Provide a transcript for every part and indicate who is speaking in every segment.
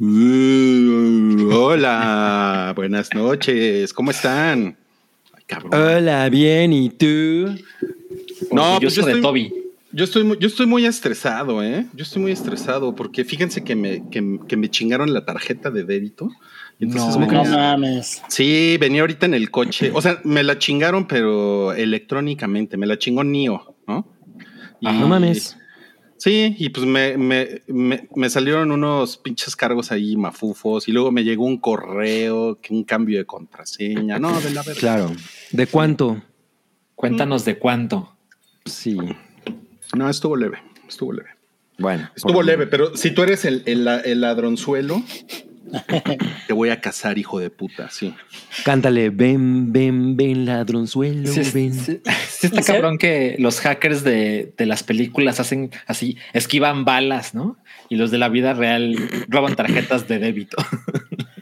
Speaker 1: Uh, hola, buenas noches, ¿cómo están? Ay, cabrón.
Speaker 2: Hola, bien, ¿y tú?
Speaker 1: No, pues
Speaker 3: No, yo
Speaker 1: yo
Speaker 3: soy de
Speaker 1: estoy-
Speaker 3: Toby.
Speaker 1: Yo estoy, muy, yo estoy muy estresado, ¿eh? Yo estoy muy estresado porque fíjense que me, que, que me chingaron la tarjeta de débito. Y entonces
Speaker 2: No.
Speaker 1: me-
Speaker 4: No mames.
Speaker 1: Sí, venía ahorita en el coche. O sea, me la chingaron, pero electrónicamente. Me la chingó Nio, ¿no? Y-
Speaker 2: Ah, no mames.
Speaker 1: Sí, y pues me, me, me, me salieron unos pinches cargos ahí mafufos. Y luego me llegó un correo, que un cambio de contraseña. No, de la verdad.
Speaker 2: Claro. ¿De cuánto?
Speaker 3: Cuéntanos de cuánto.
Speaker 2: Sí.
Speaker 1: No, estuvo leve. Estuvo leve.
Speaker 2: Bueno.
Speaker 1: Estuvo
Speaker 2: por-
Speaker 1: leve, pero si tú eres el, el, la- el ladronzuelo, te voy a casar, hijo de puta, sí.
Speaker 2: Cántale, ven, ven, ven, ladronzuelo,
Speaker 3: Sí, es-
Speaker 2: ven.
Speaker 3: sí- sí está
Speaker 4: ¿En serio?
Speaker 3: cabrón que los hackers de, de las películas hacen así, esquivan balas, ¿no? Y los de la vida real roban tarjetas de débito.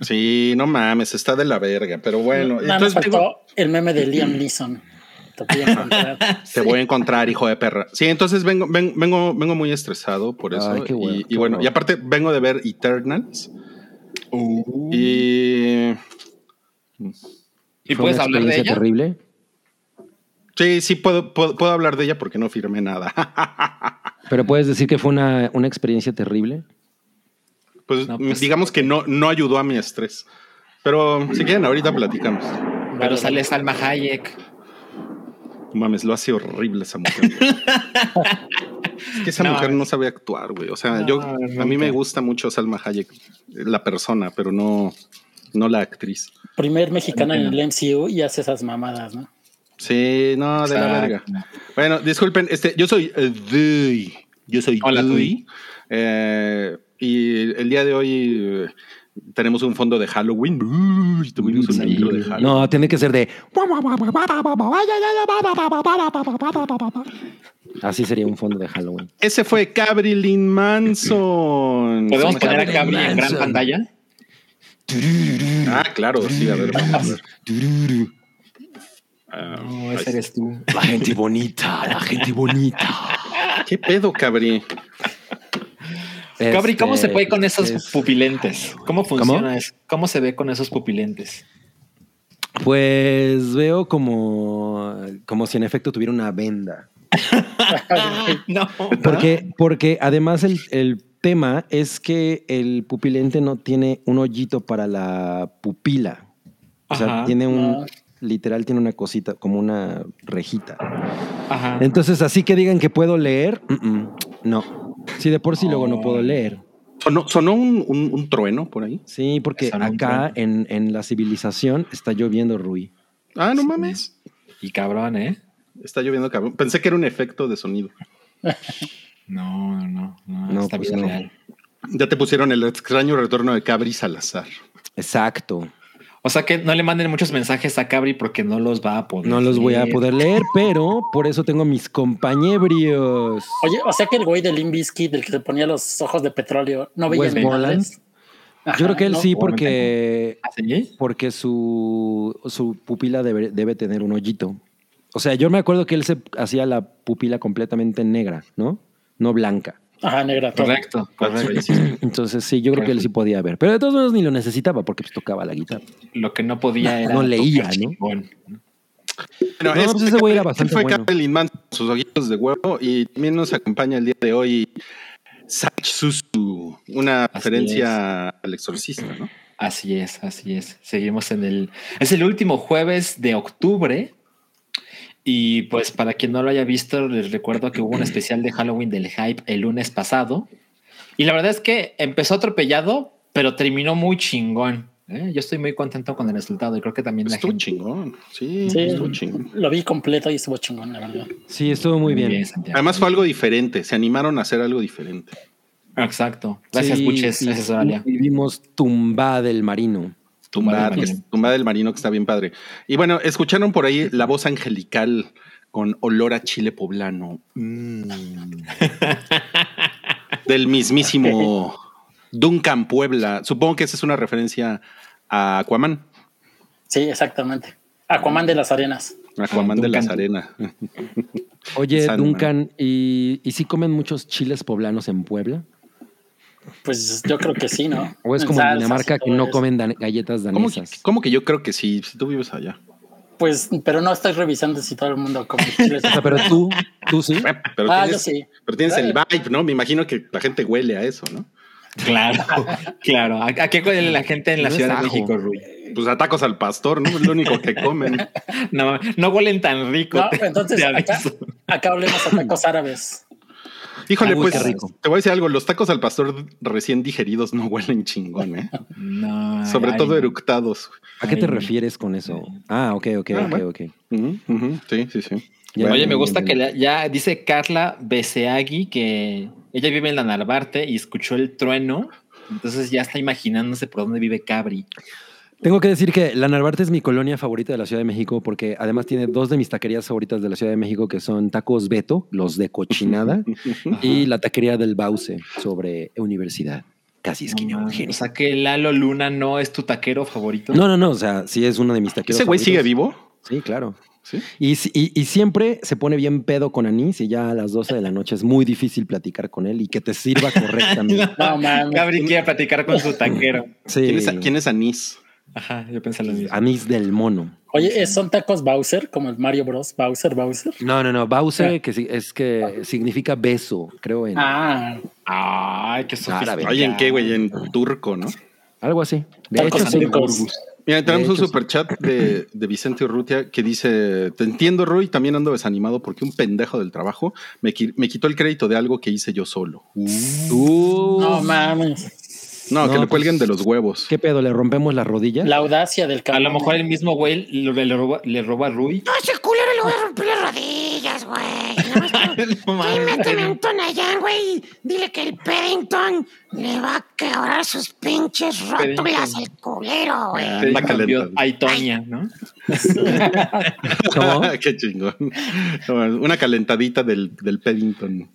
Speaker 1: Sí, no mames, está de la verga, pero bueno.
Speaker 4: Nada más
Speaker 1: entonces
Speaker 4: faltó
Speaker 1: digo,
Speaker 4: el meme de Liam Neeson. Te voy a encontrar.
Speaker 1: te voy a encontrar, hijo de perra. Sí, entonces vengo, ven- vengo, vengo muy estresado por eso.
Speaker 2: Ay, qué bueno,
Speaker 1: y, y
Speaker 2: qué
Speaker 1: bueno,
Speaker 2: bueno.
Speaker 1: y aparte vengo de ver Eternals. Uh.
Speaker 3: Mm.
Speaker 1: Y
Speaker 3: ¿Y
Speaker 2: Fue
Speaker 3: puedes
Speaker 2: una
Speaker 3: hablar de
Speaker 2: experiencia
Speaker 3: ella?
Speaker 2: terrible?
Speaker 1: sí, sí puedo, puedo, puedo hablar de ella porque no firmé nada.
Speaker 2: Pero puedes decir que fue una, una experiencia terrible.
Speaker 1: Pues,
Speaker 3: No, pues-
Speaker 1: digamos que no, no ayudó a mi estrés. Pero si quieren, ahorita platicamos.
Speaker 3: Pero sale Salma Hayek.
Speaker 1: No Mames, lo hace horrible esa mujer. güey. es que esa
Speaker 3: No.
Speaker 1: mujer no sabe actuar, güey. O sea,
Speaker 3: No,
Speaker 1: yo a mí
Speaker 3: nunca.
Speaker 1: me gusta mucho Salma Hayek, la persona, pero no, no la actriz.
Speaker 4: Primer mexicano en el MCU y hace esas mamadas, ¿no?
Speaker 1: Sí, no, Ah, de la verga. Bueno, disculpen, este, yo soy eh, Duy. Yo soy
Speaker 3: Hola,
Speaker 1: Duy. Eh, y el día de hoy eh, tenemos un fondo de Halloween. Uy, tuvimos un intro de Halloween.
Speaker 2: No, tiene que ser de. Así sería un fondo de Halloween.
Speaker 1: Ese fue Cabrilin Manson.
Speaker 3: ¿Podemos
Speaker 1: Sí,
Speaker 3: poner a Cabri en gran
Speaker 2: Manson.
Speaker 3: pantalla?
Speaker 1: Ah, claro, sí, a ver, vamos a ver. Ah,
Speaker 3: No, ese eres tú.
Speaker 2: La gente bonita, la gente bonita.
Speaker 1: ¿Qué pedo, cabrí?
Speaker 3: Cabri, ¿cómo
Speaker 2: Este,
Speaker 3: se ve con esos
Speaker 2: es-
Speaker 3: pupilentes? ¿Cómo funciona eso? ¿Cómo se ve con esos pupilentes?
Speaker 2: Pues veo como, como si en efecto tuviera una venda.
Speaker 3: No.
Speaker 2: Porque,
Speaker 3: Ah.
Speaker 2: porque además el, el tema es que el pupilente no tiene un hoyito para la pupila. O sea,
Speaker 3: Ajá.
Speaker 2: tiene un.
Speaker 4: Ah.
Speaker 2: Literal, tiene una cosita, como una rejita.
Speaker 3: Ajá.
Speaker 2: Entonces, así que digan que puedo leer, mm, mm, no. Si de por sí luego no
Speaker 3: Oh.
Speaker 2: puedo leer.
Speaker 1: ¿Sonó, sonó un, un- un trueno por ahí?
Speaker 2: Sí, porque
Speaker 3: Eso no
Speaker 2: acá en, en la civilización está lloviendo, Rui.
Speaker 1: Ah, no mames.
Speaker 3: Y cabrón, ¿eh?
Speaker 1: Está lloviendo, cabrón. Pensé que era un efecto de sonido.
Speaker 3: No, no, no,
Speaker 2: No,
Speaker 3: está
Speaker 2: pues
Speaker 3: bien
Speaker 2: no.
Speaker 3: real.
Speaker 1: Ya te pusieron el extraño retorno de Cabri Salazar.
Speaker 2: Exacto.
Speaker 3: O sea que no le manden muchos mensajes a Cabri porque no los va a poder.
Speaker 2: No los voy a
Speaker 3: leer.
Speaker 2: poder leer, pero por eso tengo mis compañebrios.
Speaker 4: Oye, o sea que el güey de Limp Bizkit, el que se ponía los ojos de petróleo, no veía
Speaker 2: Wes
Speaker 4: ni
Speaker 2: Borland.
Speaker 4: madres? Ajá,
Speaker 2: Yo creo que él
Speaker 4: ¿no?
Speaker 2: sí, porque,
Speaker 3: ¿Ah, sí?
Speaker 2: porque su, su pupila debe, debe tener un hoyito. O sea, yo me acuerdo que él se hacía la pupila completamente negra, ¿no? No blanca.
Speaker 4: Ajá, negra. todo.
Speaker 3: Correcto,
Speaker 2: Ah,
Speaker 3: correcto.
Speaker 2: Entonces, sí, yo creo que él sí podía ver. Pero de todos modos ni lo necesitaba porque pues, tocaba la guitarra.
Speaker 3: Lo que no podía era.
Speaker 2: No leía,
Speaker 3: tocar
Speaker 2: ¿no?
Speaker 3: chingón.
Speaker 1: Bueno,
Speaker 2: No,
Speaker 1: este
Speaker 2: pues ese güey era
Speaker 1: Cabri-
Speaker 2: bastante
Speaker 1: fue
Speaker 2: bueno.
Speaker 1: Cabri Manson, sus ojitos de huevo. Y también nos acompaña el día de hoy Sach Susu, una
Speaker 3: Así
Speaker 1: referencia al exorcista, ¿no?
Speaker 3: Así es, así es. Seguimos en el. Es el último jueves de octubre. Y pues para quien no lo haya visto, les recuerdo que hubo un especial de Halloween del Hype el lunes pasado. Y la verdad es que empezó atropellado, pero terminó muy chingón. ¿eh? Yo estoy muy contento con el resultado y creo que también la
Speaker 1: Estuvo
Speaker 3: gente.
Speaker 1: chingón. Sí,
Speaker 4: Sí.
Speaker 1: estuvo chingón.
Speaker 4: Lo vi completo y estuvo chingón, la verdad.
Speaker 2: Sí, estuvo muy bien.
Speaker 3: Santiago.
Speaker 1: Además fue algo diferente. Se animaron a hacer algo diferente.
Speaker 3: Exacto. Gracias,
Speaker 2: Sí,
Speaker 3: Buches.
Speaker 2: y
Speaker 3: Gracias, Oralia.
Speaker 2: Vivimos tumbada del marino.
Speaker 3: Tumba
Speaker 1: Tumba,
Speaker 3: del
Speaker 1: que-
Speaker 3: Marino.
Speaker 1: Tumba del Marino, que está bien padre. Y bueno, escucharon por ahí la voz angelical con olor a chile poblano. Mm. Del mismísimo Duncan Puebla. Supongo que esa es una referencia a Aquaman.
Speaker 4: Sí, exactamente. Aquaman de las arenas.
Speaker 1: Aquaman
Speaker 3: Ah,
Speaker 1: de las
Speaker 3: Duncan.
Speaker 1: Arenas.
Speaker 2: Oye,
Speaker 1: Sandman.
Speaker 2: Duncan, ¿y, ¿y si comen muchos chiles poblanos en Puebla?
Speaker 4: Pues yo creo que sí, ¿no?
Speaker 2: O es como
Speaker 4: En
Speaker 2: en
Speaker 4: salsas
Speaker 2: Dinamarca
Speaker 4: y
Speaker 2: que
Speaker 4: todo
Speaker 2: no
Speaker 4: eso.
Speaker 2: comen dan- galletas
Speaker 1: ¿Cómo que,
Speaker 2: danesas.
Speaker 1: cómo que yo creo que sí? Si tú vives allá.
Speaker 4: Pues, pero no estoy revisando si todo el mundo come chiles.
Speaker 2: O sea, pero tú, tú sí.
Speaker 1: Bueno, Pero
Speaker 4: ah, yo
Speaker 1: tienes,
Speaker 4: sí.
Speaker 1: pero tienes el
Speaker 4: Claro.
Speaker 1: vibe, ¿no? Me imagino que la gente huele a eso, ¿no?
Speaker 3: Claro, claro. ¿A, a qué huele la gente en la
Speaker 2: No es
Speaker 3: Ciudad de
Speaker 2: ajo.
Speaker 3: México, Rui?
Speaker 1: Pues atacos al pastor, ¿no? Es lo único que comen.
Speaker 3: No, no huelen tan rico.
Speaker 4: No,
Speaker 3: te-
Speaker 4: entonces
Speaker 3: te
Speaker 4: acá,
Speaker 3: aviso.
Speaker 4: acá hablemos de tacos árabes.
Speaker 1: Híjole,
Speaker 2: Uy,
Speaker 1: pues
Speaker 2: qué rico.
Speaker 1: te voy a decir algo. Los tacos al pastor recién digeridos no huelen chingón, ¿eh?
Speaker 3: No,
Speaker 1: Sobre
Speaker 3: ay,
Speaker 1: todo
Speaker 3: no.
Speaker 1: eructados.
Speaker 2: ¿A qué te
Speaker 3: Ay, no.
Speaker 2: refieres con eso? Ah, ok, ok,
Speaker 1: Ah,
Speaker 2: ok,
Speaker 1: bueno.
Speaker 2: ok.
Speaker 1: Ujú, ujú, Sí, sí, sí.
Speaker 2: Ya
Speaker 3: Oye,
Speaker 2: entendí,
Speaker 3: me gusta
Speaker 2: ya
Speaker 3: que
Speaker 2: entendí.
Speaker 3: la- ya dice Carla Beseagui que ella vive en la Narvarte y escuchó el trueno. Entonces ya está imaginándose por dónde vive Cabri.
Speaker 2: Tengo que decir que la Narvarte es mi colonia favorita de la Ciudad de México porque además tiene dos de mis taquerías favoritas de la Ciudad de México que son Tacos Beto, los de cochinada, y la taquería del Bause sobre Universidad, casi esquina
Speaker 3: No,
Speaker 2: Eugenia.
Speaker 3: o sea que Lalo Luna no es tu taquero favorito.
Speaker 2: No, no, no, o sea, sí es uno de mis taqueros.
Speaker 1: ¿Ese güey sigue
Speaker 2: favoritos.
Speaker 1: vivo?
Speaker 2: Sí, claro.
Speaker 1: Sí.
Speaker 2: Y, si- y- y siempre se pone bien pedo con Anís y ya a las 12 de la noche es muy difícil platicar con él y que te sirva correctamente.
Speaker 4: No, mames.
Speaker 3: Cabri quiere platicar con su taquero.
Speaker 2: Sí.
Speaker 1: ¿Quién es, quién es Anís?
Speaker 3: Ajá, yo pensé lo mismo.
Speaker 2: Anís del Mono.
Speaker 4: Oye, ¿eh, ¿son tacos Bowser? Como el Mario Bros. Bowser, Bowser.
Speaker 2: No, no, no, Bause que sí- es que significa beso, creo en
Speaker 4: Ah,
Speaker 3: Ay, qué
Speaker 2: Pues
Speaker 3: sofisticado.
Speaker 1: Oye, ¿en qué, güey? En turco, ¿no?
Speaker 2: algo así. De
Speaker 4: tacos
Speaker 2: hecho, sí.
Speaker 4: turcos.
Speaker 1: Mira, tenemos
Speaker 2: De
Speaker 1: un
Speaker 2: hecho, sí.
Speaker 1: superchat de, de Vicente Urrutia que dice: Te entiendo, Rui, también ando desanimado porque un pendejo del trabajo me, qui- me quitó el crédito de algo que hice yo solo.
Speaker 2: Uh.
Speaker 4: No mames.
Speaker 1: No, que
Speaker 2: No,
Speaker 1: le cuelguen
Speaker 2: pues,
Speaker 1: de los huevos.
Speaker 2: ¿Qué pedo? ¿Le rompemos las rodillas?
Speaker 4: La audacia del
Speaker 3: A
Speaker 4: cabrón.
Speaker 3: lo mejor el mismo güey le, le roba, le roba a Rui.
Speaker 5: No, ese culero le voy a romper las rodillas, güey.
Speaker 3: No
Speaker 5: Y
Speaker 3: mames.
Speaker 5: méteme un Tonayán, güey. y Dile que el Peddington le va a quebrar sus pinches
Speaker 3: Peddington.
Speaker 5: rótulas al culero, güey.
Speaker 1: Ah,
Speaker 3: Te
Speaker 1: anda
Speaker 3: cambió
Speaker 1: calentando.
Speaker 3: Ay, Toña, ¿no?
Speaker 2: ¿Cómo?
Speaker 1: Qué chingón. No mames, Una calentadita del, del Peddington.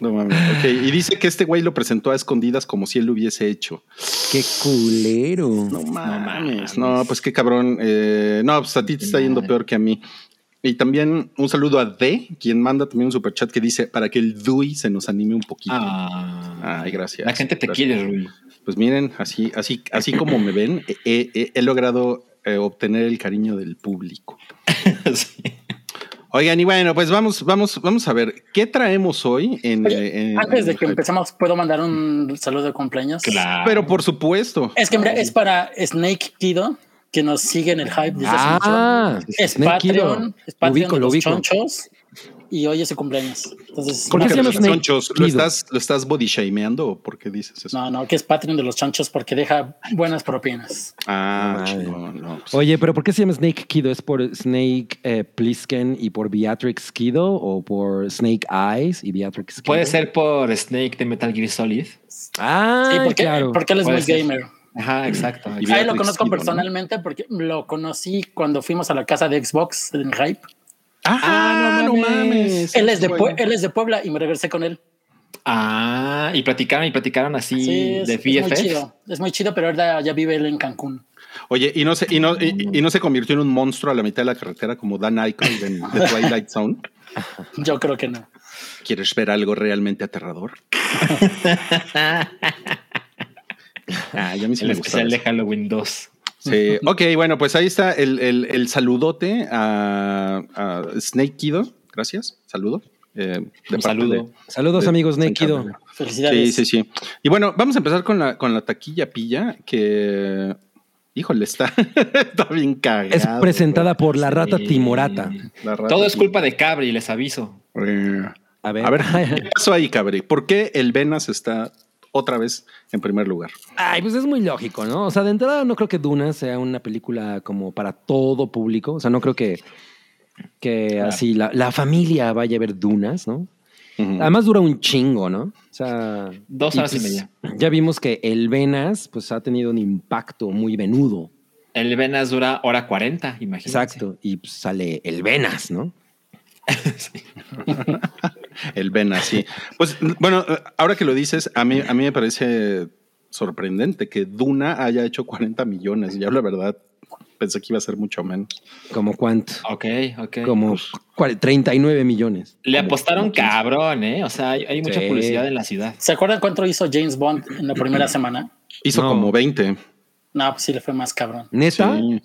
Speaker 1: No mames. Ok, Y dice que este güey lo presentó a escondidas como si él lo hubiese hecho.
Speaker 2: ¡Qué culero!
Speaker 1: mames. No, pues qué cabrón. Eh, no, pues a ti te está yendo peor que a mí. Y también un saludo a D, quien manda también un superchat que dice para que el Dui se nos anime un poquito.
Speaker 3: Ah,
Speaker 1: Ay, gracias.
Speaker 3: La gente te
Speaker 1: Gracias.
Speaker 3: quiere, Rui.
Speaker 1: Pues miren, así, así, así como me ven, eh, eh, eh, he logrado eh, obtener el cariño del público.
Speaker 3: Sí.
Speaker 1: Oigan, y bueno, pues vamos, vamos, vamos a ver qué traemos hoy en,
Speaker 4: Oye,
Speaker 1: eh, en-
Speaker 4: Antes de
Speaker 1: en-
Speaker 4: que empecemos, ¿puedo mandar un saludo de cumpleaños?
Speaker 3: Claro.
Speaker 1: Pero por supuesto.
Speaker 4: Es que mira, es para Snake Kido, que nos sigue en el hype desde hace
Speaker 2: Ah,
Speaker 4: mucho. Es
Speaker 2: Snake Kido.
Speaker 4: Patreon, es
Speaker 2: Lo
Speaker 4: Patreon
Speaker 2: ubico,
Speaker 4: de
Speaker 2: lo
Speaker 4: los
Speaker 2: ubico.
Speaker 4: chonchos, y hoy es su cumpleaños. Entonces,
Speaker 2: ¿Por qué se llama
Speaker 1: los
Speaker 2: Snake
Speaker 1: chonchos? ¿Lo
Speaker 2: Kido?
Speaker 1: estás, lo estás body shameando o por qué dices eso?
Speaker 4: No, no, que es Patreon de los chonchos porque deja buenas propinas.
Speaker 1: Ah,
Speaker 2: Madre.
Speaker 1: chingón, no, pues.
Speaker 2: Oye, pero ¿por qué se llama Snake Kido? ¿Es por Snake eh, Plissken y por Beatrix Kido? ¿O por Snake Eyes y Beatrix Kido?
Speaker 3: Puede ser por Snake de Metal Gear Solid.
Speaker 2: Ah,
Speaker 4: Sí, porque, eh,
Speaker 2: claro.
Speaker 4: porque él es
Speaker 3: Puede
Speaker 4: muy
Speaker 3: ser.
Speaker 4: gamer.
Speaker 3: Ajá, exacto.
Speaker 1: Y
Speaker 3: exacto.
Speaker 4: Ahí
Speaker 1: Beatrix
Speaker 4: lo conozco
Speaker 1: Kido, ¿no?
Speaker 4: personalmente porque lo conocí cuando fuimos a la casa de Xbox en hype.
Speaker 1: Ah,
Speaker 3: Ah,
Speaker 1: no
Speaker 3: no
Speaker 1: mames.
Speaker 3: mames.
Speaker 4: Él es, de,
Speaker 1: Bueno.
Speaker 4: Pue- él es de Puebla y me regresé con él.
Speaker 3: Ah, y platicaron y platicaron así
Speaker 4: es,
Speaker 3: de
Speaker 4: es muy
Speaker 3: BFF.
Speaker 4: chido. Es muy chido, pero ahora ya vive él en Cancún.
Speaker 1: Oye, y no se, y no, y, y no se convirtió en un monstruo a la mitad de la carretera como Dan Aykroyd en The Twilight Zone.
Speaker 4: Yo creo que no.
Speaker 1: ¿Quieres ver algo realmente aterrador? ah, ya a mí sí
Speaker 3: el
Speaker 1: me gusta.
Speaker 3: especial de Halloween 2.
Speaker 1: Sí. Ok, bueno, pues ahí está el, el- el saludote a, a Snake Kido. Gracias, saludo. Eh, de
Speaker 3: Un
Speaker 1: parte
Speaker 3: saludo.
Speaker 1: de-
Speaker 2: Saludos,
Speaker 1: de-
Speaker 2: amigos Snake Kido.
Speaker 4: Felicidades.
Speaker 1: Sí, sí, sí. Y bueno, vamos a empezar con la, con la taquilla pilla que, híjole, está, está bien cagada.
Speaker 2: Es presentada por la rata
Speaker 3: Sí.
Speaker 2: Timorata.
Speaker 3: Todo es culpa de Cabri, les aviso.
Speaker 1: de...
Speaker 2: A ver.
Speaker 1: Eh, A ver, ¿qué pasó ahí, Cabri? ¿Por qué el Venas está otra vez en primer lugar?
Speaker 2: Ay, pues es muy lógico, ¿no? O sea, de entrada no creo que Duna sea una película como para todo público. O sea, no creo que, que así la, la familia vaya a ver Dunas, ¿no?
Speaker 1: Ujú.
Speaker 2: Además dura un chingo, ¿no? O sea,
Speaker 3: Dos horas y pues
Speaker 2: media. Ya vimos que el Venas pues ha tenido un impacto muy venudo.
Speaker 3: El Venas dura hora 40, imagínate.
Speaker 2: Exacto. Y pues, sale el Venas, ¿no?
Speaker 1: El Venas, sí. Pues bueno, ahora que lo dices, a mí, a mí me parece sorprendente que Duna haya hecho 40 millones. Ya la verdad, pensé que iba a ser mucho menos.
Speaker 2: ¿Como cuánto?
Speaker 3: Ok, ok.
Speaker 2: Como cuál- 39 millones.
Speaker 3: Le
Speaker 2: Como-
Speaker 3: apostaron
Speaker 2: como 15.
Speaker 3: cabrón, ¿eh? O sea, hay, hay mucha
Speaker 2: Sí.
Speaker 3: publicidad en la ciudad.
Speaker 4: ¿Se acuerdan cuánto hizo James Bond en la primera semana?
Speaker 1: Hizo
Speaker 2: No.
Speaker 1: como 20.
Speaker 4: No, pues sí le fue más cabrón.
Speaker 2: ¿Neta?
Speaker 1: Sí,
Speaker 3: No me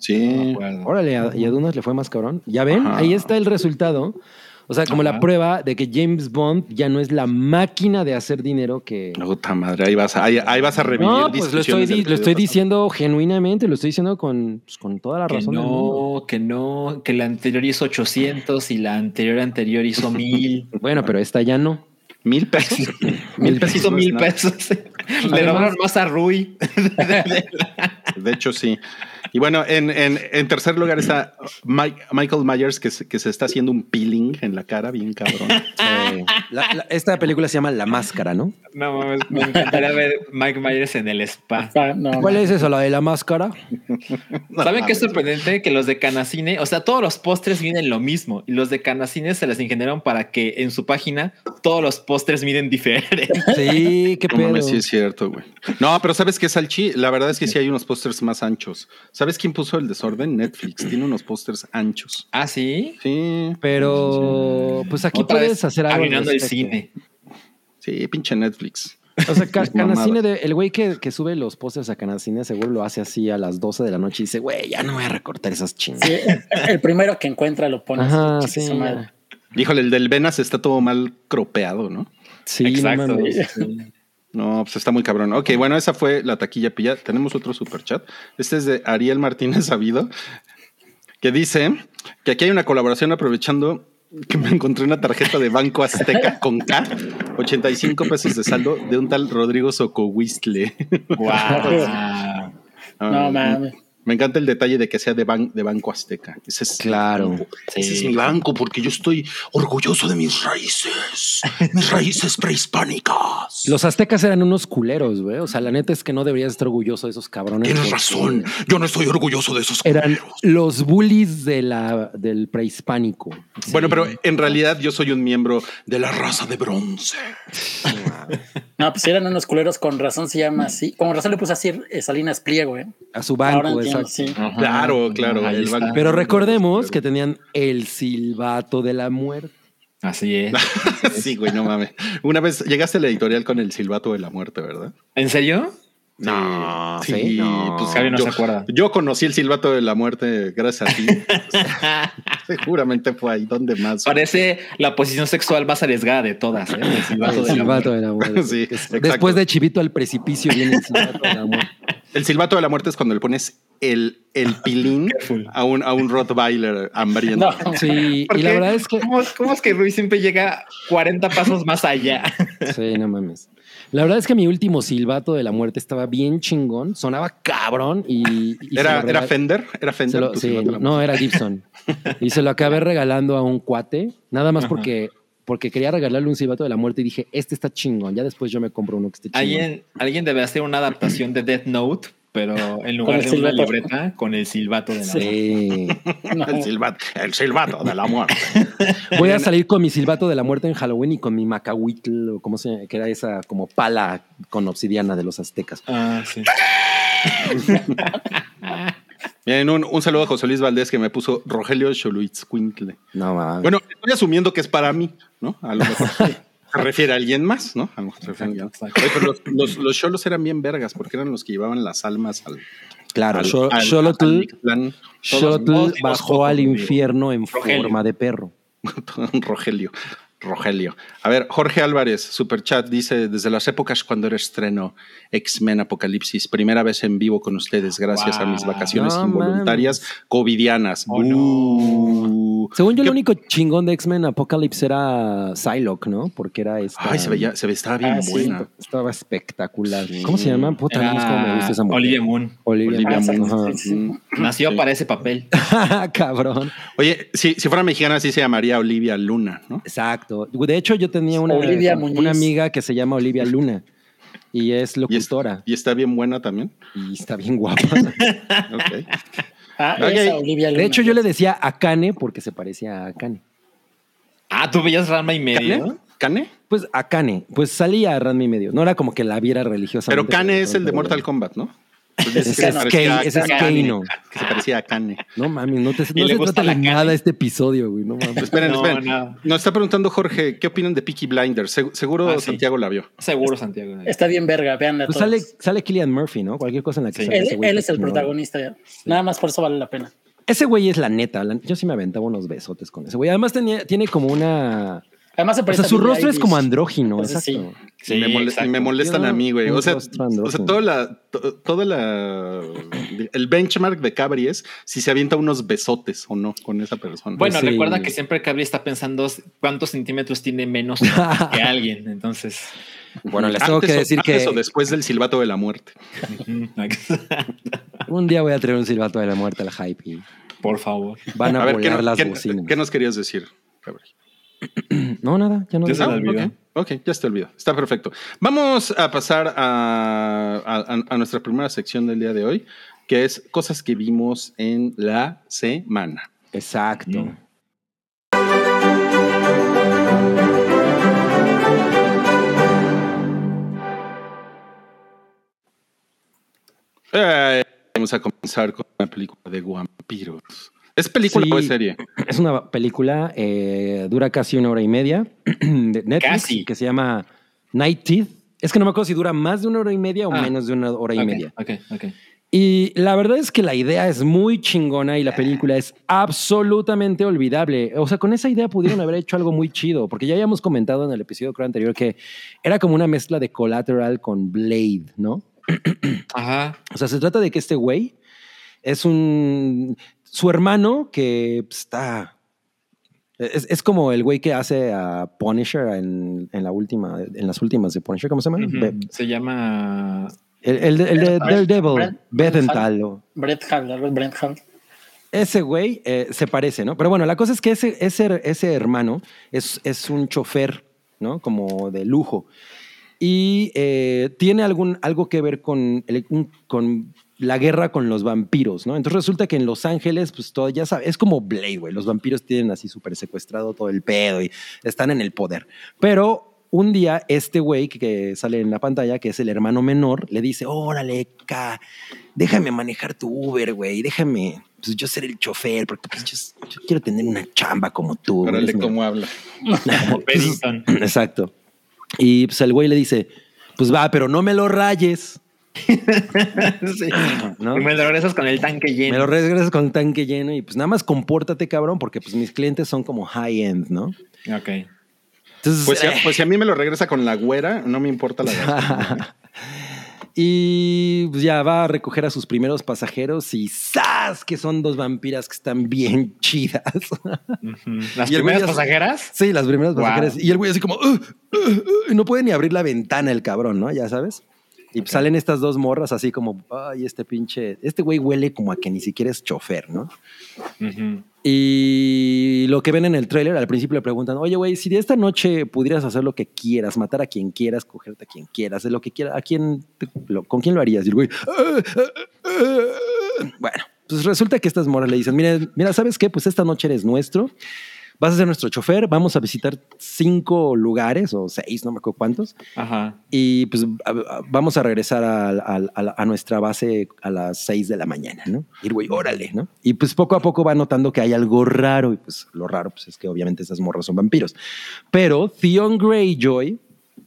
Speaker 1: sí.
Speaker 3: acuerdo.
Speaker 2: Órale, a- y a Dunas le fue más cabrón. Ya ven,
Speaker 1: Ajá.
Speaker 2: ahí está el resultado. O sea, como la
Speaker 3: Ajá.
Speaker 2: prueba de que James Bond ya no es la máquina de hacer dinero que.
Speaker 1: Puta madre, ahí vas a, ahí, ahí vas a revivir.
Speaker 2: No, pues lo estoy,
Speaker 1: discusiones del
Speaker 2: di- lo estoy
Speaker 1: episodio
Speaker 2: diciendo genuinamente, lo estoy diciendo con, pues, con toda la
Speaker 3: Que
Speaker 2: razón. del mundo.
Speaker 3: no, que no, que la anterior hizo 800 y la anterior anterior hizo 1000.
Speaker 2: Bueno, pero esta ya no.
Speaker 1: pasado. Mil pesos. mil pesos.
Speaker 3: hizo
Speaker 1: no es
Speaker 3: mil
Speaker 1: nada.
Speaker 3: pesos. Le robaron más a Rui.
Speaker 1: De hecho, sí. Y bueno, en, en, en tercer lugar está Mike- Michael Myers, que se, que se está haciendo un peeling en la cara, bien cabrón.
Speaker 2: Eh, la- la- esta película se llama La Máscara, ¿no?
Speaker 3: No mames, me encantaría ver Mike Myers en el spa.
Speaker 4: Ah, no,
Speaker 2: ¿Cuál es eso, la de La Máscara?
Speaker 1: No
Speaker 3: ¿Saben qué
Speaker 1: mames.
Speaker 3: es sorprendente? Que los de Canacine, o sea, todos los postres miden lo mismo. Y los de Canacine se las ingeniaron para que en su página todos los postres miden diferente.
Speaker 2: Sí, qué
Speaker 1: No
Speaker 2: pedo.
Speaker 1: mames, sí es cierto, güey. No, pero ¿sabes qué, Salchi? La verdad es que sí hay unos pósters más anchos. ¿Sabes quién puso el desorden? Netflix. Tiene unos pósters anchos.
Speaker 3: Ah, sí.
Speaker 1: Sí,
Speaker 2: Pero, pues aquí
Speaker 3: Otra
Speaker 2: puedes
Speaker 3: vez
Speaker 2: hacer algo. al
Speaker 3: arruinando el
Speaker 2: respecto.
Speaker 3: cine.
Speaker 1: sí, pinche Netflix.
Speaker 2: O sea, Ca-
Speaker 1: Sus mamadas.
Speaker 2: Canacine, de- el güey que, que sube los pósters a Canacine, seguro lo hace así a las 12 de la noche y dice, güey, ya no voy a recortar esas chingas.
Speaker 4: Sí, el- el primero que encuentra lo pone.
Speaker 2: Ajá,
Speaker 4: Chica
Speaker 2: sí.
Speaker 4: su madre.
Speaker 1: Híjole, el del Venas está todo mal cropeado, ¿no?
Speaker 2: Sí, no
Speaker 3: Exacto.
Speaker 2: mames.
Speaker 1: No, pues está muy cabrón. Ok, bueno, esa fue la taquilla pilla. Tenemos otro superchat. Este es de Ariel Martínez Sabido, que dice que aquí hay una colaboración aprovechando que me encontré una tarjeta de Banco Azteca con K, 85 pesos de saldo de un tal Rodrigo Socohuistle.
Speaker 3: Guau.
Speaker 4: No mames.
Speaker 1: Ah, Me encanta el detalle de que sea de, ban- de Banco Azteca. Ese es
Speaker 2: Claro.
Speaker 1: Ese es mi banco porque yo estoy orgulloso de mis raíces, mis raíces prehispánicas.
Speaker 2: Los aztecas eran unos culeros, güey. O sea, la neta es que no deberías estar orgulloso de esos cabrones.
Speaker 1: Tienes
Speaker 2: porque
Speaker 1: razón, yo no estoy orgulloso de esos
Speaker 2: Eran
Speaker 1: culeros.
Speaker 2: los bullies de la, del prehispánico.
Speaker 1: Bueno, pero en realidad yo soy un miembro de la raza de bronce.
Speaker 4: No, pues eran unos culeros con razón se llama así. Con razón le puse así eh, Salinas Pliego, ¿eh?
Speaker 2: A su
Speaker 4: Ahora
Speaker 2: banco,
Speaker 4: entiendo,
Speaker 2: exacto.
Speaker 4: sí.
Speaker 3: Ajá.
Speaker 1: Claro, claro,
Speaker 3: Ahí
Speaker 1: el
Speaker 3: está.
Speaker 1: banco.
Speaker 2: Pero recordemos que tenían el silbato de la muerte.
Speaker 3: Así es.
Speaker 1: sí, güey, no mames. Una vez llegaste a la editorial con el silbato de la muerte, ¿verdad?
Speaker 3: ¿En serio?
Speaker 2: No,
Speaker 1: Sí,
Speaker 2: sí, no.
Speaker 1: pues
Speaker 3: Javi no
Speaker 1: yo,
Speaker 3: se acuerda.
Speaker 1: Yo conocí el silbato de la muerte gracias a ti. Seguramente fue ahí donde más.
Speaker 3: Parece la posición sexual más arriesgada de todas. ¿eh? El silbato
Speaker 2: El
Speaker 3: de la
Speaker 2: silbato de la muerte.
Speaker 1: Sí, exacto.
Speaker 2: Después de Chivito al precipicio viene el silbato de la muerte.
Speaker 1: El silbato de la muerte es cuando le pones el, el pilín
Speaker 3: Careful.
Speaker 1: a un, a un Rottweiler hambriento.
Speaker 4: No,
Speaker 2: Sí, y
Speaker 3: Porque,
Speaker 2: la verdad es que.
Speaker 3: ¿cómo, cómo es que Rui siempre llega 40 pasos más allá?
Speaker 2: Sí, no mames. La verdad es que mi último silbato de la muerte estaba bien chingón, sonaba cabrón y. y
Speaker 1: Era,
Speaker 2: se lo
Speaker 1: era
Speaker 2: regal-
Speaker 1: Fender, era
Speaker 2: se
Speaker 1: Fender.
Speaker 2: lo-
Speaker 1: tu
Speaker 2: sí,
Speaker 1: silbato de la muerte.
Speaker 2: no, era Gibson. Y se lo acabé regalando a un cuate, nada más
Speaker 3: Ajá.
Speaker 2: porque, porque quería regalarle un silbato de la muerte y dije, este está chingón, ya después yo me compro uno que esté chingón.
Speaker 3: Alguien, alguien debe hacer una adaptación de Death Note, pero en lugar
Speaker 4: el
Speaker 3: de una
Speaker 4: silbato.
Speaker 3: libreta, con el silbato de la muerte.
Speaker 2: Sí.
Speaker 4: no.
Speaker 1: El silbato, el silbato de la muerte.
Speaker 2: Voy a salir con mi silbato de la muerte en Halloween y con mi macahuitl, o como se que era esa como pala con obsidiana de los aztecas.
Speaker 3: Ah, sí.
Speaker 1: Bien, un, un saludo a José Luis Valdés que me puso Rogelio Choluitzcuintle.
Speaker 2: No mames.
Speaker 1: Bueno, estoy asumiendo que es para mí, ¿no? A lo mejor se refiere a alguien más, ¿no? A lo mejor se refiere a alguien más. Oye, pero los, los, los cholos eran bien vergas porque eran los que llevaban las almas al.
Speaker 2: claro,
Speaker 1: al-
Speaker 2: Xo-
Speaker 1: al- al
Speaker 2: Xolotl,
Speaker 1: Mictlán.
Speaker 2: Xolotl
Speaker 3: modos y los
Speaker 2: bajó
Speaker 3: ojos,
Speaker 2: al
Speaker 3: amigo.
Speaker 2: infierno en
Speaker 3: Rogelio.
Speaker 2: forma de perro.
Speaker 1: Rogelio. Rogelio. A ver, Jorge Álvarez, Superchat, dice, desde las épocas cuando era estreno X-Men Apocalipsis, primera vez en vivo con ustedes, gracias a mis
Speaker 3: Wow.
Speaker 1: vacaciones
Speaker 2: No
Speaker 1: involuntarias covidianas.
Speaker 3: Oh, no.
Speaker 1: Bú.
Speaker 2: Según yo,
Speaker 1: ¿Qué-
Speaker 2: el único chingón de X-Men Apocalypse era Psylocke, ¿no? Porque era esta.
Speaker 1: Ay, se veía, se ve, estaba bien
Speaker 4: Ah, sí.
Speaker 1: buena.
Speaker 2: Estaba espectacular. ¿Cómo se llama? Puta, no sé cómo me gusta esa mujer.
Speaker 3: Olivia Moon.
Speaker 2: Olivia,
Speaker 1: Olivia
Speaker 2: Moon,
Speaker 4: Moon,
Speaker 2: ajá. Ah,
Speaker 4: sí.
Speaker 1: Mm.
Speaker 3: Nació
Speaker 1: Sí.
Speaker 3: para ese papel.
Speaker 2: Cabrón.
Speaker 1: Oye, si, si fuera mexicana, sí se llamaría Olivia Luna, ¿no?
Speaker 2: Exacto. De hecho, yo tenía una,
Speaker 4: Olivia Muñiz.
Speaker 2: una amiga que se llama Olivia Luna y es
Speaker 1: Y, es-
Speaker 2: locutora
Speaker 1: y está bien buena también.
Speaker 2: y está bien guapa.
Speaker 1: Ok.
Speaker 4: Ah,
Speaker 1: Ok.
Speaker 4: esa Olivia
Speaker 2: De
Speaker 4: Luna.
Speaker 2: hecho, yo le decía a Kane porque se parecía a Kane.
Speaker 3: Ah, tú veías Rama y medio.
Speaker 1: ¿Cane? ¿Cane?
Speaker 2: Pues a Kane, pues salía a Ranma y medio. No era como que la viera religiosamente.
Speaker 1: Pero Cane es el de
Speaker 2: pronto
Speaker 1: Mortal
Speaker 2: era.
Speaker 1: Kombat, ¿no? Pues
Speaker 2: Ese
Speaker 1: dice que se
Speaker 2: es Kane,
Speaker 1: parecía a
Speaker 2: ese es
Speaker 1: Kane,
Speaker 2: Keino.
Speaker 1: Que se parecía a Kane.
Speaker 2: No mames, no, te,
Speaker 3: Y
Speaker 2: no
Speaker 3: le
Speaker 2: se
Speaker 3: gusta
Speaker 2: trata
Speaker 3: la
Speaker 2: de
Speaker 3: carne.
Speaker 2: nada este episodio, güey. No mames.
Speaker 1: Esperen,
Speaker 3: No,
Speaker 1: esperen.
Speaker 3: no.
Speaker 1: Nos está preguntando Jorge, ¿qué opinan de Peaky Blinders? Se- seguro
Speaker 3: Ah, sí.
Speaker 1: Santiago la vio.
Speaker 3: Seguro, Santiago.
Speaker 4: Está bien verga, véanla
Speaker 2: Pues
Speaker 4: todos.
Speaker 2: sale, sale Killian Murphy, ¿no? Cualquier cosa en la que
Speaker 3: Sí.
Speaker 2: sale ese
Speaker 4: él,
Speaker 2: güey
Speaker 4: él es
Speaker 2: está
Speaker 4: el
Speaker 2: chingón.
Speaker 4: protagonista. ya. Nada más por eso vale la pena.
Speaker 2: Ese güey es la neta. la- yo sí me aventaba unos besotes con ese güey. Además tenía, tiene como una...
Speaker 4: Además se
Speaker 2: O
Speaker 4: parece
Speaker 2: sea,
Speaker 4: a
Speaker 2: su
Speaker 4: Billie
Speaker 2: rostro es
Speaker 4: Eilish.
Speaker 2: como andrógino,
Speaker 4: Entonces, pues, sí.
Speaker 2: exacto.
Speaker 1: y, me mole- y
Speaker 3: exacto.
Speaker 1: me molestan a mí, güey. O sea,
Speaker 2: Un rostro andrógino.
Speaker 1: o sea, toda la, to- toda la, el benchmark de Cabri es si se avienta unos besotes o no con esa persona.
Speaker 3: Bueno,
Speaker 2: Pues Sí.
Speaker 3: recuerda que siempre Cabri está pensando cuántos centímetros tiene menos que alguien. Entonces,
Speaker 2: Bueno, les tengo que
Speaker 1: o-
Speaker 2: decir que
Speaker 1: antes o después del silbato de la muerte.
Speaker 3: ujú,
Speaker 2: un día voy a traer un silbato de la muerte al hype y
Speaker 3: por favor.
Speaker 2: van a,
Speaker 1: A ver, ¿qué,
Speaker 2: volar
Speaker 1: no-
Speaker 2: las
Speaker 1: qué-
Speaker 2: bocinas.
Speaker 1: qué nos querías decir, Cabri?
Speaker 2: No, nada, ya no.
Speaker 3: Ya
Speaker 2: digo
Speaker 3: se
Speaker 2: nada.
Speaker 3: la olvidó.
Speaker 1: Ok, ok, ya se te olvidó. Está perfecto. Vamos a pasar a, a- a nuestra primera sección del día de hoy, que es cosas que vimos en la semana.
Speaker 2: Exacto.
Speaker 3: Mm.
Speaker 1: Eh, vamos a comenzar con una película de vampiros. ¿Es película
Speaker 2: Sí.
Speaker 1: o es serie?
Speaker 2: Es una película, eh, dura casi una hora y media, de Netflix,
Speaker 3: Casi.
Speaker 2: que se llama Night Teeth. Es que no me acuerdo si dura más de una hora y media o
Speaker 3: Ah.
Speaker 2: menos de una hora y
Speaker 3: Ok,
Speaker 2: media.
Speaker 3: ok, ok.
Speaker 2: Y la verdad es que la idea es muy chingona y la película es absolutamente olvidable. O sea, con esa idea pudieron haber hecho algo muy chido, porque ya habíamos comentado en el episodio creo anterior que era como una mezcla de Collateral con Blade, ¿no?
Speaker 3: Ajá.
Speaker 2: O sea, se trata de que este güey es un. Su hermano que pues, está. Es, es como el güey que hace a Punisher en, en la última, en las últimas de Punisher, ¿cómo se llama?
Speaker 3: Ujú.
Speaker 2: Be-
Speaker 3: Se llama.
Speaker 2: el, el de- el de
Speaker 4: Brent-
Speaker 2: Daredevil,
Speaker 4: Brent-
Speaker 2: Bethenthal. o-
Speaker 4: Brett Hall, algo de Brett Hall.
Speaker 2: Ese güey eh, se parece, ¿no? Pero bueno, la cosa es que ese, ese, ese hermano es, es un chofer, ¿no? Como de lujo. Y eh, tiene algún, algo que ver con, el- un- con la guerra con los vampiros, ¿no? Entonces resulta que en Los Ángeles, pues todo, ya sabes, es como Blade, güey. Los vampiros tienen así súper secuestrado todo el pedo y están en el poder. Pero un día este güey que, que sale en la pantalla, que es el hermano menor, le dice, órale, ca, déjame manejar tu Uber, güey, déjame, pues yo ser el chofer, porque pues, yo, yo quiero tener una chamba como tú. güey,
Speaker 1: Órale,
Speaker 2: eres mi
Speaker 1: cómo habla.
Speaker 2: Pues
Speaker 3: Como Paddington.
Speaker 2: Exacto. Y pues el güey le dice, pues va, pero no me lo rayes.
Speaker 3: Sí.
Speaker 2: ¿no?
Speaker 3: Y me lo regresas con el tanque
Speaker 2: Me lo
Speaker 3: lleno.
Speaker 2: regresas con el tanque lleno y pues nada más compórtate, cabrón, porque pues mis clientes son como high end, ¿no?
Speaker 3: ok.
Speaker 2: Entonces,
Speaker 1: Pues si, a,
Speaker 2: eh,
Speaker 1: pues si a mí me lo regresa con la güera, no me importa la verdad.
Speaker 2: y pues, ya va a recoger a sus primeros pasajeros y ¡zas! Que son dos vampiras que están bien chidas.
Speaker 3: Ujú. Las
Speaker 2: Y el güey
Speaker 3: primeras
Speaker 2: ya-
Speaker 3: pasajeras.
Speaker 2: sí, las primeras
Speaker 3: Wow.
Speaker 2: pasajeras. Y el güey así como, "Ugh, ugh, ugh", y no puede ni abrir la ventana el cabrón, ¿no? Ya sabes. Y pues, salen estas dos morras así como, ay, este pinche, este güey huele como a que ni siquiera es chofer, ¿no?
Speaker 3: Ujú.
Speaker 2: Y lo que ven en el tráiler, al principio le preguntan, oye, güey, si de esta noche pudieras hacer lo que quieras, matar a quien quieras, cogerte a quien quieras, de lo que quieras, ¿a quién, te- lo- ¿con quién lo harías? Y el güey, "Ah, ah, ah, ah". bueno, pues resulta que estas moras le dicen, mira, mira, ¿sabes qué? Pues esta noche eres nuestro, vas a ser nuestro chofer, vamos a visitar cinco lugares o seis, no me acuerdo cuántos,
Speaker 3: Ajá.
Speaker 2: y pues a- a- vamos a regresar al- al- a, la- a nuestra base a las 6 de la mañana, ¿no? Y el güey, órale, ¿no? Y pues poco a poco va notando que hay algo raro y pues lo raro pues es que obviamente esas morras son vampiros. Pero Theon Greyjoy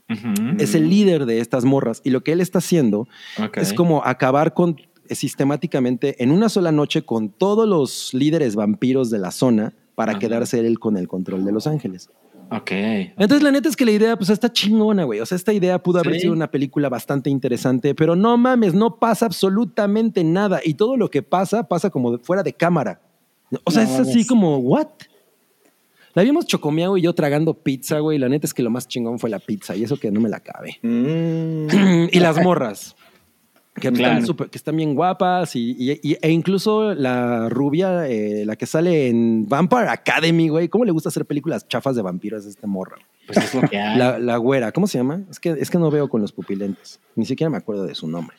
Speaker 3: Ujú.
Speaker 2: es el líder de estas morras y lo que él está haciendo
Speaker 3: Mm. Ok.
Speaker 2: es como acabar con eh, sistemáticamente en una sola noche con todos los líderes vampiros de la zona para
Speaker 3: Ajá.
Speaker 2: quedarse él con el control de Los Ángeles.
Speaker 3: Ok.
Speaker 2: Entonces, la neta es que la idea, pues, está chingona, güey. O sea, esta idea pudo haber
Speaker 3: Sí.
Speaker 2: sido una película bastante interesante, pero no mames, no pasa absolutamente nada. Y todo lo que pasa, pasa como de- fuera de cámara. O sea,
Speaker 4: No
Speaker 2: es así
Speaker 4: mames.
Speaker 2: como, ¿what? La vimos Chocomiao y yo tragando pizza, güey. La neta es que lo más chingón fue la pizza y eso que no me la acabé. Mm. y las morras. Que,
Speaker 3: Claro.
Speaker 2: están súper- que están bien guapas y, y- y- e incluso la rubia, eh, la que sale en Vampire Academy, güey. ¿Cómo le gusta hacer películas chafas de vampiros a esta morra?
Speaker 3: Pues es lo que hay.
Speaker 2: La, la güera, ¿cómo se llama? Es que, es que no veo con los pupilentes. Ni siquiera me acuerdo de su nombre.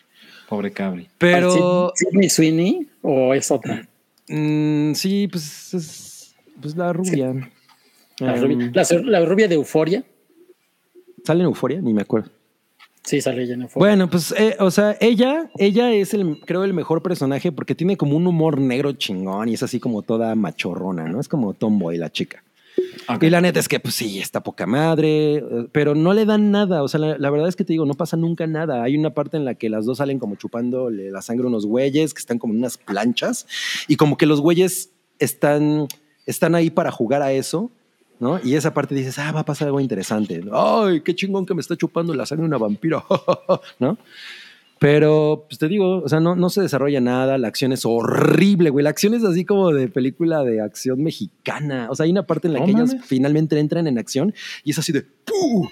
Speaker 3: Pobre Cabri.
Speaker 2: Pero
Speaker 4: ¿Sid- ¿Sidney Sweeney o es otra?
Speaker 2: mm, sí, pues es pues la rubia.
Speaker 4: La
Speaker 2: Em,
Speaker 4: rubia, la- la rubia de Euforia.
Speaker 2: ¿Sale en Euforia? Ni me acuerdo.
Speaker 4: Sí, sale Jennifer.
Speaker 2: Bueno, pues, eh, o sea, ella, ella es el, creo, el mejor personaje porque tiene como un humor negro chingón y es así como toda machorrona, ¿no? Es como tomboy la chica.
Speaker 3: Ok.
Speaker 2: Y la neta es que, pues sí, está poca madre, eh, pero no le dan nada. O sea, la, la verdad es que te digo, no pasa nunca nada. Hay una parte en la que las dos salen como chupando la sangre a unos güeyes que están como en unas planchas y como que los güeyes están, están ahí para jugar a eso. ¿No? Y esa parte dices, ah, va a pasar algo interesante. Ay, qué chingón que me está chupando la sangre una vampira, ¿no? Pero, pues te digo, o sea, no, no se desarrolla nada, la acción es horrible, güey. La acción es así como de película de acción mexicana. O sea, hay una parte en la
Speaker 3: No
Speaker 2: que ellas
Speaker 3: mames.
Speaker 2: finalmente entran en acción y es así de ¡pu!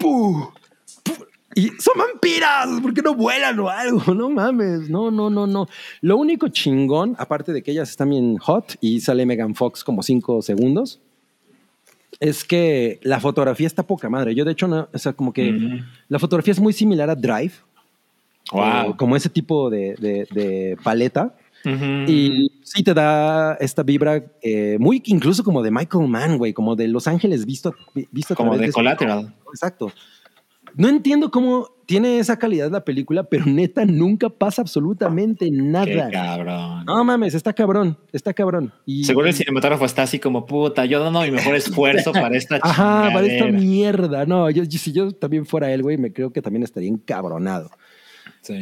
Speaker 2: ¡pu! ¡pu! Y son vampiras, ¿por qué no vuelan o algo? No mames, no, no, no, no. Lo único chingón, aparte de que ellas están bien hot y sale Megan Fox como cinco segundos, es que la fotografía está poca madre. Yo, de hecho, no, o sea, como que
Speaker 3: Ujú.
Speaker 2: la fotografía es muy similar a Drive, o
Speaker 3: Wow.
Speaker 2: como ese tipo de, de- de paleta. Y sí te da esta vibra eh, muy incluso como de Michael Mann, güey, como de Los Ángeles visto, vi- visto a
Speaker 3: como
Speaker 2: través
Speaker 3: de
Speaker 2: su-
Speaker 3: Collateral.
Speaker 2: Exacto. No entiendo cómo tiene esa calidad la película, pero neta nunca pasa absolutamente
Speaker 3: Qué
Speaker 2: nada.
Speaker 3: cabrón.
Speaker 2: No mames, está cabrón, está cabrón. Y,
Speaker 3: Seguro el cinematógrafo está así como puta, yo dando mi mejor esfuerzo para esta
Speaker 2: Ajá, para esta
Speaker 3: chingadera".
Speaker 2: mierda. No, yo, yo- si yo también fuera él, güey, me creo que también estaría encabronado.
Speaker 3: Sí.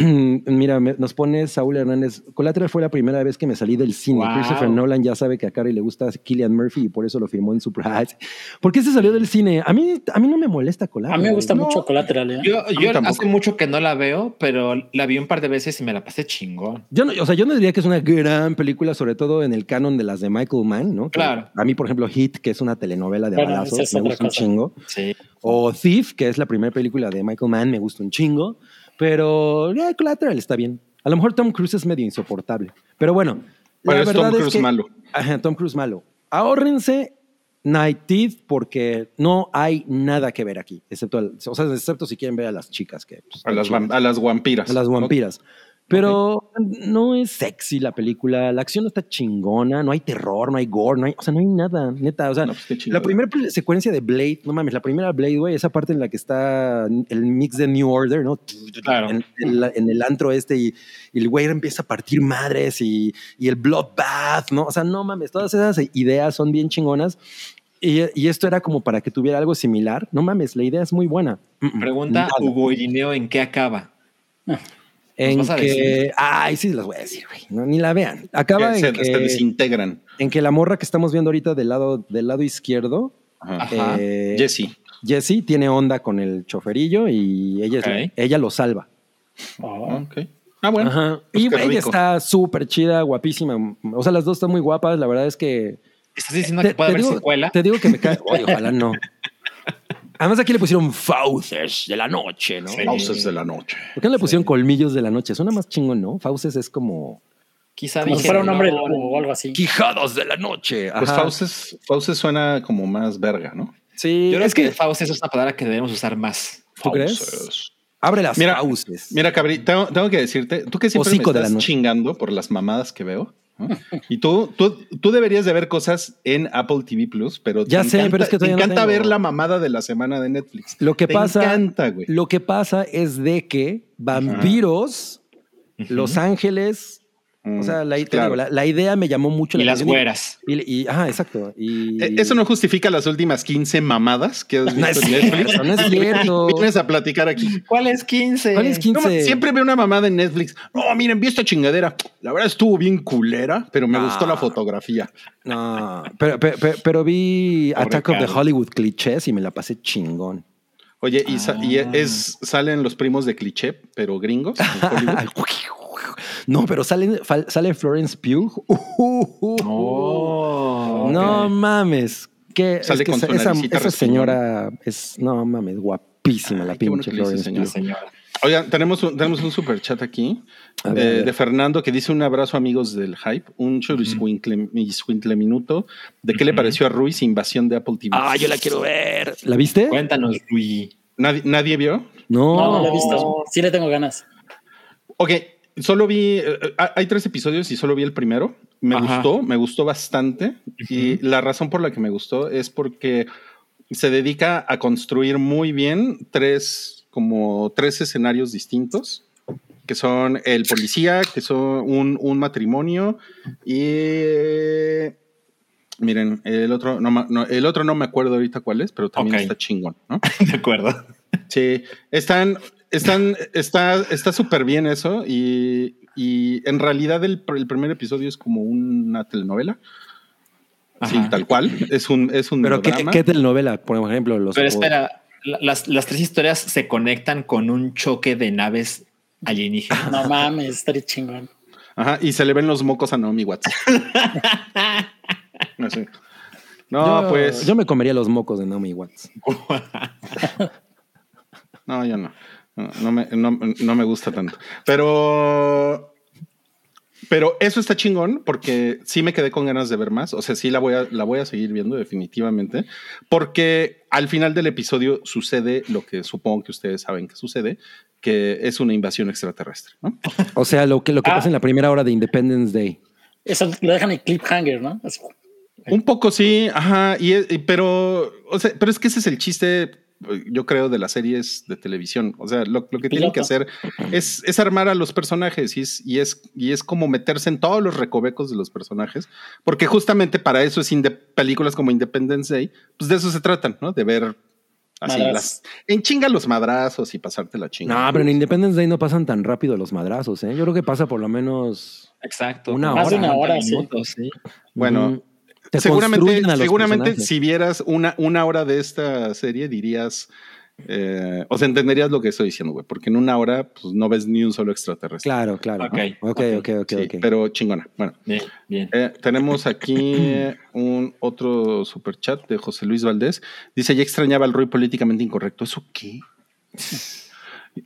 Speaker 2: Mira, me- nos pone Saúl Hernández. Collateral fue la primera vez que me salí del cine.
Speaker 3: Wow.
Speaker 2: Christopher Nolan ya sabe que a Carrie le gusta Killian Murphy y por eso lo firmó en su Surprise. ¿Por qué se salió del cine? A mí, a mí no me molesta
Speaker 4: a
Speaker 2: Collateral.
Speaker 4: mí me gusta
Speaker 2: No.
Speaker 4: mucho Collateral, ¿eh?
Speaker 3: Yo, yo
Speaker 1: tampoco.
Speaker 3: hace mucho que no la veo, pero la vi un par de veces y me la pasé chingón.
Speaker 2: Yo no, o sea, yo no diría que es una gran película, sobre todo en el canon de las de Michael Mann, ¿no? Que
Speaker 3: Claro.
Speaker 2: A mí, por ejemplo, Hit, que es una telenovela de
Speaker 4: Bueno,
Speaker 2: balazos,
Speaker 4: esa es
Speaker 2: me
Speaker 4: otra
Speaker 2: gusta un
Speaker 4: cosa.
Speaker 2: chingo.
Speaker 3: Sí.
Speaker 2: O Thief, que es la primera película de Michael Mann, me gusta un chingo. Pero eh, Collateral está bien. A lo mejor Tom Cruise es medio insoportable. Pero bueno,
Speaker 1: Pero
Speaker 2: la
Speaker 1: es
Speaker 2: verdad
Speaker 1: Tom
Speaker 2: es
Speaker 1: Cruise
Speaker 2: que-
Speaker 1: malo.
Speaker 2: Ajá, Tom Cruise malo. Ahórrense Night Thief porque no hay nada que ver aquí, excepto, al- o sea, excepto si quieren ver a las chicas que pues,
Speaker 1: A las,
Speaker 2: chidas.
Speaker 1: vam- a las vampiras.
Speaker 2: A las vampiras. Pero no es sexy la película, la acción no está chingona, no hay terror, no hay gore, no hay, o sea, no hay nada, neta, o sea,
Speaker 1: No, pues, qué chido.
Speaker 2: la primera pl- secuencia de Blade, no mames, la primera Blade, güey, esa parte en la que está el mix de New Order, ¿no?
Speaker 3: Claro.
Speaker 2: En, en la- en el antro este y, y el güey empieza a partir madres y, y el Bloodbath, ¿no? O sea, no mames, todas esas ideas son bien chingonas. Y, y esto era como para que tuviera algo similar. No mames, la idea es muy buena. Mm, mm,
Speaker 3: Pregunta
Speaker 2: nada.
Speaker 3: Hugo Irineo en qué acaba.
Speaker 2: En
Speaker 3: ¿Nos vas a
Speaker 2: que,
Speaker 3: decir?
Speaker 2: ay, sí, las voy a decir, güey. No, ni la vean. Acaba
Speaker 1: Que se,
Speaker 2: en
Speaker 1: se
Speaker 2: que,
Speaker 1: desintegran.
Speaker 2: en que la morra que estamos viendo ahorita del lado, del lado izquierdo,
Speaker 1: Ajá.
Speaker 3: Ajá.
Speaker 2: eh,
Speaker 1: Jesse.
Speaker 2: Jessie tiene onda con el choferillo y ella, es la-
Speaker 3: Ok.
Speaker 2: ella lo salva.
Speaker 4: Oh.
Speaker 1: Ok. Ah, bueno.
Speaker 2: Ajá.
Speaker 1: Pues
Speaker 2: y
Speaker 1: qué
Speaker 2: güey, ella
Speaker 1: rico.
Speaker 2: está súper chida, guapísima. O sea, las dos están muy guapas. La verdad es que.
Speaker 3: ¿Estás diciendo que puede haber
Speaker 2: digo,
Speaker 3: secuela?
Speaker 2: te digo que me cae. Oye, ojalá no. Además, aquí le pusieron fauces de la noche, ¿no?
Speaker 3: Sí.
Speaker 1: Pauses de la noche.
Speaker 2: ¿Por qué no le pusieron colmillos de la noche? Suena más chingón, ¿no? Fauces es como
Speaker 3: Quizá
Speaker 4: Como si
Speaker 3: dije,
Speaker 4: fuera un
Speaker 3: no,
Speaker 4: hombre lobo o algo así.
Speaker 2: quijados de la noche.
Speaker 1: Pues
Speaker 2: Ajá.
Speaker 1: Fauces, Fauces suena como más verga, ¿no?
Speaker 2: Sí,
Speaker 3: Yo creo
Speaker 2: es que,
Speaker 3: que Faust es una palabra que debemos usar más.
Speaker 2: ¿tú crees?
Speaker 1: Fauces.
Speaker 2: Abre las
Speaker 1: Mira,
Speaker 2: fauces.
Speaker 1: Mira, Cabri, tengo, tengo que decirte, tú que siempre
Speaker 2: Hocico de
Speaker 1: me
Speaker 2: la
Speaker 1: estás
Speaker 2: noche.
Speaker 1: chingando por las mamadas que veo. ¿no? Y tú, tú, tú deberías de ver cosas en Apple TV Plus, pero
Speaker 2: Ya
Speaker 1: te
Speaker 2: sé,
Speaker 1: encanta,
Speaker 2: pero es que
Speaker 1: te
Speaker 2: todavía no
Speaker 1: encanta
Speaker 2: tengo.
Speaker 1: ver la mamada de la semana de Netflix.
Speaker 2: Lo que
Speaker 1: te
Speaker 2: pasa-
Speaker 1: encanta, güey.
Speaker 2: Lo que pasa es de que vampiros, Los Ángeles, o sea, la,
Speaker 1: Mm,
Speaker 2: te
Speaker 1: claro.
Speaker 2: digo, la- la idea me llamó mucho
Speaker 3: Y
Speaker 2: la
Speaker 3: las
Speaker 2: atención.
Speaker 3: güeras.
Speaker 2: Y, y- ajá, exacto. Y,
Speaker 1: Eh, Eso no justifica las últimas 15 mamadas que has visto
Speaker 2: No es
Speaker 1: en Netflix.
Speaker 2: cierto, no es cierto.
Speaker 1: Vienes a platicar aquí.
Speaker 3: ¿Cuál es 15?
Speaker 2: ¿Cuál es 15?
Speaker 1: No, siempre veo una mamada en Netflix. No, miren, vi esta chingadera. La verdad estuvo bien culera, pero me
Speaker 2: Ah.
Speaker 1: gustó la fotografía.
Speaker 2: No, pero, pero- pero- pero vi
Speaker 3: Pobre
Speaker 2: Attack of the
Speaker 3: Carlos.
Speaker 2: Hollywood Clichés y me la pasé chingón.
Speaker 1: Oye, y, sa- y
Speaker 3: Ah.
Speaker 1: es, salen los primos de cliché, pero gringos. en Hollywood.
Speaker 2: No, pero sale, fal- sale Florence Pugh.
Speaker 3: Oh,
Speaker 2: No
Speaker 3: ok.
Speaker 2: mames. Que,
Speaker 1: Sale
Speaker 2: es que
Speaker 1: con
Speaker 2: esa,
Speaker 1: su
Speaker 2: esa-
Speaker 1: naricita
Speaker 2: esa señora es, no mames, guapísima la
Speaker 1: Ay, qué bueno
Speaker 2: pinche
Speaker 1: que le dices,
Speaker 2: Florence
Speaker 1: señora.
Speaker 2: Pugh.
Speaker 3: señora.
Speaker 1: Oigan, tenemos un, tenemos un super chat aquí
Speaker 2: A ver,
Speaker 1: eh,
Speaker 2: a ver.
Speaker 1: de Fernando que dice un abrazo amigos del hype, un churiscuincle escuincle minuto. ¿De qué le
Speaker 3: Ujú.
Speaker 1: pareció a Ruiz invasión de Apple TV?
Speaker 2: Ah, yo la quiero ver. ¿La viste?
Speaker 3: Cuéntanos, Luigi.
Speaker 1: ¿Nadie, nadie vio?
Speaker 2: No.
Speaker 4: No, no lo he visto. Sí le tengo ganas.
Speaker 1: Ok, solo vi, eh, eh, hay tres episodios y solo vi el primero. Me
Speaker 3: Ajá.
Speaker 1: gustó, me gustó bastante. Y la razón por la que me gustó es porque se dedica a construir muy bien tres como tres escenarios distintos, que son el policía, que son un, un matrimonio y... eh, Miren, el otro no, ma- no, el otro no me acuerdo ahorita cuál es, pero también
Speaker 3: Ok.
Speaker 1: está chingón, ¿no?
Speaker 3: De acuerdo.
Speaker 1: Sí, están, están, está, está súper bien eso. Y, y en realidad el, pr- el primer episodio es como una telenovela. Sí,
Speaker 3: Ajá.
Speaker 1: tal cual. Es un, es un
Speaker 2: Pero ¿qué,
Speaker 1: melodrama.
Speaker 2: qué telenovela? Por ejemplo, los...
Speaker 3: Pero espera, la- las, las tres historias se conectan con un choque de naves alienígenas.
Speaker 4: No mames, estaría chingón.
Speaker 1: Ajá, y se le ven los mocos a Naomi Watts. Así. No,
Speaker 2: Yo-
Speaker 1: pues.
Speaker 2: Yo me comería los mocos de Naomi Watts.
Speaker 1: No, yo no. No, no me, no- no me gusta tanto. Pero. Pero eso está chingón porque sí me quedé con ganas de ver más. O sea, sí la voy a, la voy a seguir viendo definitivamente. Porque al final del episodio sucede lo que supongo que ustedes saben que sucede, que es una invasión extraterrestre. ¿no?
Speaker 2: O sea, lo que, lo que
Speaker 4: Ah.
Speaker 2: pasa en la primera hora de Independence Day.
Speaker 4: Eso lo dejan en cliffhanger, ¿no? Así.
Speaker 1: Un poco sí, ajá. Y, es- y- pero, o sea, pero es que ese es el chiste, yo creo, de las series de televisión. O sea, lo, lo que tienen
Speaker 4: Piloto.
Speaker 1: que hacer es, es armar a los personajes y es, y, es, y es como meterse en todos los recovecos de los personajes, porque justamente para eso es inde- películas como Independence Day, pues de eso se tratan, ¿no? De ver así
Speaker 4: Madrazos.
Speaker 1: las, en chinga los madrazos y pasarte la chinga.
Speaker 2: No, pero en Independence Day no pasan tan rápido los madrazos, ¿eh? Yo creo que pasa por lo menos...
Speaker 3: Exacto.
Speaker 2: Una
Speaker 3: Más de
Speaker 2: hora.
Speaker 3: una hora,
Speaker 4: Sí.
Speaker 3: minutos, sí.
Speaker 1: Bueno,
Speaker 2: mm, te
Speaker 1: seguramente,
Speaker 2: construyen a los
Speaker 1: seguramente
Speaker 2: personajes.
Speaker 1: si vieras una, una hora de esta serie dirías, eh, o sea, entenderías lo que estoy diciendo, güey, porque en una hora pues, no ves ni un solo extraterrestre.
Speaker 2: Claro, claro.
Speaker 3: Ok,
Speaker 2: ok, ok, ok.
Speaker 1: Sí,
Speaker 2: ok.
Speaker 1: Pero chingona. Bueno,
Speaker 3: Bien, bien.
Speaker 1: eh, tenemos aquí un otro superchat de José Luis Valdés. Dice, ya extrañaba el Rui políticamente incorrecto. ¿Eso qué?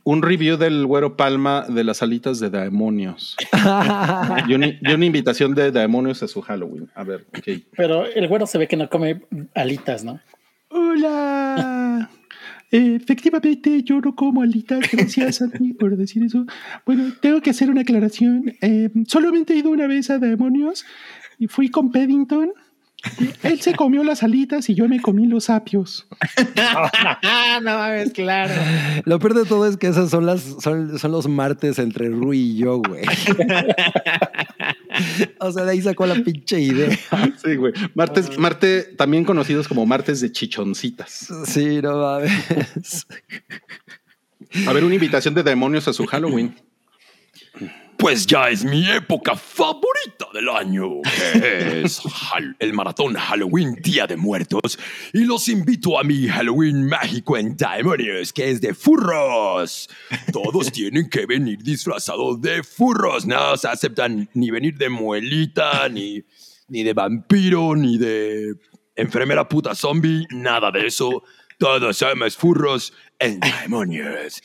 Speaker 1: Un review del Güero Palma de las alitas de Daemonios. y, una, y una invitación de Daemonios a su Halloween. A ver, ok.
Speaker 4: Pero el güero se ve que no come alitas, ¿no?
Speaker 1: Hola. Efectivamente, yo no como alitas, gracias a ti por decir eso. Bueno, tengo que hacer una aclaración. Eh, solamente he ido una vez a Demonios y fui con Peddington. Él se comió las alitas y yo me comí los apios.
Speaker 3: Ah, no mames, claro.
Speaker 2: Lo peor de todo es que esas son las son, son los martes entre Rui y yo, güey. o sea, de ahí sacó la pinche idea.
Speaker 1: Sí, güey. Martes, Marte, también conocidos como martes de chichoncitas.
Speaker 2: Sí, no
Speaker 3: Ah.
Speaker 2: mames.
Speaker 1: A ver, una invitación de Demonios a su Halloween.
Speaker 6: Pues ya es mi época favorita del año, que es Hal- el maratón Halloween Día de Muertos. Y los invito a mi Halloween mágico en Demonios, que es de furros. Todos tienen que venir disfrazados de furros. No se aceptan ni venir de muelita, ni, ni de vampiro, ni de enfermera puta zombie, nada de eso. Todos somos furros en Demonios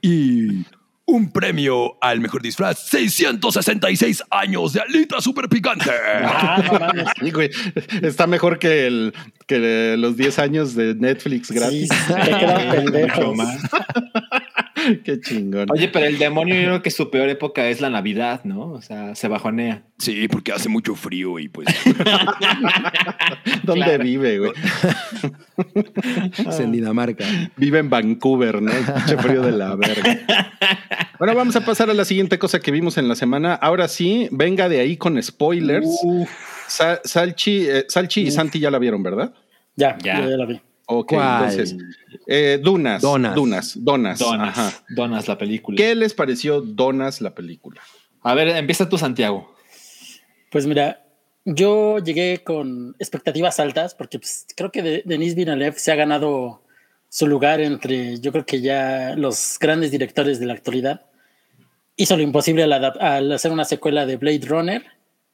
Speaker 6: y un premio al mejor disfraz. 666 años de alita super picante.
Speaker 4: Ah, no mames.
Speaker 1: Sí, güey. Está mejor que, el, que los 10 años de Netflix
Speaker 4: Sí,
Speaker 1: gratis.
Speaker 4: se quedan pendejos.
Speaker 1: Qué chingón.
Speaker 3: Oye, pero el demonio yo creo que su peor época es la Navidad, ¿no? O sea, se bajonea.
Speaker 6: Sí, porque hace mucho frío y pues
Speaker 1: ¿Dónde vive, güey?
Speaker 2: Es en Dinamarca.
Speaker 1: Vive en Vancouver, ¿no? Pinche frío de la verga. Bueno, vamos a pasar a la siguiente cosa que vimos en la semana. Ahora sí, venga de ahí con spoilers. Sa- Salchi, eh, Salchi y Santi ya la vieron, ¿verdad?
Speaker 4: Ya,
Speaker 3: Ya.
Speaker 4: ya, ya la vi.
Speaker 1: Ok,
Speaker 2: ¿Cuál?
Speaker 1: entonces. eh, Dunas.
Speaker 2: Donas.
Speaker 1: Dunas. Donas.
Speaker 3: Donas,
Speaker 1: Pues, Ajá.
Speaker 3: donas la película.
Speaker 1: ¿Qué les pareció Donas la película?
Speaker 3: A ver, empieza tú, Santiago.
Speaker 4: Pues mira, yo llegué con expectativas altas porque pues, creo que de- Denis Villeneuve se ha ganado su lugar entre, yo creo que ya los grandes directores de la actualidad. Hizo lo imposible al, adap- al hacer una secuela de Blade Runner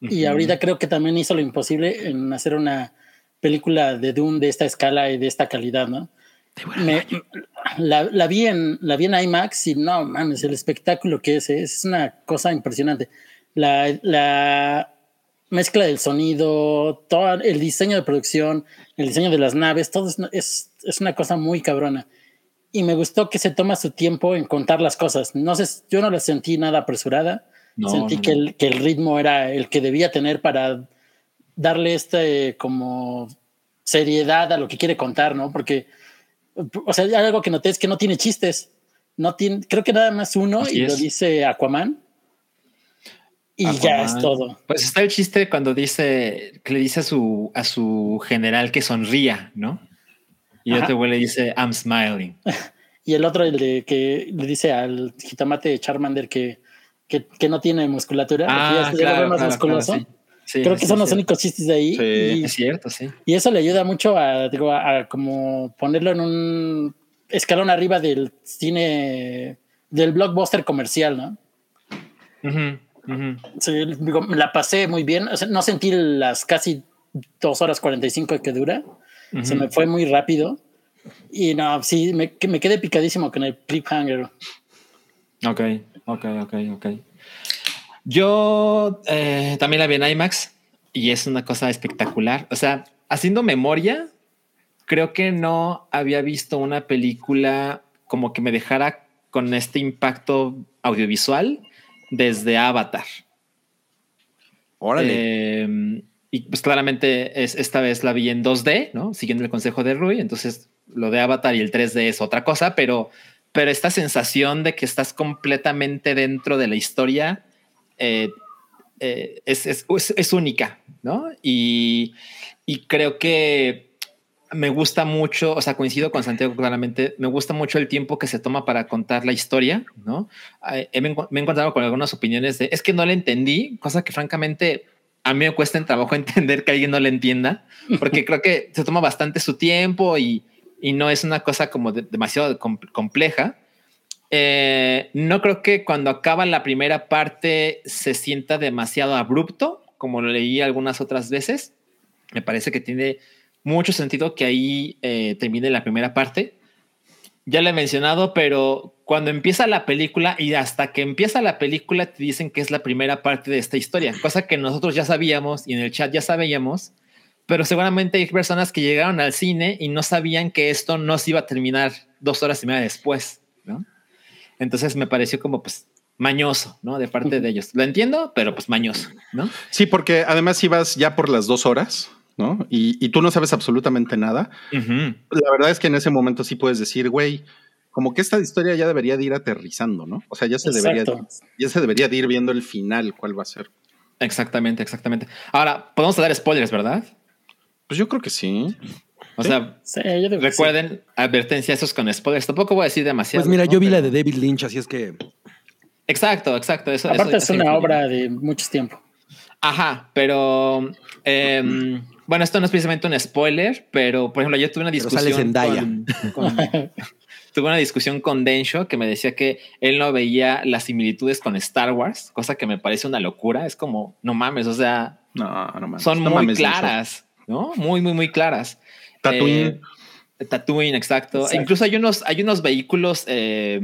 Speaker 4: y ahorita creo que también hizo lo imposible en hacer una película de Doom de esta escala y de esta calidad, ¿no? Me- la, la vi en, la vi en IMAX y no mames, el espectáculo que es, es una cosa impresionante. La, la mezcla del sonido, todo el diseño de producción, el diseño de las naves, todo es, es, es una cosa muy cabrona. Y me gustó que se toma su tiempo en contar las cosas. No sé, yo no la sentí nada apresurada.
Speaker 3: No,
Speaker 4: sentí
Speaker 3: no,
Speaker 4: que,
Speaker 3: no.
Speaker 4: El, que el ritmo era el que debía tener para darle este como seriedad a lo que quiere contar, ¿no? Porque o sea, algo que noté es que no tiene chistes. No tiene, creo que nada más uno
Speaker 3: Así
Speaker 4: y lo
Speaker 3: es.
Speaker 4: dice Aquaman. Y ya es
Speaker 3: Aquaman.
Speaker 4: todo.
Speaker 3: Pues está el chiste cuando dice que le dice a su, a su general que sonría, ¿no? Y
Speaker 4: Ajá. Ah,
Speaker 3: otro güey le dice, I'm smiling.
Speaker 4: Y el otro, el de que le dice al jitomate de Charmander que, que, que no tiene musculatura.
Speaker 3: Ah,
Speaker 4: porque
Speaker 1: Ah,
Speaker 4: ya se le ve más musculoso.
Speaker 3: sí. Sí,
Speaker 4: Creo que
Speaker 3: sí,
Speaker 4: son los
Speaker 3: sí.
Speaker 4: únicos chistes de ahí.
Speaker 1: Sí.
Speaker 4: Y-
Speaker 3: Es cierto, sí.
Speaker 4: Y eso le ayuda mucho a, digo, a, a como ponerlo en un escalón arriba del cine, del blockbuster comercial, ¿no?
Speaker 3: Ujú, ujú.
Speaker 4: Sí, digo, me la pasé muy bien, O sea, no sentí las casi dos horas 45 que dura, se me fue muy rápido. Y no, sí, me, que me quedé picadísimo con el cliffhanger.
Speaker 3: Ok, ok, ok, ok. Yo eh, también la vi en IMAX y es una cosa espectacular. O sea, haciendo memoria, creo que no había visto una película como que me dejara con este impacto audiovisual desde Avatar.
Speaker 2: Órale.
Speaker 3: Eh, y pues claramente es, esta vez la vi en 2D, ¿no? Siguiendo el consejo de Rui. Entonces lo de Avatar y el 3D es otra cosa, pero, pero esta sensación de que estás completamente dentro de la historia eh, eh, es, es- es- es única, ¿no? Y, y creo que me gusta mucho, o sea, coincido con Santiago claramente, me gusta mucho el tiempo que se toma para contar la historia, ¿no? Eh, he- Me encu- me he encontrado con algunas opiniones de, es que no la entendí, cosa que francamente a mí me cuesta en trabajo entender que alguien no la entienda, porque creo que se toma bastante su tiempo y, y no es una cosa como de- demasiado com- compleja. Eh, no creo que cuando acaba la primera parte se sienta demasiado abrupto, como lo leí algunas otras veces. Me parece que tiene mucho sentido que ahí eh, termine la primera parte. Ya lo he mencionado, pero cuando empieza la película y hasta que empieza la película te dicen que es la primera parte de esta historia, cosa que nosotros ya sabíamos y en el chat ya sabíamos, pero seguramente hay personas que llegaron al cine y no sabían que esto no se iba a terminar dos horas y media después, ¿no? Entonces me pareció como pues mañoso, ¿no? De parte de ellos. Lo entiendo, pero pues mañoso, ¿no?
Speaker 1: Sí, porque además ibas ya por las dos horas, ¿no? Y, y tú no sabes absolutamente nada. La verdad es que en ese momento sí puedes decir, güey, como que esta historia ya debería de ir aterrizando, ¿no? O sea, ya se, debería,
Speaker 4: Exacto.
Speaker 1: ya se debería de ir viendo el final, cuál va a ser.
Speaker 3: Exactamente, exactamente. Ahora, podemos dar spoilers, ¿verdad?
Speaker 1: Pues yo creo que sí.
Speaker 3: O sea,
Speaker 4: Sí, yo digo que sí.
Speaker 3: recuerden, advertencia esos con spoilers. Tampoco voy a decir demasiado.
Speaker 2: Pues mira,
Speaker 3: ¿no?
Speaker 2: yo vi la de
Speaker 3: Pero-
Speaker 2: David Lynch, así es que
Speaker 3: Exacto, exacto. Eso,
Speaker 4: Aparte
Speaker 3: eso-
Speaker 4: es
Speaker 3: eso
Speaker 4: una
Speaker 3: influye.
Speaker 4: obra de mucho tiempo.
Speaker 3: Ajá, pero em, bueno, esto no es precisamente un spoiler, pero por ejemplo, yo tuve una
Speaker 2: Pero sale
Speaker 3: discusión
Speaker 2: Zendaya.
Speaker 3: con, con- tuve una discusión con Densho que me decía que él no veía las similitudes con Star Wars, cosa que me parece una locura. Es como no mames, o sea,
Speaker 1: No, no mames.
Speaker 3: son
Speaker 1: no
Speaker 3: muy
Speaker 1: mames,
Speaker 3: claras, ¿no? Muy, muy, muy claras.
Speaker 1: Tatooine.
Speaker 3: Eh, Tatooine, exacto.
Speaker 4: Exacto.
Speaker 3: Incluso hay unos, hay unos vehículos eh,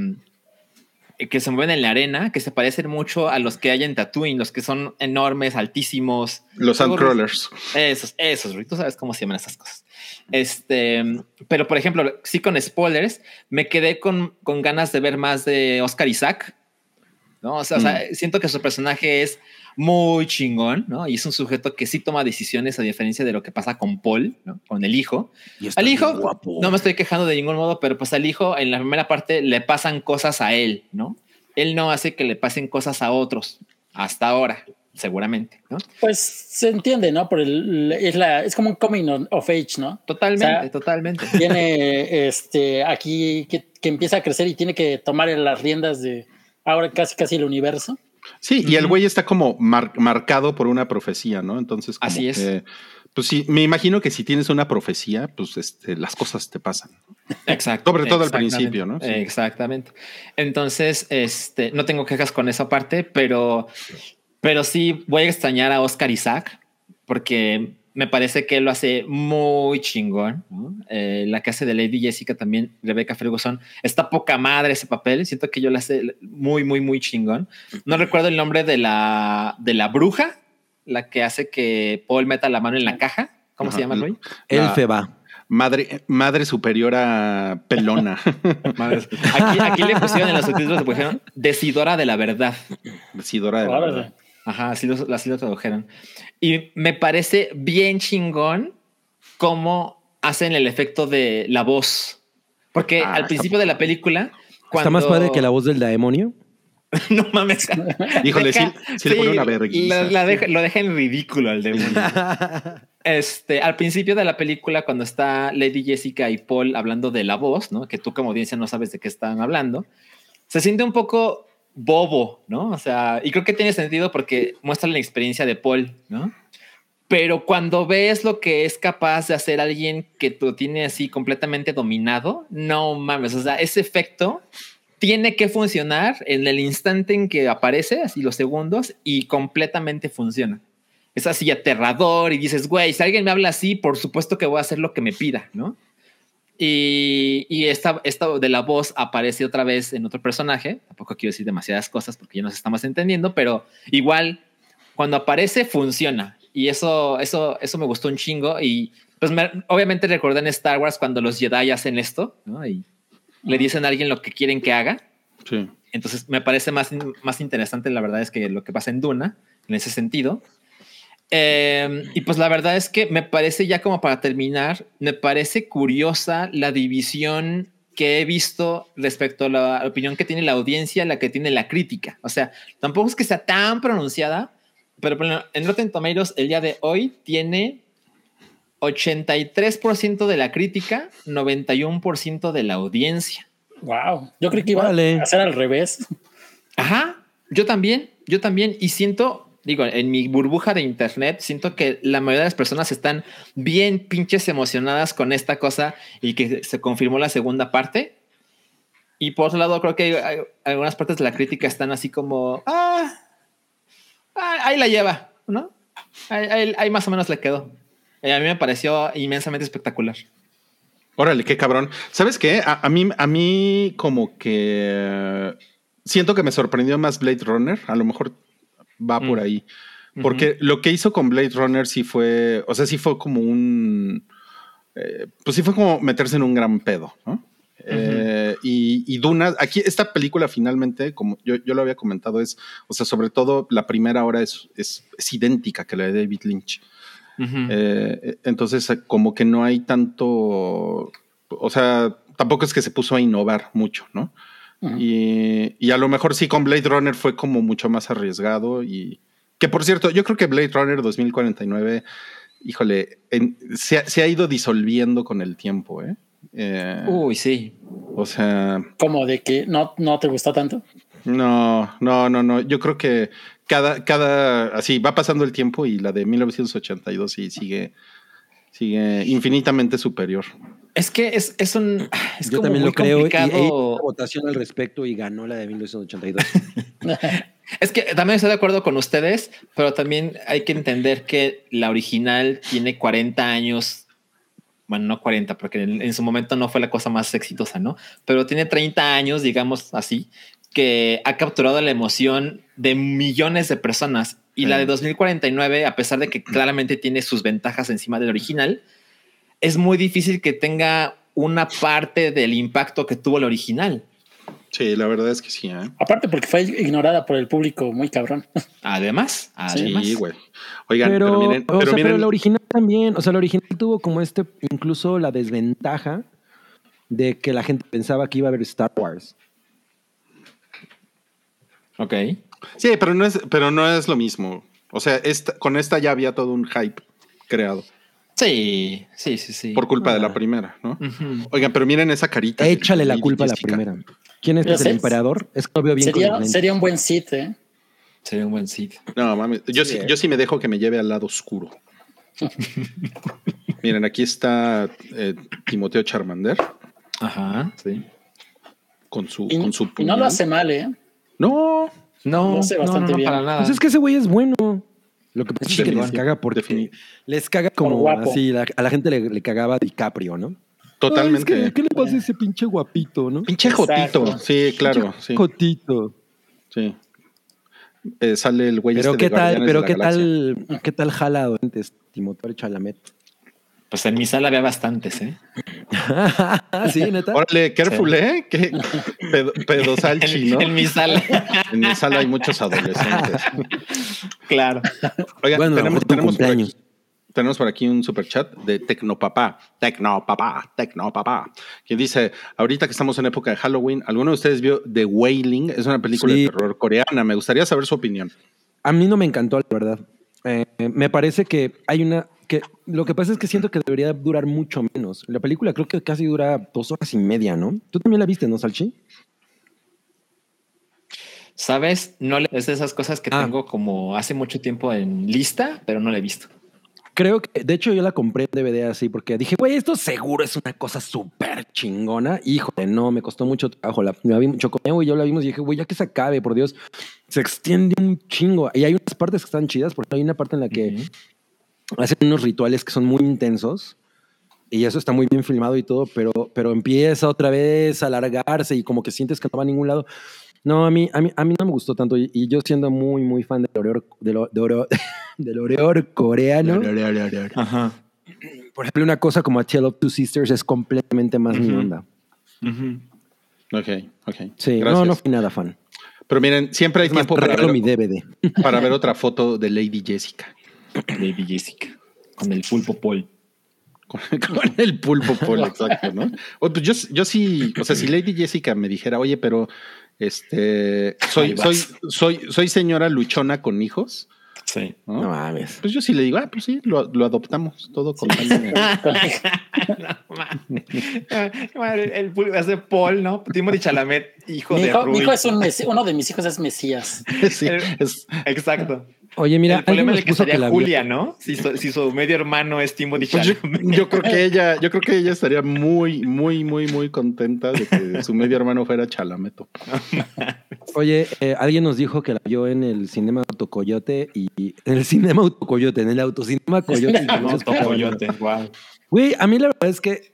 Speaker 3: que se mueven en la arena que se parecen mucho a los que hay en Tatooine, los que son enormes, altísimos.
Speaker 1: Los
Speaker 3: Luego
Speaker 1: Sandcrawlers.
Speaker 3: Esos, esos, Rui, tú sabes cómo se llaman esas cosas. Este, pero por ejemplo, sí con spoilers, me quedé con, con ganas de ver más de Oscar Isaac, ¿no? O sea, o sea, siento que su personaje es muy chingón, ¿no? Y es un sujeto que sí toma decisiones a diferencia de lo que pasa con Paul, ¿no? Con el hijo.
Speaker 2: y está
Speaker 3: Al
Speaker 2: bien
Speaker 3: hijo,
Speaker 2: guapo.
Speaker 3: no me estoy quejando de ningún modo, pero pues al hijo en la primera parte le pasan cosas a él, ¿no? Él no hace que le pasen cosas a otros, hasta ahora, seguramente, ¿no?
Speaker 4: Pues se entiende, ¿no? Por el, es, la, es como un coming on- of age, ¿no?
Speaker 3: Totalmente,
Speaker 4: O sea,
Speaker 3: totalmente.
Speaker 4: tiene este aquí que, que empieza a crecer y tiene que tomar las riendas de ahora casi casi el universo.
Speaker 1: Sí, y el
Speaker 3: Ujú.
Speaker 1: güey está como mar- marcado por una profecía, ¿no? Entonces, como
Speaker 3: Así es.
Speaker 1: que, pues sí, me imagino que si tienes una profecía, pues este, las cosas te pasan.
Speaker 3: Exacto.
Speaker 1: Sobre todo al
Speaker 3: exactamente,
Speaker 1: principio, ¿no? Sí.
Speaker 3: Exactamente. Entonces, este, no tengo quejas con esa parte, pero, pero sí voy a extrañar a Oscar Isaac porque me parece que él lo hace muy chingón. ¿no? Eh, la que hace de Lady Jessica también, Rebecca Ferguson, está poca madre ese papel. Siento que yo la hace muy, muy, muy chingón. No recuerdo el nombre de la, de la bruja, la que hace que Paul meta la mano en la caja. ¿Cómo se
Speaker 1: Ajá,
Speaker 3: llama, Roy?
Speaker 1: La
Speaker 2: Elfe va.
Speaker 1: Madre, madre superiora pelona.
Speaker 3: Madres. Aquí, aquí le pusieron en los subtítulos, le pusieron decidora de la verdad.
Speaker 1: Decidora de la
Speaker 4: Órale.
Speaker 1: verdad.
Speaker 3: Ajá, así lo, así lo tradujeron. Y me parece bien chingón cómo hacen el efecto de la voz. Porque
Speaker 1: Ah,
Speaker 3: al principio de la película.
Speaker 2: Está
Speaker 3: Cuando...
Speaker 2: más padre que la voz del demonio.
Speaker 3: no mames.
Speaker 1: Híjole, sí- sí le pone una vergüenza.
Speaker 3: la- la deja- Lo deja en ridículo al demonio. Este, al principio de la película, cuando está Lady Jessica y Paul hablando de la voz, ¿no? Que tú como audiencia no sabes de qué están hablando, se siente un poco bobo, ¿no? O sea, y creo que tiene sentido porque muestra la experiencia de Paul, ¿no? Pero cuando ves lo que es capaz de hacer alguien que tú tiene así completamente dominado, no mames, o sea, ese efecto tiene que funcionar en el instante en que aparece, así los segundos, y completamente funciona es así aterrador y dices, güey, si alguien me habla así, por supuesto que voy a hacer lo que me pida, ¿no? Y, y esta, esta de la voz aparece otra vez en otro personaje. Tampoco quiero decir demasiadas cosas porque ya nos estamos entendiendo, pero igual cuando aparece funciona. Y eso, eso, eso me gustó un chingo. Y pues me- obviamente recordé en Star Wars cuando los Jedi hacen esto, ¿no? Y le dicen a alguien lo que quieren que haga.
Speaker 1: Sí.
Speaker 3: Entonces me parece más, más interesante, la verdad es que lo que pasa en Duna, en ese sentido. Eh, y pues la verdad es que me parece, ya como para terminar, me parece curiosa la división que he visto respecto a la opinión que tiene la audiencia, la que tiene la crítica. O sea, tampoco es que sea tan pronunciada, pero por ejemplo, en Rotten Tomatoes el día de hoy tiene 83% de la crítica, 91% de la audiencia.
Speaker 4: Wow. Yo creo que iba
Speaker 2: Órale.
Speaker 4: a hacer al revés.
Speaker 3: Ajá, yo también, yo también. Y siento, digo, en mi burbuja de internet, siento que la mayoría de las personas están bien pinches emocionadas con esta cosa y que se confirmó la segunda parte. Y por otro lado, creo que hay- algunas partes de la crítica están así como, ah, ah, ahí la lleva, ¿no? Ahí, ahí- ahí más o menos le quedó. Y a mí me pareció inmensamente espectacular.
Speaker 1: Órale, qué cabrón. ¿Sabes qué? A, a mí, a mí como que eh, siento que me sorprendió más Blade Runner. A lo mejor va por
Speaker 3: Mm.
Speaker 1: ahí. Porque lo que hizo con Blade Runner sí fue, o sea, sí fue como un, eh, pues sí fue como meterse en un gran pedo, ¿no? Eh, y, y Duna, aquí esta película finalmente, como yo, yo lo había comentado, es, o sea, sobre todo la primera hora es, es, es idéntica que la de David Lynch.
Speaker 3: Ujú.
Speaker 1: Eh, eh, entonces, eh, como que no hay tanto, o sea, tampoco es que se puso a innovar mucho, ¿no?
Speaker 4: Ujú.
Speaker 1: y, y a lo mejor sí con Blade Runner fue como mucho más arriesgado y que por cierto, yo creo que Blade Runner 2049, híjole, en- se, ha- se ha ido disolviendo con el tiempo, ¿eh? Eh,
Speaker 3: Uy, sí.
Speaker 1: O sea,
Speaker 4: Como de que no, no te gustó tanto.
Speaker 1: no, no, no, no. Yo creo que cada, cada, así va pasando el tiempo y la de 1982 sí sigue, sigue infinitamente superior.
Speaker 3: Es que es, es un... Es
Speaker 2: Yo
Speaker 3: como
Speaker 2: también
Speaker 3: muy
Speaker 2: lo creo. Y y
Speaker 3: complicado.
Speaker 2: hay una votación al respecto y ganó la de 1982.
Speaker 3: Es que también estoy de acuerdo con ustedes, pero también hay que entender que la original tiene 40 años. Bueno, no 40, porque en, en su momento no fue la cosa más exitosa, ¿no? Pero tiene 30 años, digamos así, que ha capturado la emoción de millones de personas. Y la
Speaker 1: Sí.
Speaker 3: de 2049, a pesar de que claramente tiene sus ventajas encima del original, es muy difícil que tenga una parte del impacto que tuvo el original.
Speaker 1: Sí, la verdad es que sí, ¿eh?
Speaker 4: Aparte porque fue ignorada por el público muy cabrón.
Speaker 3: Además, además.
Speaker 1: Sí, güey. Oigan, pero,
Speaker 2: pero,
Speaker 1: miren,
Speaker 2: o
Speaker 1: pero
Speaker 2: sea, pero
Speaker 1: miren-
Speaker 2: la original también, o sea, la original tuvo como este, incluso la desventaja de que la gente pensaba que iba a ver Star Wars.
Speaker 3: Ok.
Speaker 1: sí, pero no es, pero no es lo mismo. O sea, esta- con esta ya había todo un hype creado
Speaker 3: Sí, sí, sí, sí.
Speaker 1: por culpa de
Speaker 2: Ah.
Speaker 1: la primera, ¿no?
Speaker 3: Ujú.
Speaker 1: Oigan, pero miren esa carita. que
Speaker 2: Échale la
Speaker 1: Lady
Speaker 2: culpa a la
Speaker 1: Jessica.
Speaker 2: primera. ¿Quién es,
Speaker 4: Pero
Speaker 2: que es el
Speaker 4: sí.
Speaker 2: emperador? Es que lo veo bien con
Speaker 4: Sería,
Speaker 2: los lentes.
Speaker 4: sería un buen sitio. ¿eh?
Speaker 3: Sería un buen sitio.
Speaker 1: No, mames. Yo
Speaker 2: eh.
Speaker 1: sí, yo sí me dejo que me lleve al lado oscuro. Miren, aquí está eh, Timoteo Charmander
Speaker 3: Ajá, sí.
Speaker 1: con su,
Speaker 4: Y,
Speaker 1: con su
Speaker 4: y no
Speaker 1: puñal.
Speaker 4: lo hace mal, ¿eh?
Speaker 1: No,
Speaker 3: No,
Speaker 4: Lo hace bastante bien.
Speaker 3: para nada.
Speaker 2: Pues es que ese güey es bueno. Lo que pasa es que
Speaker 1: Definitivamente.
Speaker 2: les caga porque
Speaker 1: Defini-
Speaker 2: les caga como
Speaker 4: Por guapo.
Speaker 2: así. la- a la gente le, le cagaba DiCaprio, ¿no?
Speaker 1: totalmente.
Speaker 2: Ay, es que, ¿Qué le pasa a ese pinche guapito, no?
Speaker 1: Pinche jotito.
Speaker 4: Exacto.
Speaker 1: Sí, claro. Sí,
Speaker 2: Cotito.
Speaker 1: sí. Eh, sale el güey
Speaker 2: Pero
Speaker 1: este de
Speaker 2: qué tal,
Speaker 1: Guardianes de
Speaker 2: pero
Speaker 1: la
Speaker 2: qué
Speaker 1: Galaxia.
Speaker 2: tal, qué tal jala antes Timoteo Chalamet.
Speaker 3: Pues en mi sala había bastantes, ¿eh?
Speaker 2: Ah, sí, neta.
Speaker 1: Órale, careful, ¿eh? Qué pedo, pedosalchi, ¿no?
Speaker 3: En mi sala,
Speaker 1: En mi sala hay muchos adolescentes.
Speaker 3: claro.
Speaker 1: Oigan,
Speaker 2: bueno, a lo
Speaker 1: tenemos,
Speaker 2: mejor
Speaker 1: tenemos
Speaker 2: tu
Speaker 1: por
Speaker 2: cumpleaños.
Speaker 1: aquí- Tenemos por aquí un super chat de Tecnopapá, Tecnopapá, Tecnopapá, que dice, ahorita que estamos en época de Halloween, ¿alguno de ustedes vio The Wailing? Es una película
Speaker 2: Sí.
Speaker 1: de terror coreana, me gustaría saber su opinión.
Speaker 2: A mí no me encantó, la verdad. Eh, me parece que hay una. que Lo que pasa es que siento que debería durar mucho menos. La película creo que casi dura dos horas y media, ¿no? Tú también la viste, ¿no, Salchi?
Speaker 3: ¿Sabes? No le- es de esas cosas que
Speaker 2: Ah.
Speaker 3: tengo como hace mucho tiempo en lista, pero no la he visto.
Speaker 2: Creo que, de hecho, yo la compré en DVD así porque dije, güey, esto seguro es una cosa súper chingona. Híjole, no, me costó mucho trabajo. La, la vi mucho con Evo y yo la vimos y dije, güey, ya que se acabe, por Dios, se extiende un chingo. Y hay unas partes que están chidas, porque hay una parte en la que hacen unos rituales que son muy intensos y eso está muy bien filmado y todo, pero, pero empieza otra vez a alargarse y como que sientes que no va a ningún lado. No, a mí, a mí, a mí no me gustó tanto y, y yo siendo muy, muy fan del horror, del, ho- de horror- del horror coreano.
Speaker 3: Ajá.
Speaker 2: Por ejemplo, una cosa como A Tale of Two Sisters es completamente más mi
Speaker 3: Ujú.
Speaker 2: onda.
Speaker 1: Ok, ok.
Speaker 2: Sí,
Speaker 1: gracias.
Speaker 2: no, no fui nada fan.
Speaker 1: Pero miren, siempre hay
Speaker 2: Es más,
Speaker 1: tiempo para
Speaker 2: regalo mi
Speaker 1: ver,
Speaker 2: DVD.
Speaker 1: para ver otra foto de Lady Jessica.
Speaker 3: Baby Jessica. Con el pulpo Paul.
Speaker 1: Con, con el pulpo Paul, exacto, ¿no? O, pues, yo, yo sí, o sea, si Lady Jessica me dijera, oye, pero este soy,
Speaker 3: Ahí
Speaker 1: soy,
Speaker 3: vas.
Speaker 1: soy, soy señora luchona con hijos,
Speaker 3: Sí.
Speaker 1: ¿no?
Speaker 2: No mames.
Speaker 1: Pues yo sí le digo, ah, pues sí, lo, lo adoptamos, todo con tal de-
Speaker 3: el pulpo hace Paul, ¿no? Timothy Chalamet, hijo
Speaker 4: mi,
Speaker 3: de
Speaker 4: hijo, mi
Speaker 3: Rui.
Speaker 4: hijo es un mesi- uno de mis hijos es Mesías.
Speaker 1: Sí, es-
Speaker 3: Exacto.
Speaker 2: Oye, mira,
Speaker 3: el problema
Speaker 2: alguien
Speaker 3: es
Speaker 2: nos
Speaker 3: que
Speaker 2: puso que
Speaker 3: estaría
Speaker 2: la vio.
Speaker 3: Julia, ¿no? Si su, si su medio hermano es Timothy
Speaker 1: pues yo,
Speaker 3: Chalamet.
Speaker 1: yo creo que ella, yo creo que ella estaría muy, muy, muy, muy contenta de que su medio hermano fuera Chalameto.
Speaker 2: Oye, eh, alguien nos dijo que la vio en el cinema Autocoyote y y- en el cinema Autocoyote, en el autocinema Coyote. y
Speaker 3: No,
Speaker 2: entonces,
Speaker 3: Tom
Speaker 2: pues,
Speaker 3: Coyote, guau.
Speaker 2: Güey, a mí la verdad es que,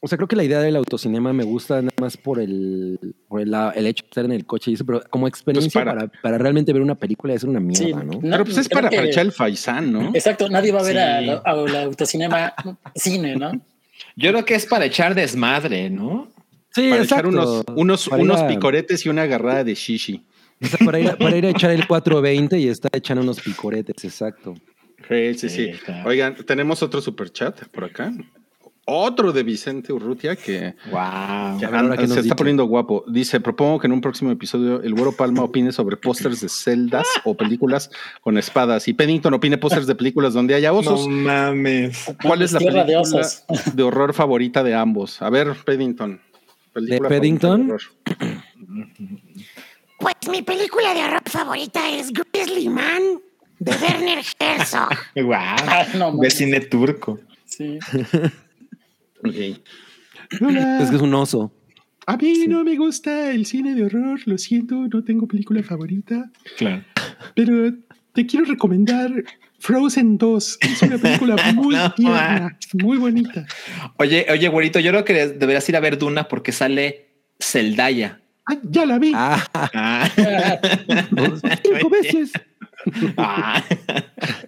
Speaker 2: o sea, creo que la idea del autocinema me gusta nada más por el, por el, la- el hecho de estar en el coche y eso, pero como experiencia
Speaker 1: Pues para.
Speaker 2: para, para realmente ver una película es una mierda,
Speaker 4: Sí,
Speaker 2: ¿no?
Speaker 4: na-
Speaker 1: Pero pues es
Speaker 4: creo
Speaker 1: para
Speaker 4: que-
Speaker 1: aprovechar el faisán, ¿no?
Speaker 4: Exacto, nadie va a ver
Speaker 3: Sí.
Speaker 4: a, la- a la autocinema cine, ¿no?
Speaker 3: Yo creo que es para echar desmadre, ¿no?
Speaker 2: Sí,
Speaker 1: Para echar unos, unos,
Speaker 2: Para ir
Speaker 1: unos
Speaker 2: a-
Speaker 1: picoretes y una agarrada de shishi.
Speaker 2: o sea, para, ir a, para ir a echar el 420 y estar echando unos picoretes, exacto.
Speaker 1: Sí, sí, sí.
Speaker 3: Sí, claro.
Speaker 1: Oigan, tenemos otro super chat por acá. Otro de Vicente Urrutia que,
Speaker 3: Wow.
Speaker 1: que
Speaker 2: a ver, ahora
Speaker 1: an-
Speaker 2: qué
Speaker 1: se
Speaker 2: nos
Speaker 1: está
Speaker 2: dice.
Speaker 1: poniendo guapo. Dice, propongo que en un próximo episodio el Güero Palma opine sobre pósters de celdas o películas con espadas y Pennington opine pósters de películas donde haya osos.
Speaker 3: mames.
Speaker 1: ¿Cuál es la
Speaker 4: Tierra
Speaker 1: película
Speaker 4: de
Speaker 1: de,
Speaker 4: osos.
Speaker 1: horror favorita de ambos? A ver, Paddington. Película
Speaker 2: ¿De
Speaker 1: favorita
Speaker 2: Paddington?
Speaker 1: horror.
Speaker 5: Pues mi película de horror favorita es Grizzly Man de Werner Herzog.
Speaker 4: Ah, no,
Speaker 3: Wow.
Speaker 4: mames.
Speaker 3: De cine turco.
Speaker 4: Sí.
Speaker 1: Ok.
Speaker 2: Es que es un oso.
Speaker 1: A mí no me gusta el cine de horror, lo siento, no tengo película favorita.
Speaker 3: Claro.
Speaker 1: Pero te quiero recomendar Frozen 2. Es una película muy
Speaker 3: No,
Speaker 1: tierna, muy bonita.
Speaker 3: Oye, oye, güerito, yo creo que des- deberías ir a ver Duna porque sale Celdaya.
Speaker 1: Ah, ya la vi.
Speaker 2: Ah,
Speaker 3: Ah,
Speaker 2: dos- cinco veces.
Speaker 3: ah,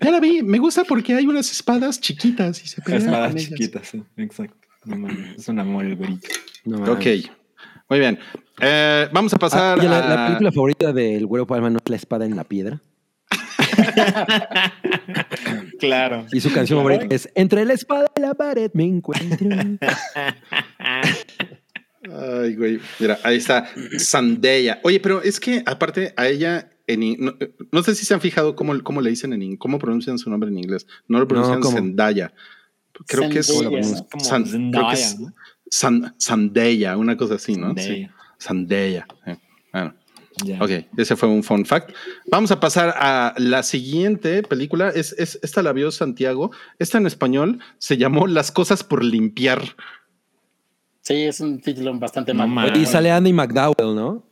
Speaker 1: Ya la vi. Me gusta porque hay unas espadas chiquitas y se pelean
Speaker 3: espadas
Speaker 1: con ellas.
Speaker 3: chiquitas, sí, exacto. No mames, Es un amor el güerito.
Speaker 2: No, mames.
Speaker 1: Ok. Muy bien. Eh, vamos a
Speaker 2: Ah,
Speaker 1: pasar
Speaker 2: oye, la,
Speaker 1: a...
Speaker 2: la película favorita del Güero Palma no es La Espada en la Piedra.
Speaker 3: Claro.
Speaker 2: Y su canción favorita es Entre la espada y la pared me encuentro.
Speaker 1: Ay, güey. Mira, ahí está Sandeya. Oye, pero es que aparte a ella, en, in- no, no sé si se han fijado cómo, cómo le dicen en in- cómo pronuncian su nombre en inglés. No lo pronuncian
Speaker 2: ¿cómo?
Speaker 1: Zendaya. Creo que es
Speaker 4: Zendaya,
Speaker 2: ¿no?
Speaker 3: Es como
Speaker 1: San- creo que
Speaker 3: Zendaya,
Speaker 1: es-
Speaker 3: ¿no?
Speaker 1: San- Sandeya, una cosa así, ¿no? Sí.
Speaker 3: Zendaya,
Speaker 1: Sandeya. eh. Bueno,
Speaker 3: ya.
Speaker 1: ok, ese fue un fun fact. Vamos a pasar a la siguiente película. Es, es- esta la vio Santiago. Esta en español se llamó Las cosas por limpiar.
Speaker 4: Sí, es un título bastante
Speaker 3: No
Speaker 4: mal.
Speaker 3: mames.
Speaker 2: y sale Andy McDowell, ¿no?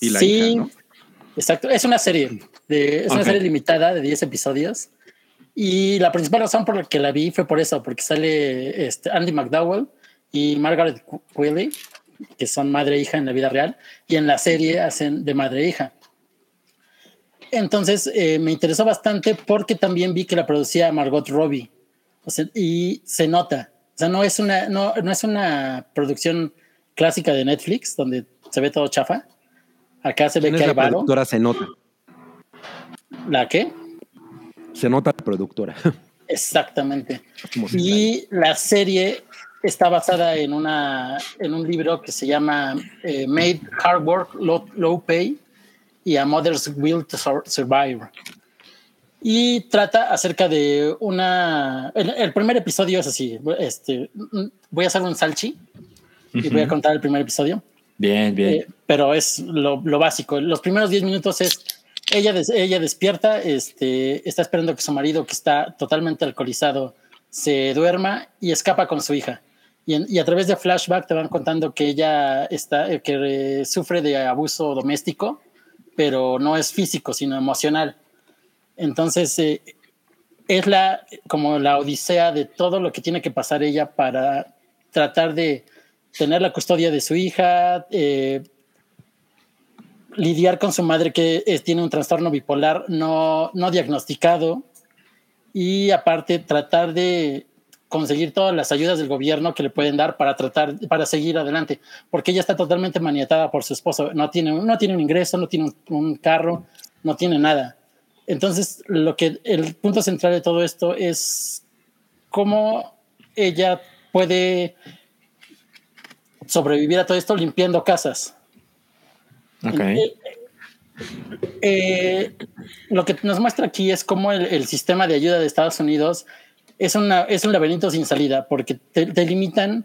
Speaker 1: Y la
Speaker 4: Sí.
Speaker 1: hija, ¿no?
Speaker 4: Exacto, es una serie. De, es una
Speaker 3: Ok.
Speaker 4: serie limitada de 10 episodios. Y la principal razón por la que la vi fue por eso, porque sale este, Andy McDowell y Margaret Qu- Qualley, que son madre e hija en la vida real, y en la serie hacen de madre e hija. Entonces eh, me interesó bastante porque también vi que la producía Margot Robbie. O sea, y se nota. O sea, no es una, no, no es una producción clásica de Netflix donde se ve todo chafa. Acá se ve
Speaker 2: ¿Quién
Speaker 4: que
Speaker 2: es
Speaker 4: hay
Speaker 2: la
Speaker 4: varo.
Speaker 2: productora? Se nota.
Speaker 4: ¿La qué?
Speaker 2: Se nota la productora.
Speaker 4: Exactamente. Y la serie está basada en, una, en un libro que se llama eh, Made Hard Work, Low, Low Pay y A Mother's Will to Sur- Survive. Y trata acerca de una... El, el primer episodio es así. Este, mm, voy a hacer un salchi y voy a contar el primer episodio.
Speaker 3: Bien, bien.
Speaker 4: Eh, pero es lo, lo básico. Los primeros 10 minutos es ella, des- ella despierta, este, está esperando que su marido, que está totalmente alcoholizado, se duerma y escapa con su hija. Y, en- y a través de flashback te van contando que ella está, eh, que eh, sufre de abuso doméstico, pero no es físico, sino emocional. Entonces, eh, es la, como la odisea de todo lo que tiene que pasar ella para tratar de tener la custodia de su hija, eh, lidiar con su madre que eh, tiene un trastorno bipolar no, no diagnosticado y aparte tratar de conseguir todas las ayudas del gobierno que le pueden dar para tratar para seguir adelante porque ella está totalmente maniatada por su esposo no tiene un- no tiene un ingreso no tiene un, un carro no tiene nada entonces lo que el punto central de todo esto es cómo ella puede sobrevivir a todo esto limpiando casas
Speaker 3: Ok.
Speaker 4: eh, lo que nos muestra aquí es cómo el, el sistema de ayuda de Estados Unidos es, una, es un laberinto sin salida, porque te, te limitan,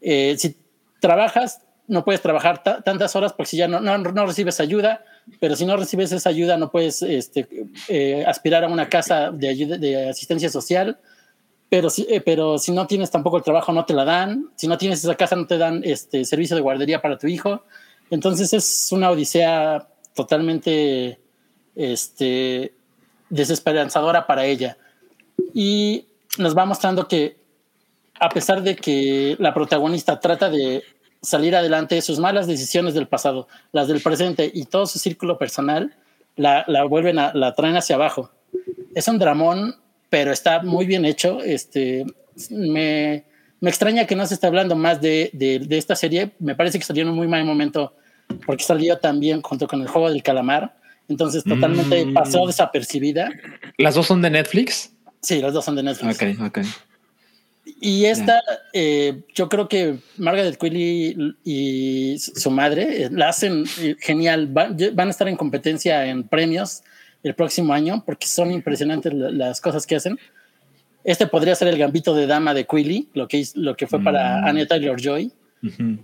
Speaker 4: eh, si trabajas, no puedes trabajar ta- tantas horas porque si ya no, no, no recibes ayuda, pero si no recibes esa ayuda no puedes este, eh, aspirar a una casa de, ayuda, de asistencia social, pero si, eh, pero si no tienes tampoco el trabajo no te la dan, si no tienes esa casa no te dan este, servicio de guardería para tu hijo, entonces es una odisea totalmente este, desesperanzadora para ella. Y nos va mostrando que a pesar de que la protagonista trata de salir adelante de sus malas decisiones del pasado, las del presente y todo su círculo personal, la, la vuelven a, la traen hacia abajo. Es un dramón, pero está muy bien hecho. Este, me, me extraña que no se esté hablando más de, de- de esta serie. Me parece que salió en un muy mal momento porque salió también junto con el juego del calamar. Entonces totalmente
Speaker 3: Mm.
Speaker 4: pasó desapercibida.
Speaker 3: ¿Las dos son de Netflix?
Speaker 4: Sí, las dos son de Netflix.
Speaker 3: Ok, ok.
Speaker 4: Y esta, eh, yo creo que Margaret Quilly y su su madre eh, la hacen eh, genial. Va- ye- van a estar en competencia en premios el próximo año porque son impresionantes la- las cosas que hacen. Este podría ser el gambito de dama de Quilly, lo que, hizo- lo que fue para Anya Taylor Joy.
Speaker 3: Ujú.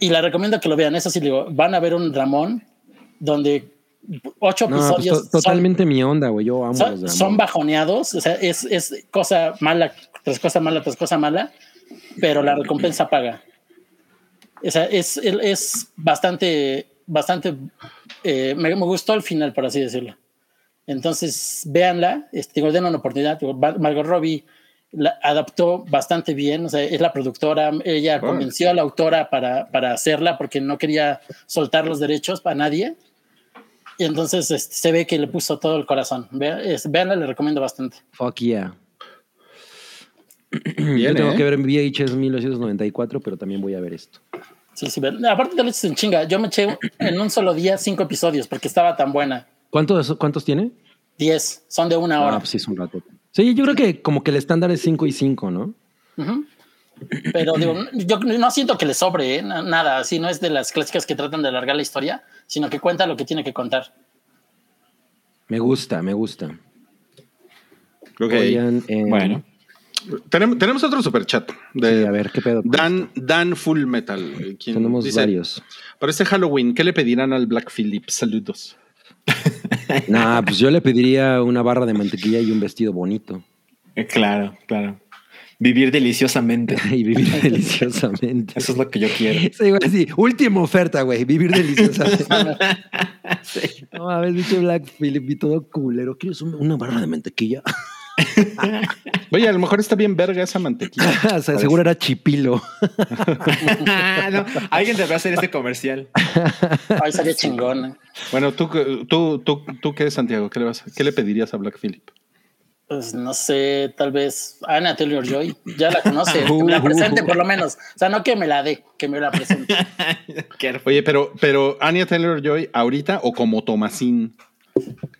Speaker 4: Y la recomiendo que lo vean. Eso sí, digo, van a ver un dramón donde ocho
Speaker 2: No, pues,
Speaker 4: episodios
Speaker 2: to-
Speaker 4: son-
Speaker 2: totalmente mi onda, güey. Yo amo los
Speaker 4: son,
Speaker 2: dramas.
Speaker 4: son bajoneados, o sea, es, es cosa mala, tras cosa mala, tras cosa mala, pero la recompensa paga. O sea, es, el- es bastante, bastante, eh, me, me gustó el final, por así decirlo. Entonces, véanla, este, digo, den una oportunidad. Digo, Mar- Margot Robbie la adaptó bastante bien, o sea, es la productora, ella
Speaker 1: Wow.
Speaker 4: convenció a la autora para, para hacerla porque no quería soltar los derechos para nadie. Y entonces este, se ve que le puso todo el corazón. Ve- es- Véanla, le recomiendo bastante.
Speaker 2: Fuck yeah.
Speaker 1: Bien,
Speaker 2: Yo tengo
Speaker 1: ¿eh?
Speaker 2: que ver VHS 1994, pero también voy a ver esto.
Speaker 4: Sí, sí, ve- Aparte te lo echas en chinga. Yo me eché en un solo día cinco episodios porque estaba tan buena.
Speaker 2: ¿Cuántos, cuántos tiene?
Speaker 4: Diez, son de una hora.
Speaker 2: Ah, pues sí, es un rato. Sí, yo creo que como que el estándar es 5 y 5, ¿no?
Speaker 4: Ujú. Pero digo, yo no siento que le sobre eh, na- nada. Así no es de las clásicas que tratan de alargar la historia, sino que cuenta lo que tiene que contar.
Speaker 2: Me gusta, me gusta.
Speaker 1: Ok.
Speaker 2: Oigan, eh,
Speaker 3: Bueno.
Speaker 1: Tenemos, tenemos otro superchat de
Speaker 2: sí, a ver, ¿qué pedo?
Speaker 1: Dan, Dan Full Metal. eh, quien
Speaker 2: Tenemos
Speaker 1: dice,
Speaker 2: varios.
Speaker 1: Para este Halloween, ¿qué le pedirán al Black Phillip? Saludos.
Speaker 2: Nah, pues yo le pediría una barra de mantequilla y un vestido bonito.
Speaker 3: Eh, Claro, claro. Vivir deliciosamente.
Speaker 2: Y vivir deliciosamente.
Speaker 3: Eso es lo que yo quiero.
Speaker 2: Sí, güey, sí. Última oferta, güey. Vivir deliciosamente. No mames, dicho Black Philip y todo culero. ¿Quieres un- una barra de mantequilla?
Speaker 1: Oye, a lo mejor está bien verga esa mantequilla.
Speaker 2: o sea, seguro era chipilo.
Speaker 1: Ah,
Speaker 3: No, alguien deberá hacer este comercial.
Speaker 4: Ahí sería chingón. eh.
Speaker 1: Bueno, tú, que- tú, tú, tú qué, Santiago, ¿qué le, vas a- qué le pedirías a Black Phillip?
Speaker 4: Pues no sé, tal vez Ana Taylor Joy. Ya la conoce. que me la presente por lo menos. O sea, no que me la dé, que me la presente.
Speaker 3: Qué
Speaker 1: Oye, pero, pero Anya Taylor Joy, ahorita o como Tomasín?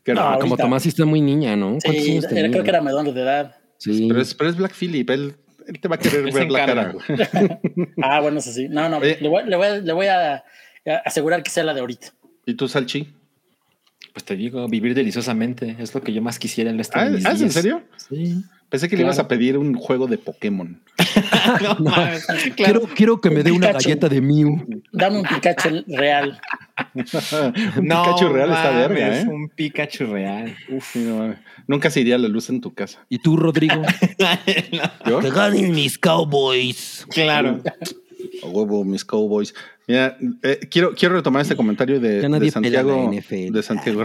Speaker 1: Que- como-
Speaker 4: No,
Speaker 2: Como
Speaker 4: Ahorita.
Speaker 2: Tomás sí está muy niña, ¿no?
Speaker 4: Sí,
Speaker 2: ¿Cuántos años
Speaker 4: era-
Speaker 2: tenía?
Speaker 4: creo que era menor de edad.
Speaker 2: Sí.
Speaker 1: Pero es, pero es Black Phillip, él, él te va a querer
Speaker 3: Él se
Speaker 1: ver la
Speaker 3: encarga.
Speaker 1: cara. güey.
Speaker 4: Ah, bueno, eso sí. No, no,
Speaker 1: Oye.
Speaker 4: le voy, le voy a- le voy a, a asegurar que sea la de ahorita.
Speaker 1: ¿Y tú, Salchi?
Speaker 3: Pues te digo, vivir deliciosamente es lo que yo más quisiera en este
Speaker 1: ¿Ah, ah, ¿es en serio?
Speaker 3: Sí.
Speaker 1: Pensé que le ibas a pedir un juego de Pokémon.
Speaker 3: No, mames, claro.
Speaker 2: Quiero, quiero que me dé una
Speaker 4: Pikachu.
Speaker 2: galleta de Mew.
Speaker 4: Dame un Pikachu real.
Speaker 1: un
Speaker 3: No
Speaker 1: Pikachu real está verga,
Speaker 3: mames,
Speaker 1: ¿eh?
Speaker 3: Un Pikachu real.
Speaker 1: Uf, sí, no mames. Nunca se iría la luz en tu casa.
Speaker 2: ¿Y tú, Rodrigo?
Speaker 1: ¿Yo?
Speaker 5: ganen mis cowboys.
Speaker 3: Claro.
Speaker 1: A huevo, mis Cowboys. Mira, eh, quiero, quiero retomar este comentario de,
Speaker 2: Ya nadie
Speaker 1: de
Speaker 2: pela la
Speaker 1: Santiago.
Speaker 2: NFL.
Speaker 1: De Santiago,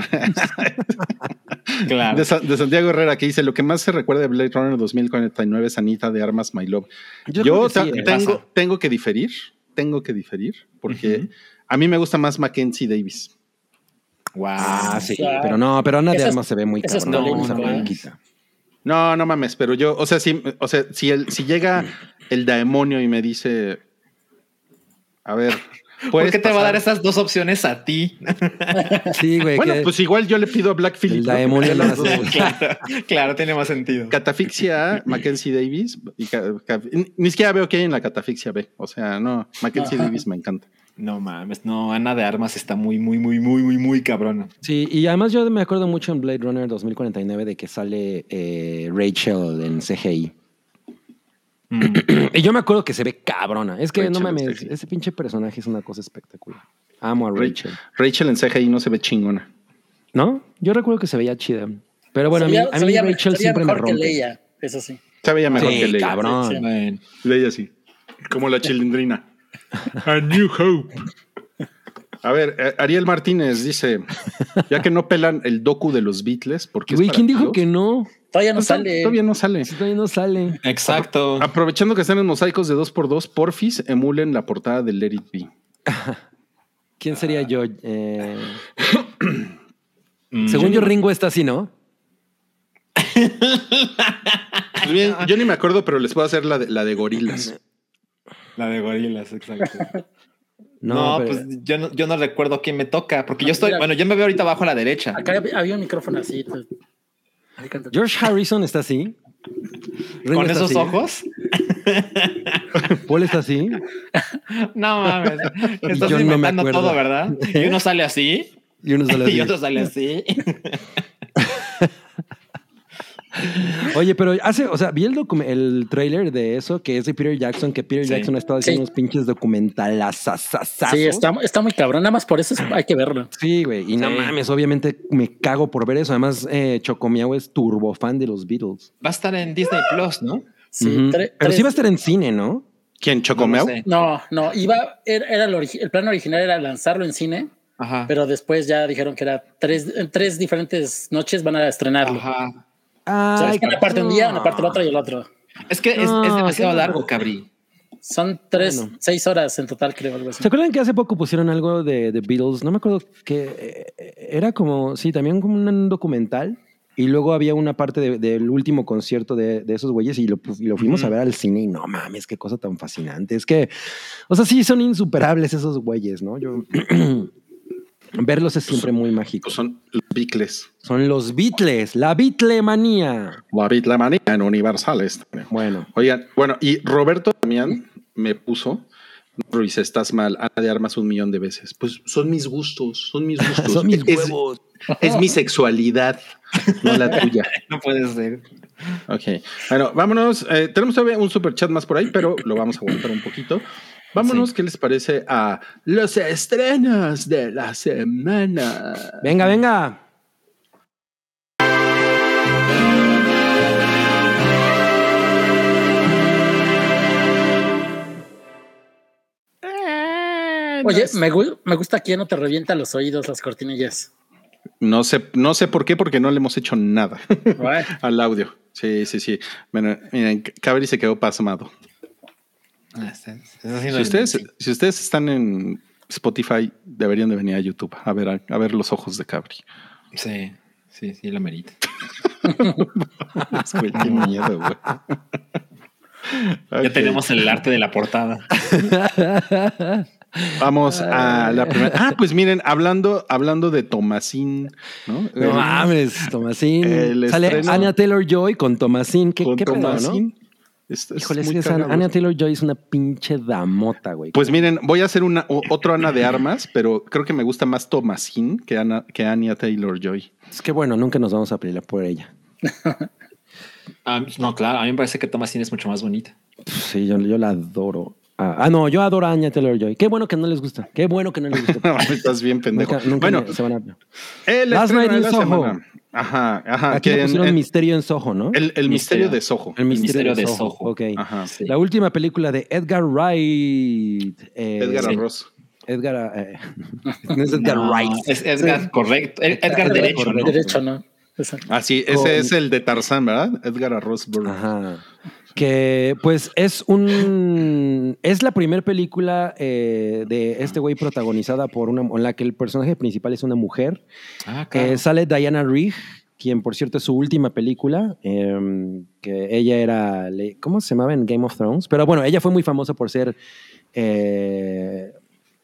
Speaker 3: Claro.
Speaker 1: de, Sa- de Santiago Herrera, que dice: Lo que más se recuerda de Blade Runner 2049 es Anita de Armas My Love. Yo,
Speaker 2: creo que
Speaker 1: ta-
Speaker 2: sí, ¿eh?
Speaker 1: tengo,
Speaker 3: Pasa.
Speaker 1: tengo que diferir. Tengo que diferir. Porque a mí me gusta más Mackenzie Davis.
Speaker 3: Wow, sí.
Speaker 4: Ah,
Speaker 2: Pero no, pero Ana de
Speaker 4: Eso es-
Speaker 2: Armas se ve muy
Speaker 4: eso es
Speaker 2: cabrón.
Speaker 3: polémico,
Speaker 2: esa
Speaker 3: ¿eh?
Speaker 2: blanquita.
Speaker 1: No, no mames, pero yo, o sea, si, o sea, si, el, si llega el demonio y me dice, a ver,
Speaker 3: ¿Por
Speaker 1: puedes
Speaker 3: qué te va a
Speaker 1: pasar-
Speaker 3: dar esas dos opciones a ti?
Speaker 2: Sí, güey.
Speaker 1: Bueno,
Speaker 2: que
Speaker 1: pues igual yo le pido a Black Phillip.
Speaker 2: el
Speaker 1: ¿no?
Speaker 2: demonio la hace.
Speaker 3: claro, claro, tiene más sentido.
Speaker 1: Catafixia A, Mackenzie Davis, y ca- ca- ni- ni siquiera veo que hay en la catafixia B. O sea, no, Mackenzie
Speaker 4: Ajá.
Speaker 1: Davis me encanta.
Speaker 3: No mames, no, Ana de Armas está muy, muy, muy, muy, muy, muy cabrona.
Speaker 2: Sí, y además yo me acuerdo mucho en Blade Runner 2049 de que sale eh, Rachel en CGI.
Speaker 3: Mm.
Speaker 2: Y yo me acuerdo que se ve cabrona. Es que no
Speaker 1: Rachel en
Speaker 2: mames,
Speaker 1: CGI.
Speaker 2: ese pinche personaje es una cosa espectacular. Amo a Rachel.
Speaker 1: Rachel, Rachel en CGI no se ve chingona.
Speaker 2: ¿No? Yo recuerdo que se veía chida. Pero bueno,
Speaker 4: Se veía-
Speaker 2: a mí, a
Speaker 4: se
Speaker 2: mí
Speaker 4: veía-
Speaker 2: Rachel
Speaker 4: se veía
Speaker 2: siempre me
Speaker 4: mejor que
Speaker 2: rompe.
Speaker 4: Leia, eso sí.
Speaker 1: Se veía mejor
Speaker 2: Sí,
Speaker 1: que Leia.
Speaker 2: cabrón.
Speaker 4: Sí,
Speaker 3: Bueno.
Speaker 1: Leia sí. Como la chilindrina. A New Hope. A ver, eh, Ariel Martínez dice, ya que no pelan el docu de los Beatles, porque
Speaker 2: Güey, ¿quién dijo que no?
Speaker 4: Todavía no
Speaker 1: no
Speaker 4: sale.
Speaker 1: Todavía no sale.
Speaker 2: Si todavía no sale.
Speaker 1: ah,
Speaker 3: Exacto.
Speaker 1: Aprovechando que están en mosaicos de 2x2, Porfis emulen la portada de Let It Be.
Speaker 2: ¿Quién sería yo? Eh,
Speaker 3: Mm.
Speaker 2: según yo, Ringo está así, ¿no?
Speaker 1: Pues bien, yo ni me acuerdo, pero les puedo hacer la de, la de gorilas. ah.
Speaker 3: La de gorilas, exacto.
Speaker 2: No,
Speaker 3: No, Ah,
Speaker 2: pero-
Speaker 3: pues yo no, yo no recuerdo quién me toca, porque yo estoy,
Speaker 4: Mira.
Speaker 3: bueno, yo me veo ahorita abajo a la derecha.
Speaker 4: Acá hab- había un micrófono así. tú- ahí canta-
Speaker 2: George Harrison está así. Ringo
Speaker 3: Con
Speaker 2: está
Speaker 3: esos
Speaker 2: así.
Speaker 3: ojos.
Speaker 2: Paul está así.
Speaker 3: No mames. Estás
Speaker 2: Yo no me
Speaker 3: inventando
Speaker 2: acuerdo.
Speaker 3: todo, ¿verdad? Y uno sale así,
Speaker 2: Y uno sale
Speaker 3: y
Speaker 2: así.
Speaker 3: otro sale así.
Speaker 2: Oye, pero hace, o sea, vi el, docu- el trailer de eso que es de Peter Jackson, que Peter
Speaker 3: Sí.
Speaker 2: Jackson ha estado haciendo
Speaker 4: Sí.
Speaker 2: unos pinches documentalazazazazos.
Speaker 4: Sí, está, está muy cabrón. Nada más por eso es- hay que verlo.
Speaker 2: Sí, güey. Y no
Speaker 3: Sí.
Speaker 2: mames, obviamente me cago por ver eso. Además, eh, Chocomiao es turbo fan de los Beatles.
Speaker 3: Va a estar en Disney Plus, ¿no?
Speaker 4: Sí,
Speaker 2: Ujú.
Speaker 4: tre-
Speaker 2: Pero
Speaker 4: tres-
Speaker 2: sí va a estar en cine, ¿no?
Speaker 1: ¿Quién?
Speaker 3: No lo
Speaker 1: ¿Chocomeo?
Speaker 3: sé.
Speaker 4: No, no, iba, era, era el, origi- el plan original era lanzarlo en cine,
Speaker 2: Ah.
Speaker 3: Ajá.
Speaker 4: pero después ya dijeron que era tres, en tres diferentes noches van a estrenarlo.
Speaker 3: Ajá.
Speaker 4: O sea,
Speaker 2: Ah,
Speaker 4: es que una parte un día, una parte la otra y el otro.
Speaker 3: Es que es-
Speaker 2: No,
Speaker 3: es, demasiado
Speaker 2: qué-
Speaker 3: largo, cabrí.
Speaker 4: Son tres,
Speaker 2: Bueno.
Speaker 4: seis horas en total, creo, algo así.
Speaker 2: ¿Se acuerdan que hace poco pusieron algo de, de Beatles? No me acuerdo que era como, sí, también como un documental. Y luego había una parte de- del último concierto de, de esos güeyes y lo, pu- y lo fuimos a ver al cine y no mames, qué cosa tan fascinante. Es que, o sea, sí, son insuperables esos güeyes, ¿no? Yo, verlos es siempre muy mágico.
Speaker 1: Pues son los Beatles.
Speaker 2: Son los Beatles, la Beatlemanía.
Speaker 1: La Beatlemanía en Universal. este.
Speaker 2: Bueno,
Speaker 1: Oigan, bueno, y Roberto Damián me puso. "No, Ruiz, estás mal. Ana de armas un millón de veces. Pues son mis gustos, son mis gustos.
Speaker 2: son mis
Speaker 1: Es-
Speaker 2: huevos.
Speaker 1: Es mi sexualidad, no la tuya.
Speaker 3: No puede ser.
Speaker 1: Ok. Bueno, vámonos. Eh, tenemos todavía un super chat más por ahí, pero lo vamos a aguantar un poquito. Vámonos, ¿qué les parece a los estrenos de la semana?
Speaker 2: Venga, venga.
Speaker 4: Oye, me, gu- me gusta que ya no te revienta los oídos las cortinillas.
Speaker 1: No sé, no sé por qué, porque no le hemos hecho nada
Speaker 4: Ay,
Speaker 1: al audio. Sí, sí, sí. Bueno, miren, Cabri se quedó pasmado.
Speaker 3: Ah,
Speaker 1: Si ustedes, si ustedes están en Spotify, deberían de venir a YouTube a ver, a, a ver los ojos de Cabri.
Speaker 3: Sí, sí, sí, lo merita.
Speaker 1: Es que, qué miedo, güey.
Speaker 3: Ya
Speaker 1: Ok.
Speaker 3: tenemos el arte de la portada.
Speaker 1: Vamos a la primera. Ah, pues miren, hablando, hablando de Tomasín, ¿no? Eh,
Speaker 2: No mames, Tomasín.
Speaker 1: El
Speaker 2: Sale
Speaker 1: estreno-
Speaker 2: Anya Taylor Joy con Tomasín. ¿Qué,
Speaker 1: Con
Speaker 2: qué pedo, no?
Speaker 1: Tomasín. Es- es
Speaker 2: Híjole, es
Speaker 1: muy
Speaker 2: que esa
Speaker 1: cagado.
Speaker 2: Anya Taylor Joy es una pinche damota, güey.
Speaker 1: Pues miren, voy a hacer una, o- otro Ana de Armas, pero creo que me gusta más Tomasín que, Ana, que Anya Taylor Joy.
Speaker 2: es que bueno, nunca nos vamos a pelear por ella.
Speaker 3: Ah, no, claro, a mí me parece que Tomasín es mucho más bonita.
Speaker 2: Pff, Sí, yo, yo la adoro. Ah, ah, no, yo adoro a Anya Taylor Joy. Qué bueno que no les gusta. Qué bueno que no les gusta.
Speaker 1: Estás bien pendejo.
Speaker 2: Nunca, nunca
Speaker 1: bueno,
Speaker 2: me- se van a.
Speaker 1: el
Speaker 2: Last
Speaker 1: estreno
Speaker 2: Night
Speaker 1: de
Speaker 2: in
Speaker 1: la
Speaker 2: Soho.
Speaker 1: semana. Ajá, ajá.
Speaker 2: Aquí
Speaker 1: ah, que
Speaker 2: le
Speaker 1: en-
Speaker 2: pusieron
Speaker 1: en-
Speaker 2: Misterio en Soho, ¿no?
Speaker 1: el, el misterio
Speaker 3: Misterio.
Speaker 1: de Ah, Soho.
Speaker 2: El
Speaker 3: Misterio de
Speaker 2: Soho,
Speaker 3: Soho.
Speaker 2: Ok.
Speaker 1: Ajá.
Speaker 3: Ah, Sí.
Speaker 2: La última película de Edgar Wright. eh,
Speaker 1: Edgar
Speaker 3: sí.
Speaker 1: Arroz.
Speaker 2: Edgar. eh, no es Edgar
Speaker 3: No,
Speaker 2: Wright.
Speaker 3: Es Edgar, correcto. Ed- Edgar,
Speaker 2: Edgar
Speaker 3: Derecho,
Speaker 2: correcto.
Speaker 3: ¿no?
Speaker 4: Derecho, ¿no? Exacto.
Speaker 1: Ah, sí, ese
Speaker 2: Con-
Speaker 1: es el de Tarzán, ¿verdad? Edgar Arroz. Burroughs.
Speaker 2: Ajá. Que pues es un es la primera película eh, de este güey protagonizada por una en la que el personaje principal es una mujer.
Speaker 3: Ah, claro.
Speaker 2: Eh, sale Diana Rigg, quien por cierto es su última película, eh, que ella era, le- ¿cómo se llamaba en Game of Thrones? Pero bueno, ella fue muy famosa por ser, eh,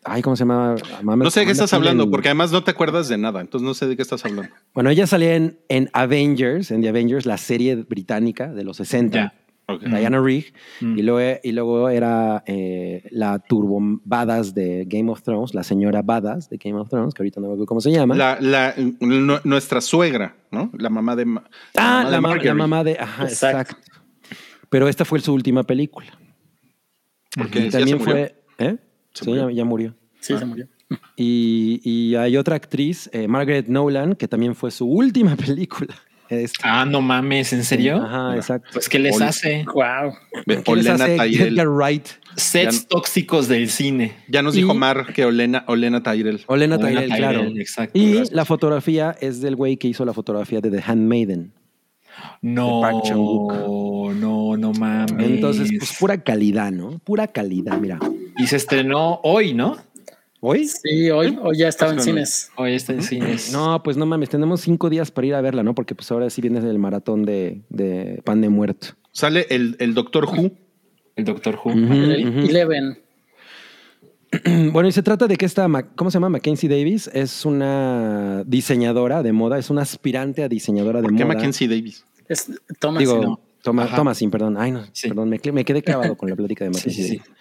Speaker 2: ay, ¿cómo se llamaba?
Speaker 1: No sé de qué estás hablando,
Speaker 2: En-
Speaker 1: porque además no te acuerdas de nada, entonces no sé de qué estás hablando.
Speaker 2: Bueno, ella salía en, en Avengers, en The Avengers, la serie británica de los 60.
Speaker 3: Ya.
Speaker 1: Ok.
Speaker 2: Diana Rigg,
Speaker 3: Mm.
Speaker 2: y, luego, y luego era eh, la turbo badass de Game of Thrones, la señora badass de Game of Thrones, que ahorita no me acuerdo cómo se llama.
Speaker 1: La, la- nu- nuestra suegra, ¿no? La mamá de. Ma-
Speaker 2: ah, la,
Speaker 1: de
Speaker 2: ma- la
Speaker 1: Marguerite.
Speaker 2: mamá de... Ajá, exacto.
Speaker 4: Exacto.
Speaker 2: Pero esta fue su última película.
Speaker 1: Porque
Speaker 2: Y
Speaker 1: ya se
Speaker 2: también
Speaker 1: murió.
Speaker 2: fue... ¿eh?
Speaker 1: Se
Speaker 2: Sí,
Speaker 1: murió.
Speaker 2: Ya, ya murió.
Speaker 4: Sí, se murió.
Speaker 2: Y, y hay otra actriz, eh, Margaret Nolan, que también fue su última película. Esta.
Speaker 3: Ah, no mames, ¿en serio?
Speaker 2: Ajá, exacto.
Speaker 3: Pues, ¿qué les
Speaker 1: Ol-
Speaker 3: hace?
Speaker 4: Wow.
Speaker 1: Ve,
Speaker 2: ¿Qué les
Speaker 1: Olena
Speaker 2: hace Edgar
Speaker 1: Tyrell.
Speaker 2: Wright.
Speaker 3: Sets
Speaker 1: Ya-
Speaker 3: tóxicos del cine.
Speaker 1: Ya nos dijo Mar que Olena, Olena Tyrell.
Speaker 2: Olena
Speaker 3: Olena
Speaker 2: Tyrell, claro.
Speaker 3: Tyrell, exacto,
Speaker 2: y
Speaker 3: gracias.
Speaker 2: la fotografía es del güey que hizo la fotografía de The Handmaiden.
Speaker 3: No,
Speaker 2: Park Chan-wook.
Speaker 3: no, no mames.
Speaker 2: Entonces, pues pura calidad, ¿no? Pura calidad, mira.
Speaker 3: Y se estrenó hoy, ¿no?
Speaker 2: ¿Hoy?
Speaker 4: Sí, hoy, hoy ya estaba en
Speaker 1: Pues, bueno.
Speaker 4: cines.
Speaker 3: Hoy está en cines.
Speaker 2: No, pues no mames, tenemos cinco días para ir a verla, ¿no? Porque pues ahora sí vienes del maratón de, de pan de muerto.
Speaker 1: Sale el, el Doctor Who.
Speaker 3: El Doctor Who.
Speaker 2: Ujú.
Speaker 4: Eleven.
Speaker 2: Bueno, y se trata de que esta, Ma- ¿cómo se llama? Mackenzie Davis es una diseñadora de moda, es una aspirante a diseñadora de
Speaker 1: ¿Por qué
Speaker 2: moda.
Speaker 1: Mackenzie Davis?
Speaker 4: Es, toma,
Speaker 2: Digo,
Speaker 4: sí, no.
Speaker 2: toma,
Speaker 3: Ajá.
Speaker 2: Thomasin, perdón. Ay, no,
Speaker 3: Sí.
Speaker 2: perdón, me, cl- me quedé clavado con la plática de
Speaker 3: Sí,
Speaker 2: Mackenzie
Speaker 3: sí, sí.
Speaker 2: Davis.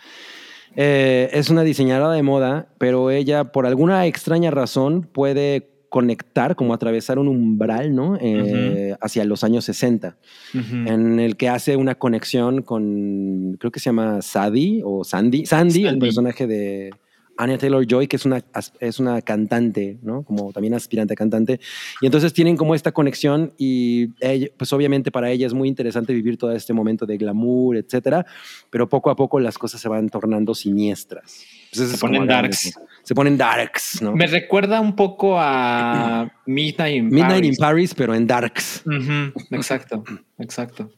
Speaker 2: Eh, es una diseñadora de moda, pero ella, por alguna extraña razón, puede conectar, como atravesar un umbral, ¿no? Eh, Hacia los años 60,
Speaker 3: Ujú.
Speaker 2: en el que hace una conexión con, creo que se llama Sadie o Sandy. Sandy, el
Speaker 3: Sandy.
Speaker 2: personaje de Anya Taylor Joy, que es una, as- es una cantante, ¿no? Como también aspirante a cantante. Y entonces tienen como esta conexión y ella- pues obviamente para ella es muy interesante vivir todo este momento de glamour, etcétera, pero poco a poco las cosas se van tornando siniestras. Entonces,
Speaker 3: Se
Speaker 2: es como
Speaker 3: ponen
Speaker 2: hablar de
Speaker 3: darks.
Speaker 2: eso. Se ponen darks, ¿no?
Speaker 3: Me recuerda un poco a Midnight in
Speaker 2: Midnight
Speaker 3: Paris.
Speaker 2: in Paris, pero en darks.
Speaker 3: Ujú, Exacto, exacto.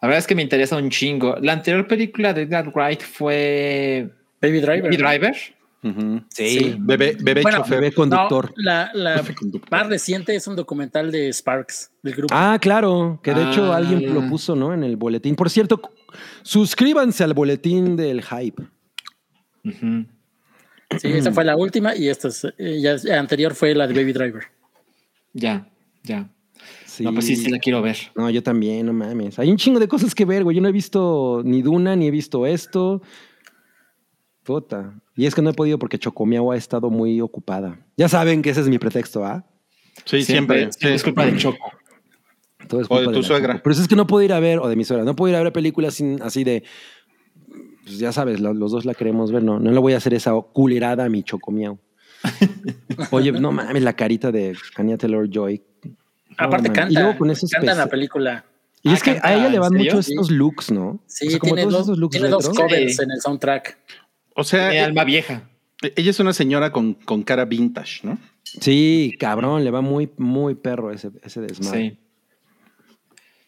Speaker 3: La verdad es que me interesa un chingo. La anterior película de Edgar Wright fue
Speaker 4: Baby Driver.
Speaker 3: Baby Driver.
Speaker 1: Ujú.
Speaker 4: Sí.
Speaker 1: Bebé, bebé
Speaker 4: Bueno,
Speaker 1: chofer.
Speaker 2: Bebé conductor.
Speaker 4: La, la
Speaker 1: Conductor.
Speaker 4: más reciente es un documental de Sparks, del grupo.
Speaker 2: Ah, claro, que de hecho
Speaker 3: Ah.
Speaker 2: alguien lo puso, ¿no? En el boletín. Por cierto, cu- suscríbanse al boletín del hype.
Speaker 3: Ujú.
Speaker 4: Sí,
Speaker 2: mm.
Speaker 4: esa fue la última y esta es, eh, ya- la anterior fue la de Baby Driver.
Speaker 3: Ya, ya.
Speaker 2: Sí.
Speaker 3: No, pues sí, sí la quiero ver.
Speaker 2: No, yo también, no mames. Hay un chingo de cosas que ver, güey. Yo no he visto ni Duna, ni he visto esto. Puta. Y es que no he podido porque Chocomiao ha estado muy ocupada. Ya saben que ese es mi pretexto, ¿ah?
Speaker 1: Sí, siempre. sí.
Speaker 3: Es culpa de Choco.
Speaker 2: Todo es
Speaker 1: O de
Speaker 2: culpa
Speaker 1: tu
Speaker 2: la
Speaker 1: suegra.
Speaker 2: Choco. Pero es que no puedo ir a ver, o de mi suegra, no puedo ir a ver películas sin- así de. Pues ya sabes, lo- los dos la queremos ver, no, no le voy a hacer esa culerada a mi Chocomiao. Oye, no mames, la carita de Anya Taylor Joy.
Speaker 4: Aparte canta,
Speaker 2: Y luego con esos
Speaker 4: canta en la
Speaker 2: pes-
Speaker 4: película.
Speaker 2: Y
Speaker 3: Ah,
Speaker 2: es que
Speaker 3: canta,
Speaker 2: a ella le
Speaker 3: ¿en
Speaker 2: van
Speaker 3: serio?
Speaker 2: mucho
Speaker 4: Sí.
Speaker 2: estos looks, ¿no?
Speaker 4: Sí,
Speaker 2: O sea, como
Speaker 4: tiene,
Speaker 2: todos
Speaker 4: dos,
Speaker 2: esos looks
Speaker 4: tiene dos
Speaker 2: retro.
Speaker 4: covers
Speaker 3: Sí.
Speaker 4: en el soundtrack.
Speaker 1: O sea,
Speaker 3: Mi
Speaker 1: eh,
Speaker 3: alma vieja.
Speaker 1: ella es una señora con, con cara vintage, ¿no?
Speaker 2: Sí, cabrón, le va muy, muy perro ese, ese desmadre.
Speaker 3: Sí.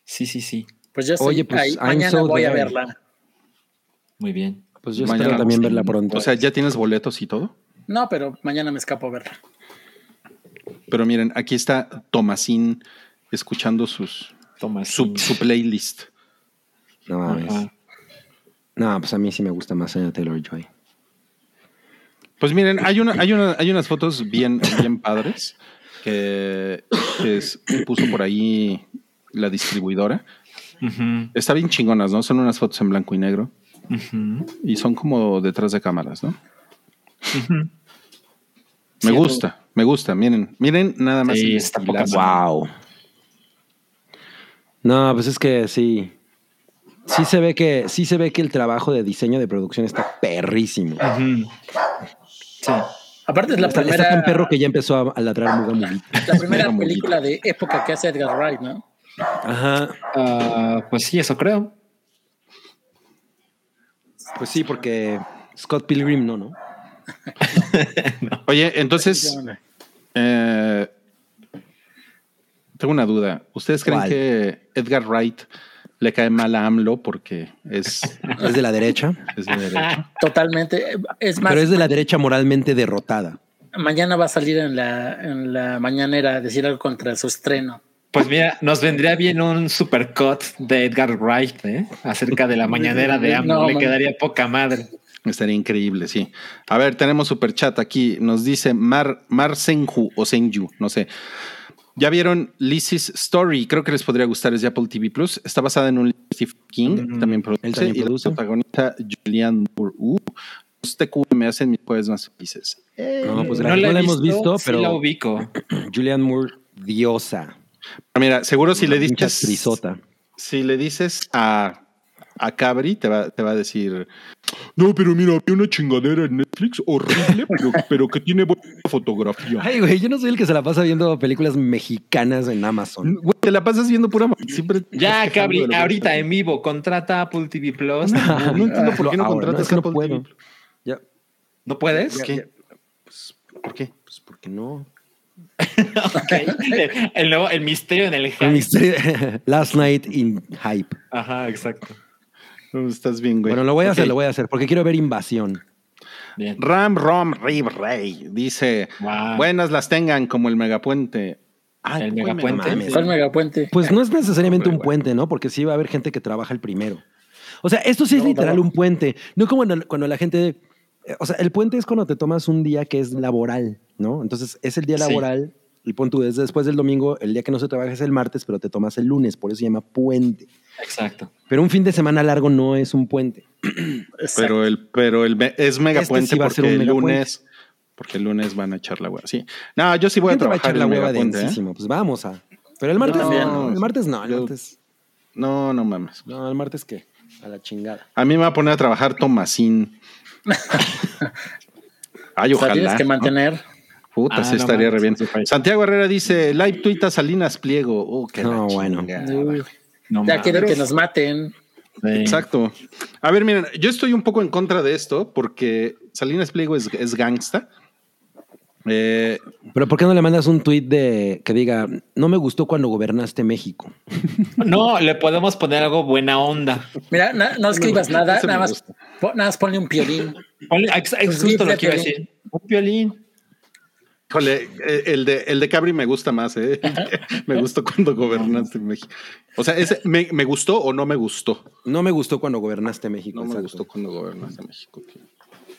Speaker 3: Sí, sí, sí.
Speaker 4: Pues yo estoy
Speaker 2: Oye, pues,
Speaker 4: ahí.
Speaker 2: I'm
Speaker 4: Mañana
Speaker 2: so
Speaker 4: voy a
Speaker 2: there.
Speaker 4: verla.
Speaker 3: Muy bien.
Speaker 2: Pues yo
Speaker 1: Mañana
Speaker 2: espero también
Speaker 3: vamos
Speaker 2: verla
Speaker 3: en-
Speaker 2: pronto.
Speaker 1: O sea, ya tienes boletos y todo.
Speaker 4: No, pero mañana me escapo a verla.
Speaker 1: Pero miren, aquí está Tomasín escuchando sus,
Speaker 3: Toma.
Speaker 1: su, su playlist.
Speaker 2: no mames.
Speaker 3: Ajá.
Speaker 2: No, pues a mí sí me gusta más Anya Taylor Joy.
Speaker 1: Pues miren, hay, una, hay, una, hay unas fotos bien, bien padres que, que es- puso por ahí la distribuidora.
Speaker 3: Ujú,
Speaker 1: Está bien chingonas, ¿no? Son unas fotos en blanco y negro
Speaker 3: ujú.
Speaker 1: y son como detrás de cámaras, ¿no?
Speaker 3: Sí,
Speaker 1: Me
Speaker 3: no.
Speaker 1: gusta, me gusta. Miren, miren nada más.
Speaker 3: Sí,
Speaker 1: el
Speaker 3: está poca
Speaker 1: estilazo.
Speaker 3: madre.
Speaker 2: Wow. No, pues es que sí. Sí se ve que, sí se ve que el trabajo de diseño de producción está perrísimo.
Speaker 3: Ujú. Sí.
Speaker 4: Aparte es la
Speaker 2: está, está
Speaker 4: primera,
Speaker 2: tan perro que ya empezó a, a ladrar Muga Muguito.
Speaker 4: la primera
Speaker 1: Era muy
Speaker 4: película de época que hace Edgar Wright, ¿no?
Speaker 2: Ajá.
Speaker 3: Ah, pues sí, eso creo.
Speaker 2: Pues sí, porque Scott Pilgrim no, ¿no?
Speaker 1: Oye, entonces, eh, tengo una duda. ¿Ustedes creen
Speaker 2: ¿Cuál?
Speaker 1: que Edgar Wright le cae mal a AMLO porque es,
Speaker 2: Es de la derecha,
Speaker 1: es de derecha?
Speaker 4: Totalmente. eh, Es más,
Speaker 2: pero es de la derecha moralmente derrotada.
Speaker 4: mañana va a salir en la, en la mañanera a decir algo contra su estreno.
Speaker 3: Pues mira, nos vendría bien un supercut de Edgar Wright ¿eh? acerca de la mañanera de AMLO.
Speaker 4: No,
Speaker 3: Le
Speaker 4: man.
Speaker 3: quedaría poca madre.
Speaker 1: Estaría increíble, sí. A ver, tenemos super chat aquí. Nos dice Mar, Mar Senju o Senju, no sé. Ya vieron Lizzie's Story, creo que les podría gustar, es de Apple TV Plus. Está basada en un libro de Stephen King, que también produce,
Speaker 2: Mm, Él también
Speaker 1: y la
Speaker 2: produce.
Speaker 1: protagonista Julianne Moore. Uh, los TQ me hacen mis jueves más felices.
Speaker 2: No, pues gracias.
Speaker 3: no la,
Speaker 2: no la
Speaker 3: he
Speaker 2: hemos visto,
Speaker 3: sí la
Speaker 2: pero
Speaker 3: ubico.
Speaker 2: Julianne Moore, diosa.
Speaker 1: Ah, Mira, seguro si le
Speaker 2: Pinche
Speaker 1: dices.
Speaker 2: actrizota.
Speaker 1: Si le dices a, a Cabri, te va, te va a decir. No, pero mira, vi una chingadera en Netflix horrible, pero, pero que tiene buena fotografía.
Speaker 2: Ay, güey, yo no soy el que se la pasa viendo películas mexicanas en Amazon.
Speaker 1: Güey, te la pasas viendo pura. Siempre te
Speaker 3: Ya,
Speaker 1: estás quejando de
Speaker 3: Cabri,
Speaker 1: lo que
Speaker 3: ahorita
Speaker 1: está
Speaker 3: en vivo, contrata Apple TV Plus.
Speaker 1: viendo. No entiendo eh, por qué no
Speaker 2: Ahora,
Speaker 1: contratas
Speaker 2: es que no
Speaker 1: Apple
Speaker 2: puedo.
Speaker 1: TV.
Speaker 2: Ya,
Speaker 3: ¿No puedes?
Speaker 1: ¿Por qué?
Speaker 2: ¿Por qué? Pues porque no.
Speaker 3: Ok. El, el nuevo- el misterio en el hype.
Speaker 2: El misterio- Last night in hype.
Speaker 3: Ajá, exacto.
Speaker 1: No, Estás bien, güey.
Speaker 2: Bueno, lo voy a hacer,
Speaker 1: Ok.
Speaker 2: lo voy a hacer, porque quiero ver Invasión.
Speaker 3: Bien.
Speaker 1: Ram Rom Rib Rey dice:
Speaker 3: Wow.
Speaker 1: Buenas las tengan como el megapuente. Ay,
Speaker 3: El
Speaker 1: güey,
Speaker 3: megapuente.
Speaker 1: megapuente.
Speaker 4: ¿Cuál megapuente?
Speaker 2: Pues no es necesariamente
Speaker 1: Hombre,
Speaker 2: un
Speaker 1: güey.
Speaker 2: puente, ¿no? Porque sí va a haber gente que trabaja el primero. O sea, esto sí es
Speaker 4: No,
Speaker 2: literal
Speaker 4: no.
Speaker 2: un puente. No como cuando, cuando la gente. eh, O sea, el puente es cuando te tomas un día que es laboral, ¿no? Entonces es el día
Speaker 3: Sí.
Speaker 2: laboral. Y pon tú, es después del domingo, el día que no se trabaja es el martes, pero te tomas el lunes, por eso se llama puente.
Speaker 3: Exacto.
Speaker 2: Pero un fin de semana largo no es un puente.
Speaker 4: Exacto.
Speaker 1: Pero el, pero el me- es megapuente
Speaker 2: Este sí va a
Speaker 1: porque
Speaker 2: ser un
Speaker 1: el
Speaker 2: megapuente.
Speaker 1: lunes, porque el lunes van a echar la hueva. Sí. No, yo sí voy a
Speaker 2: gente va a
Speaker 1: trabajar
Speaker 2: echar la
Speaker 1: el
Speaker 2: hueva
Speaker 1: megapuente, ¿eh?
Speaker 2: densísimo. Pues vamos a. Pero el martes
Speaker 4: Yo también.
Speaker 2: no, el martes no, el
Speaker 1: Yo-
Speaker 2: martes.
Speaker 1: No, no mames.
Speaker 2: No, el martes qué? A la chingada.
Speaker 1: A mí me va a poner a trabajar Tomasín. Ay,
Speaker 4: O sea,
Speaker 1: ojalá.
Speaker 4: tienes que
Speaker 1: ¿no?
Speaker 4: mantener.
Speaker 1: Puta,
Speaker 3: Ah,
Speaker 1: sí
Speaker 3: no
Speaker 1: estaría
Speaker 3: mames,
Speaker 1: re bien.
Speaker 3: sí, sí.
Speaker 1: Santiago Herrera dice, live tuita Salinas Pliego. Uh, qué la
Speaker 2: No, bueno.
Speaker 1: chingada.
Speaker 4: Uy,
Speaker 3: No
Speaker 4: ya
Speaker 3: mames.
Speaker 4: quieren que nos maten.
Speaker 3: Sí.
Speaker 1: Exacto. A ver, miren, yo estoy un poco en contra de esto porque Salinas Pliego es, es gangsta. Eh,
Speaker 2: Pero ¿por qué no le mandas un tuit de que diga, no me gustó cuando gobernaste México?
Speaker 3: No, le podemos poner algo buena onda.
Speaker 4: Mira, na- no escribas
Speaker 1: gusta,
Speaker 4: nada,
Speaker 1: ese me
Speaker 4: nada más,
Speaker 1: gusta.
Speaker 4: po- nada más ponle un piolín.
Speaker 3: Ponle-
Speaker 4: Pues
Speaker 3: ex- ex-
Speaker 4: Un
Speaker 3: justo lo
Speaker 4: rifle
Speaker 3: que iba a
Speaker 4: piolín.
Speaker 3: decir. Un violín.
Speaker 1: Híjole, eh, el de, el de Cabri me gusta más, ¿eh? me gustó cuando gobernaste México. O sea, ese, me, me gustó o no me gustó.
Speaker 2: No me gustó cuando gobernaste México.
Speaker 1: No me
Speaker 2: exacto.
Speaker 1: gustó cuando gobernaste México.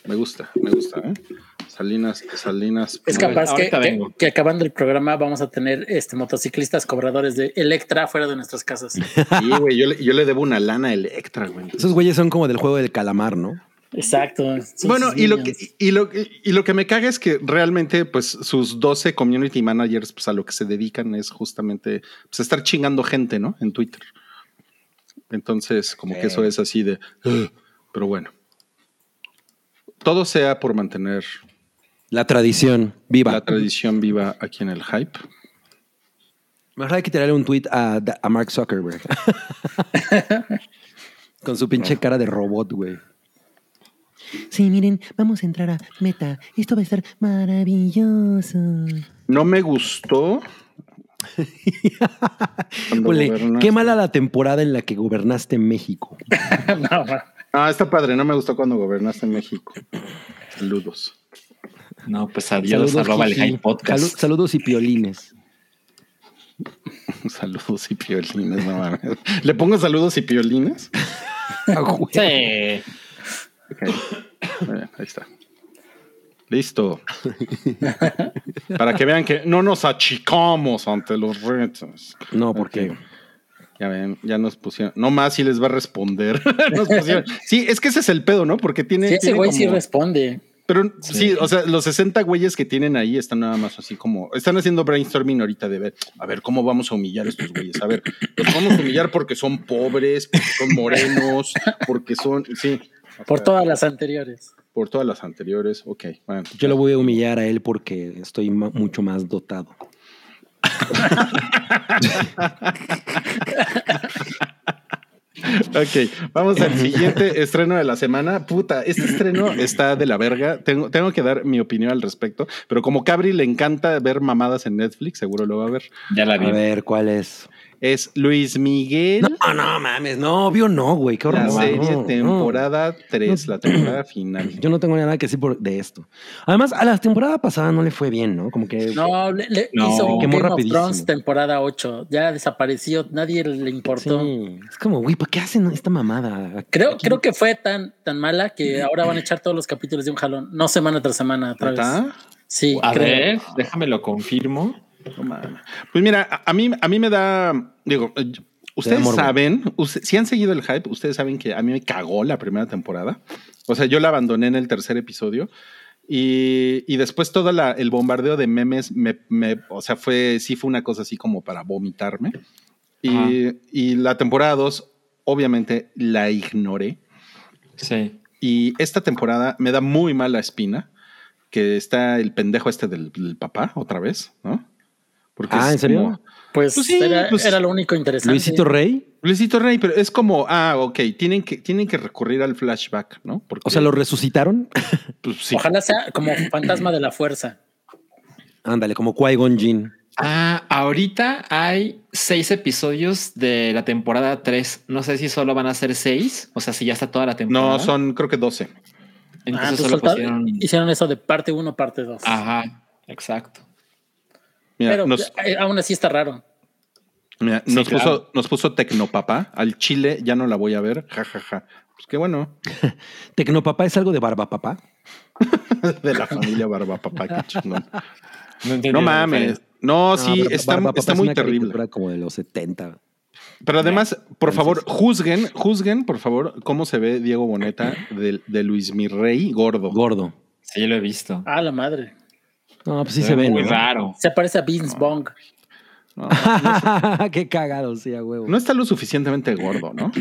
Speaker 1: Me gusta, me gusta, ¿eh? Salinas, Salinas.
Speaker 4: Es
Speaker 1: Pliego.
Speaker 4: capaz que,
Speaker 3: ahorita
Speaker 4: que-
Speaker 3: vengo.
Speaker 4: que acabando el programa vamos a tener este motociclistas cobradores de Electra fuera de nuestras casas.
Speaker 1: Sí, güey, yo le, yo le debo una lana a Electra, güey.
Speaker 2: Esos güeyes son como del juego del calamar, ¿no?
Speaker 4: Exacto. son
Speaker 1: Bueno,
Speaker 4: sus
Speaker 1: y lo, que,
Speaker 4: minions.
Speaker 1: y, lo, que- y lo que me caga es que realmente, pues, sus 12 community managers, pues, a lo que se dedican es justamente, pues, estar chingando gente, ¿no? En Twitter. Entonces, como que
Speaker 2: Sí.
Speaker 1: eso es así de, "Ugh", pero bueno. Todo sea por mantener
Speaker 2: La tradición viva.
Speaker 1: la tradición viva aquí en el hype.
Speaker 2: Mejor hay que tirarle un tuit a, a Mark Zuckerberg. Con su pinche cara de robot, güey.
Speaker 7: Sí, miren, vamos a entrar a meta. Esto va a estar maravilloso.
Speaker 1: No me gustó. cuando
Speaker 2: Ole,
Speaker 1: gobernaste.
Speaker 2: qué mala la temporada en la que gobernaste México.
Speaker 4: No, ma-
Speaker 1: Ah, está padre. No me gustó cuando gobernaste México. Saludos.
Speaker 3: No, pues adiós, arroba el
Speaker 2: jiji.
Speaker 3: Hype Podcast.
Speaker 2: Salu- saludos y piolines.
Speaker 1: Saludos y piolines, no mames. ¿Le pongo saludos y piolines?
Speaker 2: Ah, güey.
Speaker 3: Sí.
Speaker 1: Ok. Muy bien, ahí está. Listo. Para que vean que no nos achicamos ante los retos.
Speaker 2: No, porque
Speaker 1: Ok. Ya ven, ya nos pusieron. No más si les va a responder. Nos pusieron- Sí, es que ese es el pedo, ¿no? Porque tiene.
Speaker 4: Sí, ese
Speaker 1: tiene
Speaker 4: güey sí
Speaker 1: como-
Speaker 4: responde.
Speaker 1: Pero sí. o sea, los 60 güeyes que tienen ahí están nada más así como. Están haciendo brainstorming ahorita de ver, a ver, ¿cómo vamos a humillar a estos güeyes? A ver, los vamos a humillar porque son pobres, porque son morenos, porque son. Sí. O
Speaker 4: Por
Speaker 1: sea,
Speaker 4: todas las anteriores.
Speaker 1: Por todas las anteriores. Ok, bueno.
Speaker 2: yo lo voy a humillar a él porque estoy ma- mucho más dotado.
Speaker 1: Ok, vamos al siguiente estreno de la semana. Puta, este estreno está de la verga. Tengo, tengo que dar mi opinión al respecto, pero como Cabri le encanta ver mamadas en Netflix, seguro lo va a ver.
Speaker 3: Ya la
Speaker 2: A
Speaker 3: vi.
Speaker 2: ver, ¿cuál es?
Speaker 1: Es Luis Miguel,
Speaker 2: No, no mames, no, obvio no, güey, qué horror.
Speaker 1: la
Speaker 2: no,
Speaker 1: serie
Speaker 2: no.
Speaker 1: temporada 3, la temporada final.
Speaker 2: Yo no tengo nada que decir por, de esto. Además, a la temporada pasada no le fue bien, ¿no? Como que
Speaker 4: No, le, le
Speaker 3: No.
Speaker 4: hizo
Speaker 3: Se
Speaker 2: quemó
Speaker 4: Game of
Speaker 2: rapidísimo.
Speaker 4: Thrones temporada 8. Ya desapareció, nadie le importó.
Speaker 2: Sí, es como, güey, ¿para qué hacen esta mamada?
Speaker 4: Creo,
Speaker 2: Aquí-
Speaker 4: creo que fue tan, tan mala que ahora van a echar todos los capítulos de un jalón, no semana tras semana otra vez.
Speaker 1: ¿Está?
Speaker 4: Sí,
Speaker 3: A
Speaker 4: creo.
Speaker 3: ver, déjame lo confirmo.
Speaker 1: No mames. Pues mira, a, a mí, a mí me da, digo, eh, ustedes
Speaker 2: morbo.
Speaker 1: saben, usted- si han seguido el hype, ustedes saben que a mí me cagó la primera temporada. O sea, yo la abandoné en el tercer episodio. Y, y después todo la- el bombardeo de memes, me, me- o sea, fue, sí fue una cosa así como para vomitarme. Y, y la temporada 2, obviamente, la ignoré.
Speaker 3: Sí.
Speaker 1: Y esta temporada me da muy mala espina que está el pendejo este del, del papá otra vez, ¿no? Porque
Speaker 2: Ah,
Speaker 1: es
Speaker 2: ¿en serio?
Speaker 1: como-
Speaker 4: Pues,
Speaker 1: Pues sí,
Speaker 4: era,
Speaker 1: pues-
Speaker 4: era lo único interesante.
Speaker 2: Luisito Rey,
Speaker 1: Luisito Rey, pero es como, ah, ok, tienen que, tienen que recurrir al flashback, ¿no? Porque,
Speaker 2: o sea, lo resucitaron.
Speaker 1: pues, sí.
Speaker 4: Ojalá sea como fantasma de la fuerza.
Speaker 2: Ándale, como Qui-Gon Jinn.
Speaker 3: Ah, ahorita hay seis episodios de la temporada 3. No sé si solo van a ser seis. O sea, si ya está toda la temporada.
Speaker 1: No, son creo que 12.
Speaker 4: Ah,
Speaker 3: Entonces
Speaker 4: entonces
Speaker 3: solo
Speaker 4: solta-
Speaker 3: pusieron. Ah,
Speaker 4: Hicieron eso de parte 1, parte 2.
Speaker 3: Ajá, exacto.
Speaker 1: Mira,
Speaker 4: Pero
Speaker 1: nos,
Speaker 4: eh, aún así está raro.
Speaker 1: mira,
Speaker 3: sí,
Speaker 1: nos
Speaker 3: claro.
Speaker 1: puso, nos puso Tecnopapá, al Chile ya no la voy a ver, jajaja. Pues qué bueno,
Speaker 2: Tecnopapá es algo de Barbapapá.
Speaker 1: de la familia Barbapapá, qué chingón.
Speaker 3: No, entendí
Speaker 1: No
Speaker 3: la
Speaker 1: mames.
Speaker 3: referencia.
Speaker 1: No, sí,
Speaker 2: Barba-
Speaker 1: está,
Speaker 2: Barbapapá
Speaker 1: está
Speaker 2: es
Speaker 1: muy
Speaker 2: una
Speaker 1: terrible.
Speaker 2: caricatura como de los 70.
Speaker 1: Pero además, por
Speaker 2: entonces-
Speaker 1: favor, juzguen, juzguen, por favor, cómo se ve Diego Boneta de, de Luis Mirrey gordo.
Speaker 2: Gordo.
Speaker 3: Sí, yo lo he visto.
Speaker 4: Ah, la madre.
Speaker 2: No, pues sí
Speaker 1: Ah,
Speaker 2: se ve,
Speaker 3: Muy
Speaker 2: ¿no?
Speaker 3: raro.
Speaker 4: Se parece a Vince Bong.
Speaker 1: No,
Speaker 2: qué cagado, sí, a huevo.
Speaker 1: no está lo suficientemente gordo, ¿no?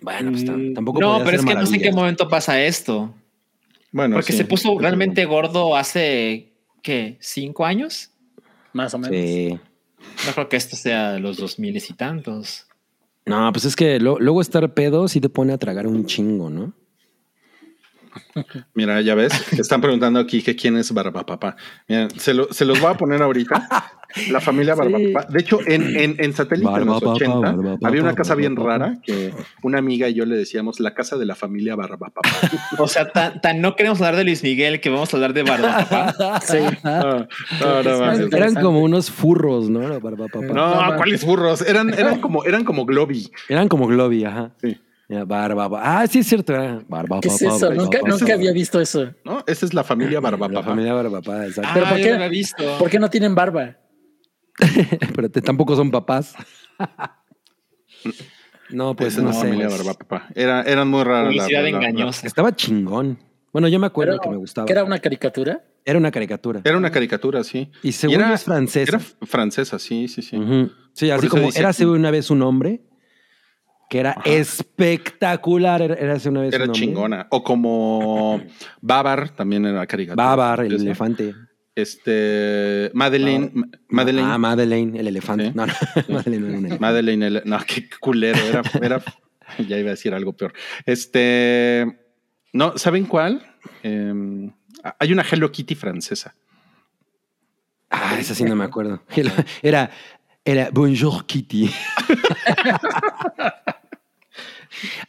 Speaker 2: bueno, pues tam-
Speaker 3: Mm,
Speaker 2: tampoco
Speaker 3: No,
Speaker 2: podía
Speaker 3: pero es
Speaker 2: hacer
Speaker 3: que no sé en qué
Speaker 2: maravillas.
Speaker 3: momento pasa esto.
Speaker 1: Bueno,
Speaker 3: Porque
Speaker 1: sí.
Speaker 3: se puso realmente gordo hace, ¿qué? ¿Cinco años?
Speaker 4: Más o menos.
Speaker 2: Sí.
Speaker 3: No creo que esto sea de los dos miles y tantos.
Speaker 2: No, pues es que lo- luego estar pedo sí te pone a tragar un chingo, ¿no?
Speaker 1: Mira, ya ves, te están preguntando aquí que quién es Barbapapá. Miren, se, lo- se los voy a poner ahorita. La familia Barbapapá. De hecho, en, en, en Satélite en los
Speaker 2: Barbapapá,
Speaker 1: 80
Speaker 2: Barbapapá,
Speaker 1: había una casa bien
Speaker 2: Barbapapá.
Speaker 1: rara que una amiga y yo le decíamos la casa de la familia Barbapapá.
Speaker 3: O sea, tan, tan no queremos hablar de Luis Miguel que vamos a hablar de Barbapapá.
Speaker 4: Sí.
Speaker 1: Ah, no, no, mames.
Speaker 4: interesante.
Speaker 2: Eran como unos furros, ¿no? La Barbapapá.
Speaker 1: No, ¿cuáles burros? Eran, eran como, eran como Globi.
Speaker 2: Eran como Globy, ajá.
Speaker 1: Sí.
Speaker 2: Era barba, ba- Ah, sí, es cierto, era barba.
Speaker 4: ¿Qué
Speaker 2: pa,
Speaker 4: es
Speaker 2: pa,
Speaker 4: eso?
Speaker 2: barba,
Speaker 4: Nunca,
Speaker 2: pa,
Speaker 4: nunca
Speaker 2: pa.
Speaker 4: había visto eso.
Speaker 1: ¿no? Esta es la familia
Speaker 2: La
Speaker 1: Barbapapá.
Speaker 2: familia barba, pa, exacto.
Speaker 4: ¿pero por
Speaker 3: Ah, yo
Speaker 4: qué?
Speaker 3: no lo he visto.
Speaker 4: ¿Por qué no tienen barba? Ah.
Speaker 2: Pero te- tampoco son papás. no, pues
Speaker 1: Esa es
Speaker 2: no
Speaker 1: la familia
Speaker 2: sé.
Speaker 1: Barbapapá. Era, eran muy raras. la-
Speaker 3: Publicidad
Speaker 1: la- la-
Speaker 3: engañosa.
Speaker 2: Estaba chingón. Bueno, yo me acuerdo
Speaker 4: Pero-
Speaker 2: que me gustaba.
Speaker 4: ¿Que era una caricatura?
Speaker 2: Era una caricatura.
Speaker 1: Era una caricatura, sí.
Speaker 2: Y según
Speaker 1: era-
Speaker 2: yo es francesa.
Speaker 1: Era f- francesa, sí, sí, sí.
Speaker 2: Ujú. Sí,
Speaker 1: Por
Speaker 2: así
Speaker 1: eso
Speaker 2: como
Speaker 1: dice-
Speaker 2: era hace una vez un hombre que era espectacular. Era, era hace una vez
Speaker 1: Era
Speaker 2: un hombre.
Speaker 1: chingona. O como Babar también era caricatura.
Speaker 2: Babar, el
Speaker 1: francesa.
Speaker 2: elefante.
Speaker 1: Este. Madeleine. Ma-
Speaker 2: Babar.
Speaker 1: Madeleine.
Speaker 2: Ah, Madeleine, el elefante.
Speaker 1: Sí.
Speaker 2: No, no, Madeleine era un elefante.
Speaker 1: Madeleine. el- no, qué culero. Era, era- ya iba a decir algo peor. Este. No, ¿saben cuál? Eh, hay una Hello Kitty francesa.
Speaker 2: Ah, esa sí no me acuerdo. Era, era Bonjour Kitty.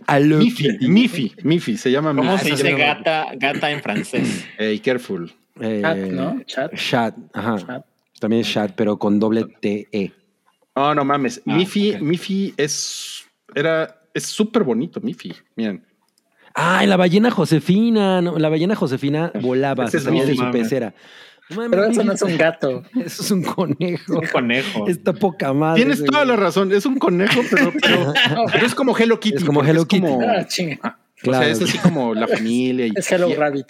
Speaker 2: Aló
Speaker 1: Miffy,
Speaker 2: Kitty.
Speaker 1: Miffy, Miffy, se llama
Speaker 3: ¿Cómo
Speaker 1: Miffy.
Speaker 3: se dice Ah, gata, gata en francés?
Speaker 1: Hey, careful.
Speaker 2: Eh, ah.
Speaker 4: Chat, ¿no? Chat.
Speaker 2: Chat, ajá.
Speaker 4: Chat.
Speaker 2: También es chat, pero con doble E. T-E.
Speaker 1: No, no mames.
Speaker 3: Ah,
Speaker 1: Miffy,
Speaker 3: ok.
Speaker 1: Miffy es. Era. Es súper bonito, Miffy. Miren.
Speaker 2: Ay, la ballena Josefina. no, la ballena Josefina volaba,
Speaker 1: Ese
Speaker 2: se
Speaker 1: es
Speaker 2: salía
Speaker 1: mi
Speaker 2: de su
Speaker 1: mame.
Speaker 2: pecera. Mames,
Speaker 4: Pero eso no es un gato.
Speaker 2: eso es un conejo.
Speaker 3: Un conejo.
Speaker 2: Está poca madre.
Speaker 1: Tienes
Speaker 2: Ah, ese
Speaker 1: toda la
Speaker 2: güey.
Speaker 1: razón. Es un conejo, pero, pero, pero es como Hello Kitty.
Speaker 2: Es como
Speaker 1: porque
Speaker 2: Hello Kitty.
Speaker 1: como-
Speaker 4: Ah, chinga.
Speaker 1: O sea,
Speaker 2: Claro.
Speaker 1: es así como la familia. Y,
Speaker 4: Es Hello
Speaker 1: y-
Speaker 4: Rabbit.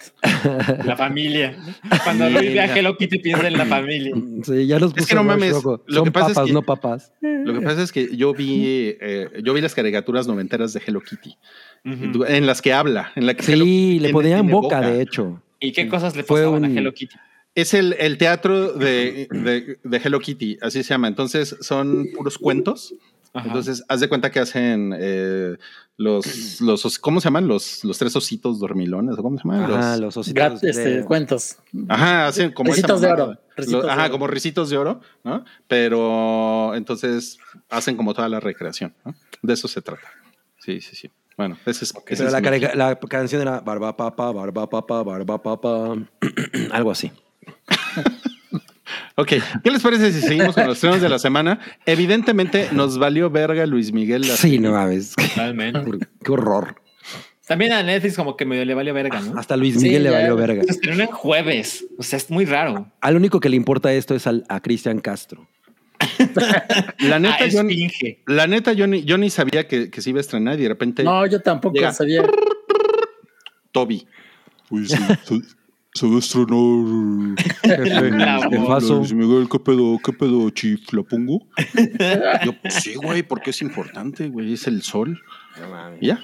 Speaker 3: La familia. Cuando Luis ve a Hello Kitty piensa en la familia.
Speaker 2: Sí, ya los
Speaker 1: que
Speaker 2: puso
Speaker 1: no
Speaker 2: Rush
Speaker 1: mames,
Speaker 2: Rojo.
Speaker 1: lo
Speaker 2: Son
Speaker 1: que pasa es
Speaker 2: papas,
Speaker 1: que-
Speaker 2: no papas.
Speaker 1: Lo que pasa es que yo vi, eh, yo vi las caricaturas noventeras de Hello Kitty,
Speaker 3: Ujú.
Speaker 1: en las que habla, en la que Hello Kitty
Speaker 2: Sí, le
Speaker 1: tiene-
Speaker 2: ponían
Speaker 1: tiene
Speaker 2: boca, de hecho.
Speaker 3: ¿Y qué cosas le
Speaker 2: Fue
Speaker 3: pasaban
Speaker 2: un-
Speaker 3: a Hello Kitty?
Speaker 1: Es el, el teatro de, de- de Hello Kitty, así se llama. Entonces son puros cuentos.
Speaker 3: Ajá.
Speaker 1: Entonces, haz de cuenta que hacen eh, los, los, os- ¿cómo se llaman? Los, los tres ositos dormilones, ¿o ¿cómo se llaman?
Speaker 2: Ajá,
Speaker 1: Ah, Los-
Speaker 2: los ositos.
Speaker 4: Gat-
Speaker 2: de-
Speaker 4: este, cuentos.
Speaker 1: Ajá, hacen como esa
Speaker 4: Ricitos de
Speaker 1: mamada.
Speaker 4: oro, ricitos
Speaker 1: Lo-
Speaker 4: de
Speaker 1: ajá,
Speaker 4: oro.
Speaker 1: como ricitos de oro, ¿no? Pero entonces hacen como toda la recreación, ¿no? De eso se trata. Sí, sí, sí. Bueno, ese es. ese
Speaker 2: Pero
Speaker 1: es
Speaker 2: la,
Speaker 1: mi-
Speaker 2: carica- la canción era barba papa, barba papa, barba papa, algo así.
Speaker 1: Ok, ¿qué les parece si seguimos con los estrenos de la semana? Evidentemente nos valió verga Luis Miguel. la
Speaker 2: Sí,
Speaker 1: serie.
Speaker 2: no mames. Qué,
Speaker 3: Totalmente.
Speaker 2: qué horror.
Speaker 3: También a Netflix como que medio le valió verga, ¿no?
Speaker 2: Hasta Luis
Speaker 4: Sí,
Speaker 2: Miguel le
Speaker 4: ya.
Speaker 2: valió verga.
Speaker 3: Se estrenó en jueves. O sea, es muy raro.
Speaker 2: Al único que le importa esto es al- a Cristian Castro.
Speaker 1: La
Speaker 3: Ah,
Speaker 1: neta,
Speaker 3: es
Speaker 1: yo, ni-
Speaker 3: Pinge.
Speaker 1: la neta yo, ni, yo ni sabía que, que se iba a estrenar y de repente
Speaker 4: No, yo tampoco
Speaker 1: Llega.
Speaker 4: sabía.
Speaker 1: Toby.
Speaker 8: Uy, se, se, se va a estrenar.
Speaker 3: La
Speaker 2: ¿Qué
Speaker 3: voz.
Speaker 2: pasó?
Speaker 8: Luis Miguel, ¿qué pedo? ¿Qué pedo, chief? ¿La pongo?
Speaker 1: Yo, pues, sí, güey, porque es importante, güey, es el sol. Y Ya.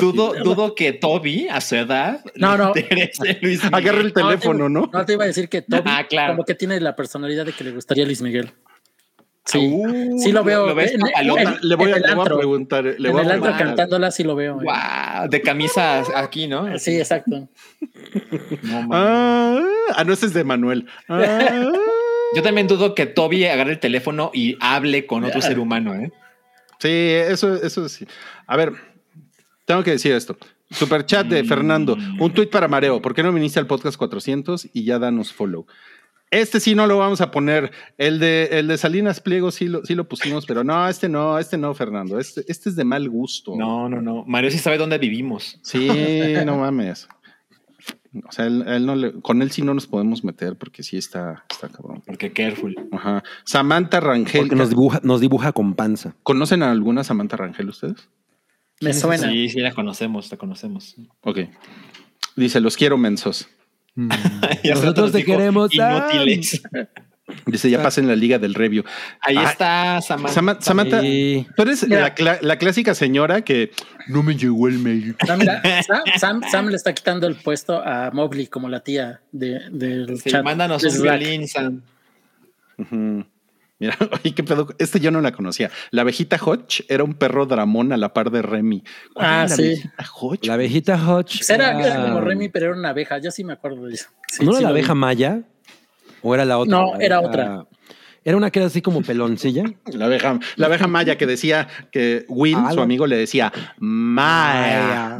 Speaker 3: Dudo, dudo que Toby, a su edad,
Speaker 4: No,
Speaker 3: le
Speaker 4: no.
Speaker 3: interese Luis Miguel.
Speaker 1: Agarra el teléfono, ¿no?
Speaker 4: No te iba a decir que Toby
Speaker 3: Ah, claro.
Speaker 4: como que tiene la personalidad de que le gustaría a Luis Miguel. Sí,
Speaker 3: Uh,
Speaker 4: sí lo veo. Eh,
Speaker 3: ¿lo ves
Speaker 4: En-
Speaker 3: papalota?
Speaker 4: en-
Speaker 1: Le voy, a,
Speaker 4: en el
Speaker 1: le voy a
Speaker 4: antro.
Speaker 1: preguntar. eh, Le
Speaker 4: en
Speaker 1: voy a
Speaker 4: el antro
Speaker 1: preguntar.
Speaker 4: cantándola sí lo veo. eh.
Speaker 3: Wow, de camisa aquí, ¿no?
Speaker 4: Sí, exacto.
Speaker 3: No, mames.
Speaker 1: Ah, ah, no, ese es de Manuel. Ah,
Speaker 3: Yo también dudo que Toby agarre el teléfono y hable con otro ser humano, ¿eh?
Speaker 1: sí, eso, eso sí. A ver, tengo que decir esto. Superchat de Fernando.
Speaker 4: Mm.
Speaker 1: Un tuit para Mareo. ¿Por qué no viniste al podcast 400 y ya danos follow? Este sí no lo vamos a poner. El de, el de Salinas Pliego sí lo, sí lo pusimos, pero no, este no, este no, Fernando. Este, este es de mal gusto.
Speaker 3: No, no, no. Mario sí sabe dónde vivimos.
Speaker 1: Sí, no mames. O sea, él, él no le- con él sí no nos podemos meter porque sí está, está cabrón.
Speaker 3: Porque careful.
Speaker 1: Ajá. Samantha Rangel.
Speaker 2: Porque nos dibuja, nos dibuja con panza.
Speaker 1: ¿Conocen a alguna Samantha Rangel ustedes?
Speaker 4: Me suena.
Speaker 3: Sí, sí, la conocemos, la conocemos.
Speaker 1: Ok. Dice, los quiero mensos.
Speaker 3: Y hace rato
Speaker 2: Nosotros
Speaker 3: nos
Speaker 2: te
Speaker 3: dijo,
Speaker 2: queremos, Sam.
Speaker 3: Inútiles.
Speaker 1: Dice, ya pasen la liga del review.
Speaker 3: Ahí
Speaker 1: Ah,
Speaker 3: está Samantha.
Speaker 1: Sama- Samantha,
Speaker 2: Sí.
Speaker 1: tú eres la, cla- la clásica señora que
Speaker 8: No me llegó el mail.
Speaker 4: No, Ah, mira, Sam, Sam- Sam le está quitando el puesto a Mowgli como la tía de, del
Speaker 3: Sí,
Speaker 4: chat.
Speaker 3: mándanos
Speaker 4: de
Speaker 3: un
Speaker 4: Slack.
Speaker 3: violín, Sam.
Speaker 1: Ujú. Mira, oye, qué pedo. Este yo no la conocía. La abejita Hodge era un perro dramón a la par de Remy. ¿Cuál
Speaker 4: Ah,
Speaker 1: era la
Speaker 4: sí.
Speaker 1: abejita Hodge?
Speaker 2: La abejita Hodge.
Speaker 4: Pues era, era
Speaker 2: era-
Speaker 4: como Remy, pero era una abeja. Yo sí me acuerdo de eso. Sí,
Speaker 2: Ah. ¿No
Speaker 4: sí
Speaker 2: era la
Speaker 4: lo vi.
Speaker 2: abeja maya? ¿O era la otra?
Speaker 4: No,
Speaker 2: La
Speaker 4: era
Speaker 2: abeja-
Speaker 4: otra.
Speaker 2: Era una que era así como peloncilla.
Speaker 1: La abeja, la abeja maya que decía que Will,
Speaker 2: Ah,
Speaker 1: su
Speaker 2: la-
Speaker 1: amigo, le decía Maya.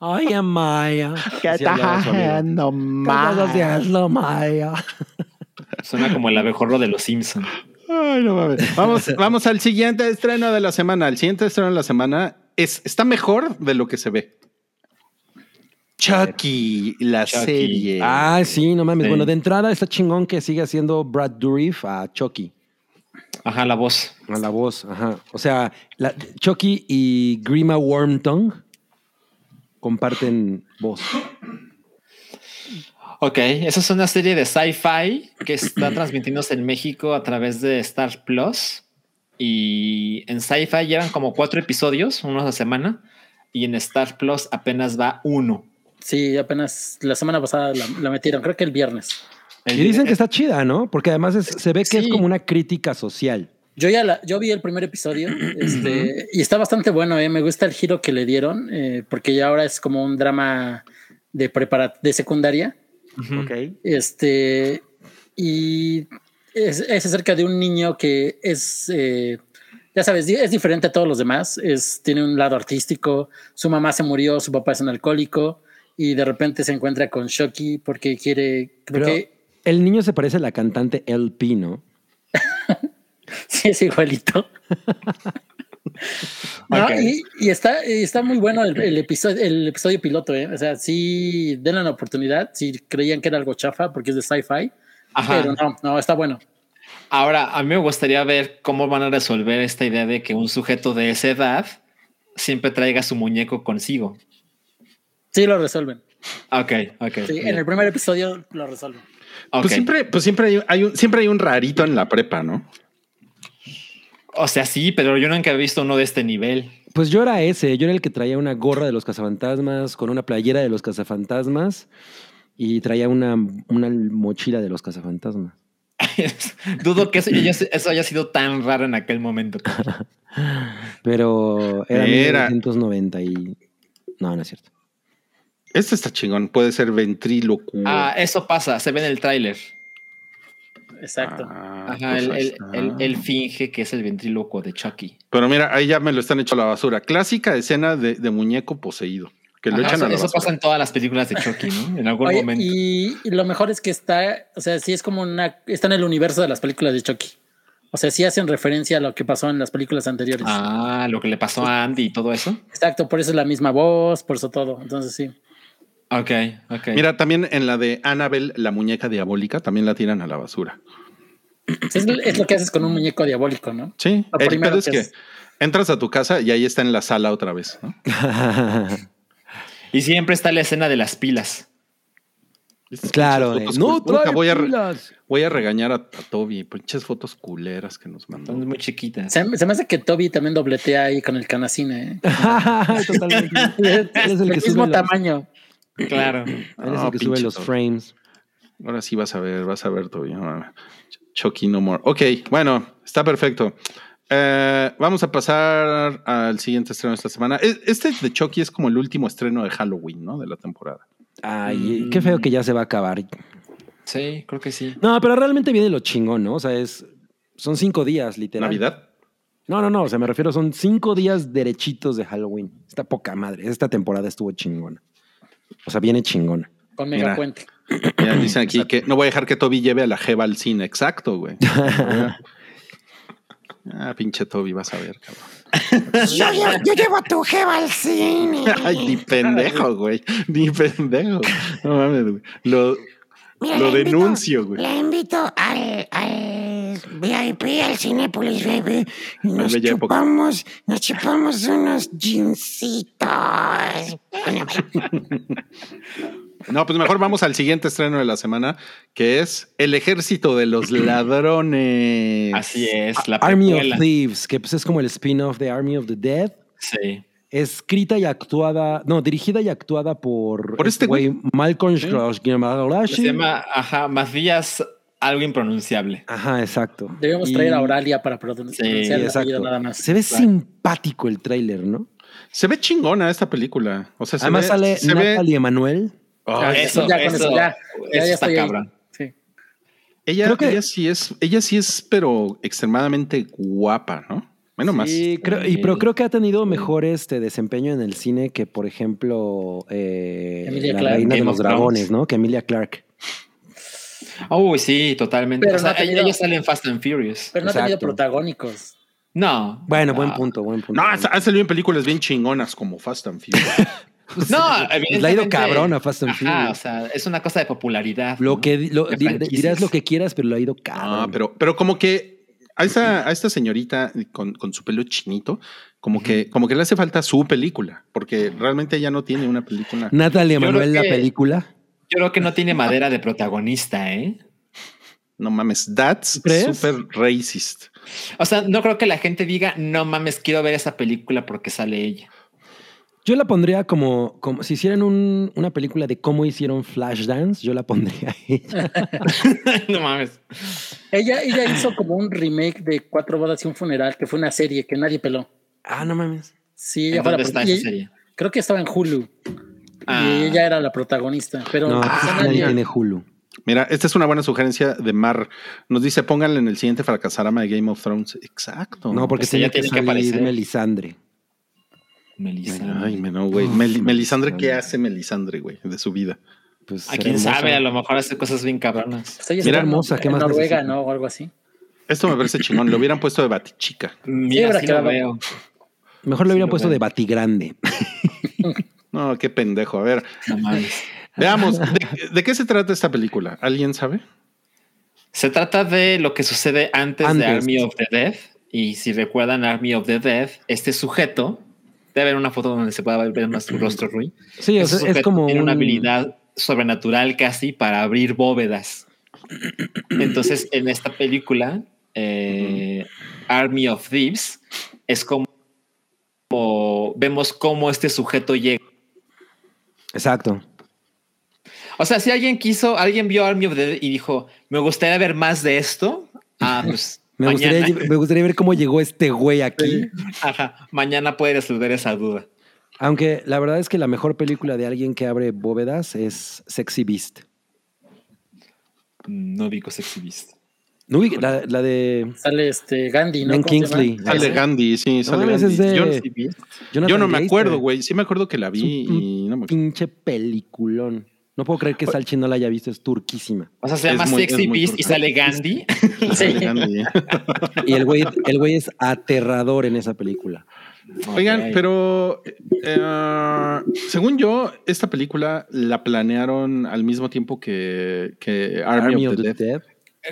Speaker 2: Ay, Maya.
Speaker 5: ¿Qué
Speaker 2: Así hablaba
Speaker 5: estás
Speaker 2: su amigo.
Speaker 5: haciendo,
Speaker 2: ¿Qué estás
Speaker 5: Maya?
Speaker 2: haciendo, Maya?
Speaker 3: Suena como el abejorro de los Simpsons.
Speaker 1: Ay, no mames. Vamos, vamos al siguiente estreno de la semana. El siguiente estreno de la semana es, está mejor de lo que se ve. Chucky, la
Speaker 3: Chucky.
Speaker 1: serie.
Speaker 2: Ah, sí, no mames.
Speaker 3: Sí.
Speaker 2: Bueno, de entrada está chingón que sigue haciendo Brad Dourif a Chucky,
Speaker 3: Ajá, la voz.
Speaker 2: a la voz. Ajá. O sea, la- Chucky y Grima Wormtongue comparten voz.
Speaker 3: Ok, esa es una serie de sci-fi que está transmitiéndose en México a través de Star Plus. Y en sci-fi llevan como cuatro episodios, unos a la semana. Y en Star Plus apenas va uno.
Speaker 4: Sí, apenas la semana pasada la, la metieron, creo que el viernes.
Speaker 3: El
Speaker 2: Y dicen
Speaker 3: video-
Speaker 2: que está chida, ¿no? Porque además es- se ve que es
Speaker 4: Sí.
Speaker 2: como una crítica social.
Speaker 4: Yo ya la, yo vi el primer episodio este, y está bastante bueno, eh. me gusta el giro que le dieron, eh, porque ya ahora es como un drama de prepara de secundaria. Este, y es, es acerca de un niño que es, eh, ya sabes, di- es diferente a todos los demás. Es, tiene un lado artístico. Su mamá se murió, su papá es un alcohólico y de repente se encuentra con Shoki porque quiere.
Speaker 2: Pero
Speaker 4: Porque,
Speaker 2: el niño se parece a la cantante LP, ¿no?
Speaker 4: sí, es igualito. No,
Speaker 3: Ok.
Speaker 4: y, y está, y está muy bueno el, el episodio, el episodio piloto, ¿eh? O sea, sí, denle la oportunidad si creían que era algo chafa porque es de sci-fi.
Speaker 3: Ajá.
Speaker 4: Pero no, no, está bueno.
Speaker 3: Ahora, a mí me gustaría ver cómo van a resolver esta idea de que un sujeto de esa edad siempre traiga su muñeco consigo.
Speaker 4: Sí, lo resuelven.
Speaker 3: Ok, ok.
Speaker 4: Sí,
Speaker 3: bien.
Speaker 4: en el primer episodio lo resuelven.
Speaker 3: Ok.
Speaker 1: Pues siempre, pues siempre hay, hay un, siempre hay un rarito en la prepa, ¿no?
Speaker 3: O sea, sí, pero yo nunca he visto uno de este nivel.
Speaker 2: Pues yo era ese, yo era el que traía una gorra de los cazafantasmas, con una playera de los cazafantasmas y traía una, una mochila de los cazafantasmas.
Speaker 3: Dudo que eso, yo- yo- eso haya sido tan raro en aquel momento.
Speaker 2: Pero era,
Speaker 1: Era.
Speaker 2: 1990 y... No, no es cierto.
Speaker 1: Este está chingón, puede ser ventrílocuo.
Speaker 3: Ah, eso pasa, se ve en el tráiler.
Speaker 4: Exacto.
Speaker 1: Ah,
Speaker 3: Ajá,
Speaker 1: pues
Speaker 3: él,
Speaker 1: ahí
Speaker 3: él-
Speaker 1: está.
Speaker 3: él- él finge que es el ventríloco de Chucky.
Speaker 1: Pero mira, ahí ya me lo están echando a la basura. Clásica escena de, de muñeco poseído. Que lo
Speaker 3: Ajá,
Speaker 1: echan
Speaker 3: eso
Speaker 1: a la
Speaker 3: eso
Speaker 1: basura.
Speaker 3: pasa en todas las películas de Chucky, ¿no? En algún
Speaker 4: Oye,
Speaker 3: momento.
Speaker 4: y, y lo mejor es que está, o sea, sí es como una, está en el universo de las películas de Chucky. O sea, sí hacen referencia a lo que pasó en las películas anteriores.
Speaker 3: Ah, lo que le pasó a Andy y todo eso.
Speaker 4: Exacto, por eso es la misma voz, por eso todo. Entonces sí.
Speaker 3: Ok, ok.
Speaker 1: Mira, también en la de Annabelle, la muñeca diabólica, también la tiran a la basura.
Speaker 4: Es, es lo que haces con un muñeco diabólico, ¿no?
Speaker 1: Sí,
Speaker 4: Lo
Speaker 1: el
Speaker 4: primero
Speaker 1: pedo es
Speaker 4: que
Speaker 1: que
Speaker 4: es.
Speaker 1: entras a tu casa y ahí está en la sala otra vez. ¿no?
Speaker 3: Y siempre está la escena de las pilas.
Speaker 2: claro, eh,
Speaker 1: Pinches fotos
Speaker 2: no
Speaker 1: cul- Puta,
Speaker 2: trae
Speaker 1: voy, a re-
Speaker 2: pilas.
Speaker 1: voy a regañar a, a Toby, pinches fotos culeras que nos mandó.
Speaker 3: Son muy chiquitas.
Speaker 4: Se, se me hace que Toby también dobletea ahí con el canacine. ¿eh?
Speaker 2: Totalmente. Él es el
Speaker 4: Del
Speaker 2: que
Speaker 4: mismo
Speaker 2: sube, los,
Speaker 4: tamaño.
Speaker 3: Claro.
Speaker 2: él es el
Speaker 1: No,
Speaker 2: que sube
Speaker 1: pinche
Speaker 2: los
Speaker 1: Toby.
Speaker 2: frames.
Speaker 1: Ahora sí vas a ver, vas a ver, Toby. no mames. Ch- Chucky no more. Ok, bueno, está perfecto. Eh, vamos a pasar al siguiente estreno de esta semana. E- Este de Chucky es como el último estreno de Halloween, ¿no? De la temporada.
Speaker 2: Ay, qué feo que ya se va a acabar.
Speaker 3: Sí, creo que sí.
Speaker 2: No, pero realmente viene lo chingón, ¿no? O sea, es, son cinco días, literal.
Speaker 1: Navidad.
Speaker 2: No, no, no, o sea, me refiero, son cinco días derechitos de Halloween. Está poca madre. Esta temporada estuvo chingona. O sea, viene chingona.
Speaker 4: Con
Speaker 1: Mira.
Speaker 4: mega puente.
Speaker 1: Ya dicen aquí que no voy a dejar que Toby lleve a la Jeva al cine. Exacto, güey. Ah, pinche Toby, vas a ver, cabrón.
Speaker 5: Yo, llevo- yo llevo a tu jeva al cine.
Speaker 1: Ay, ni pendejo, güey. Ni pendejo. No mames, güey. Lo,
Speaker 5: Mira,
Speaker 1: lo
Speaker 5: la invito-
Speaker 1: denuncio, güey.
Speaker 5: La invito al, al VIP, al Cinépolis VIP. y Nos
Speaker 1: bella época.
Speaker 5: chupamos, nos chupamos unos jeansitos. Bueno,
Speaker 1: No, pues mejor vamos al siguiente estreno de la semana, que es El Ejército de los Ladrones.
Speaker 3: Así es, la
Speaker 2: Army
Speaker 3: precuela.
Speaker 2: of Thieves, que pues es como el spin-off de Army of the Dead.
Speaker 3: Sí.
Speaker 2: Escrita y actuada, no, dirigida y actuada por,
Speaker 1: Por este
Speaker 2: Malcolm
Speaker 1: Sí.
Speaker 2: Schloss.
Speaker 3: Se llama, ajá, Macías, algo impronunciable.
Speaker 2: Ajá, exacto.
Speaker 4: Debemos
Speaker 2: Y-
Speaker 4: traer a Oralia para produ-
Speaker 3: Sí,
Speaker 2: Sí,
Speaker 4: pronunciar el apellido
Speaker 2: exacto.
Speaker 4: nada más.
Speaker 2: Se ve simpático el tráiler, ¿no?
Speaker 1: Se ve chingona esta película. O sea, Pues se
Speaker 2: Además
Speaker 1: ve-
Speaker 2: sale
Speaker 1: se ve-
Speaker 2: Natalie Emanuel.
Speaker 1: Oh,
Speaker 4: Ah,
Speaker 3: eso,
Speaker 4: ya, con
Speaker 3: eso,
Speaker 4: eso, ya.
Speaker 3: eso
Speaker 4: Ya, ya
Speaker 3: está
Speaker 4: estoy ahí.
Speaker 3: cabrón.
Speaker 4: Sí.
Speaker 1: ella,
Speaker 2: creo que-
Speaker 1: ella sí es, ella sí es, pero extremadamente guapa, ¿no? Menos más.
Speaker 2: Sí, creo- y, pero creo que ha tenido mejor este desempeño en el cine que, por ejemplo, eh,
Speaker 4: Emilia
Speaker 2: La
Speaker 4: Clarke.
Speaker 2: Reina de
Speaker 3: Game
Speaker 2: los
Speaker 3: of Thrones.
Speaker 2: Dragones, ¿no? Que Emilia Clark.
Speaker 3: Uy, sí, totalmente.
Speaker 4: Pero
Speaker 3: O sea,
Speaker 4: no ha tenido-
Speaker 3: Ellos salen Fast and Furious.
Speaker 4: Pero no ha tenido
Speaker 2: Exacto.
Speaker 4: protagónicos.
Speaker 3: No.
Speaker 2: Bueno, buen
Speaker 3: no.
Speaker 2: punto, buen punto.
Speaker 1: No, ha ha salido en películas bien chingonas como Fast and Furious.
Speaker 3: No,
Speaker 2: Le ha ido
Speaker 3: evidentemente-
Speaker 2: cabrón a Fast and
Speaker 3: Ajá, o
Speaker 2: Furious.
Speaker 3: sea, es una cosa de popularidad.
Speaker 2: Lo
Speaker 3: ¿no?
Speaker 2: que di- lo-
Speaker 3: De
Speaker 2: di-
Speaker 3: franquicias.
Speaker 2: dirás lo que quieras, pero lo ha ido
Speaker 1: Ah,
Speaker 2: cabrón.
Speaker 1: pero, pero como que a esta, a esta señorita con, con su pelo chinito, como que, como que le hace falta su película, porque realmente ella no tiene una película.
Speaker 2: Natalie
Speaker 3: Yo creo
Speaker 2: Emanuel, la
Speaker 3: que-
Speaker 2: película.
Speaker 3: Yo creo que no tiene madera de protagonista, ¿eh?
Speaker 1: No mames, that's
Speaker 2: ¿Crees?
Speaker 1: super racist.
Speaker 3: O sea, no creo que la gente diga, no mames, quiero ver esa película porque sale ella.
Speaker 2: Yo la pondría como, como si hicieran un- una película de cómo hicieron Flashdance, yo la pondría ahí.
Speaker 3: no mames.
Speaker 4: Ella, ella hizo como un remake de Cuatro bodas y un funeral, que fue una serie que nadie peló.
Speaker 2: ah, no mames.
Speaker 4: Sí,
Speaker 3: ¿En
Speaker 4: ella fue la
Speaker 3: dónde está
Speaker 4: pro- y-
Speaker 3: esa serie?
Speaker 4: Creo que estaba en Hulu.
Speaker 3: Ah.
Speaker 4: Y ella era la protagonista. Pero
Speaker 2: No,
Speaker 4: pues,
Speaker 2: pues
Speaker 4: a
Speaker 2: nadie
Speaker 4: nadie-
Speaker 2: tiene Hulu.
Speaker 1: Mira, esta es una buena sugerencia de Mar. Nos dice, pónganle en el siguiente fracasarama de Game of Thrones. Exacto.
Speaker 2: No, porque
Speaker 3: pues ella
Speaker 2: tiene que
Speaker 3: tiene que
Speaker 2: salir
Speaker 3: aparecer.
Speaker 2: Melisandre.
Speaker 3: Melissa.
Speaker 1: Ay, me no, güey.
Speaker 2: Uf,
Speaker 1: Mel- Melisandre, ¿qué
Speaker 2: Melisandre.
Speaker 1: hace Melisandre, güey? De su vida.
Speaker 2: Pues,
Speaker 3: A
Speaker 2: será
Speaker 3: quién
Speaker 2: hermosa.
Speaker 3: sabe, a lo mejor hace cosas bien cabronas.
Speaker 4: pues, ella
Speaker 1: Mira,
Speaker 4: está en-
Speaker 2: hermosa, ¿qué
Speaker 4: en
Speaker 2: más
Speaker 4: Noruega,
Speaker 2: necesita?
Speaker 4: ¿no? O algo así.
Speaker 1: Esto me parece chingón. Lo hubieran puesto de Batichica.
Speaker 3: Mira,
Speaker 4: habrá
Speaker 3: sí lo
Speaker 4: quedado.
Speaker 3: veo.
Speaker 2: Mejor le hubiera
Speaker 3: lo
Speaker 2: puesto
Speaker 3: veo.
Speaker 2: de Batigrande.
Speaker 1: No, qué pendejo. A ver,
Speaker 3: No mames.
Speaker 1: veamos, ¿de, de qué se trata esta película? ¿Alguien sabe?
Speaker 3: Se trata de lo que sucede antes,
Speaker 2: Antes.
Speaker 3: de Army of the Dead. Y si recuerdan Army of the Dead, este sujeto debe haber una foto donde se pueda ver más su rostro, Rui.
Speaker 2: Sí, o sea,
Speaker 3: Este
Speaker 2: es
Speaker 3: sujeto
Speaker 2: como.
Speaker 3: tiene una
Speaker 2: un-
Speaker 3: habilidad sobrenatural casi para abrir bóvedas. Entonces, en esta película, eh, Army of Thieves es como, como vemos cómo este sujeto llega.
Speaker 2: Exacto.
Speaker 3: O sea, si alguien quiso, alguien vio Army of the Dead y dijo, me gustaría ver más de esto. Ah, pues
Speaker 2: Me gustaría,
Speaker 3: mañana,
Speaker 2: me gustaría ver cómo llegó este güey aquí.
Speaker 3: ajá, mañana puede resolver esa duda.
Speaker 2: Aunque la verdad es que la mejor película de alguien que abre bóvedas es Sexy Beast.
Speaker 3: No digo sexy beast.
Speaker 2: No, ubica- la, la de
Speaker 4: Sale este Gandhi, ¿no?
Speaker 2: Ben
Speaker 4: ¿Cómo se llama?
Speaker 2: Kingsley.
Speaker 1: Sale
Speaker 2: Ese.
Speaker 1: Gandhi, sí, sale
Speaker 2: mames,
Speaker 1: Gandhi.
Speaker 2: es de-
Speaker 1: Yo,
Speaker 2: Eh, Jonathan
Speaker 1: yo no me
Speaker 2: Glazer.
Speaker 1: acuerdo, güey. Sí me acuerdo que la vi
Speaker 2: Es un-
Speaker 1: y no me acuerdo.
Speaker 2: Pinche peliculón. No puedo creer que
Speaker 1: Pues
Speaker 2: Salchi no la haya visto, es turquísima.
Speaker 3: O sea, se
Speaker 1: Es
Speaker 3: llama
Speaker 1: muy-
Speaker 3: sexy
Speaker 1: es muy
Speaker 3: beast y
Speaker 1: turca.
Speaker 3: sale Gandhi.
Speaker 1: Sale Gandhi.
Speaker 2: Y el güey, el güey es aterrador en esa película.
Speaker 1: Oigan,
Speaker 3: Ok.
Speaker 1: pero eh, según yo, esta película la planearon al mismo tiempo que, que Army, of, the, Dead.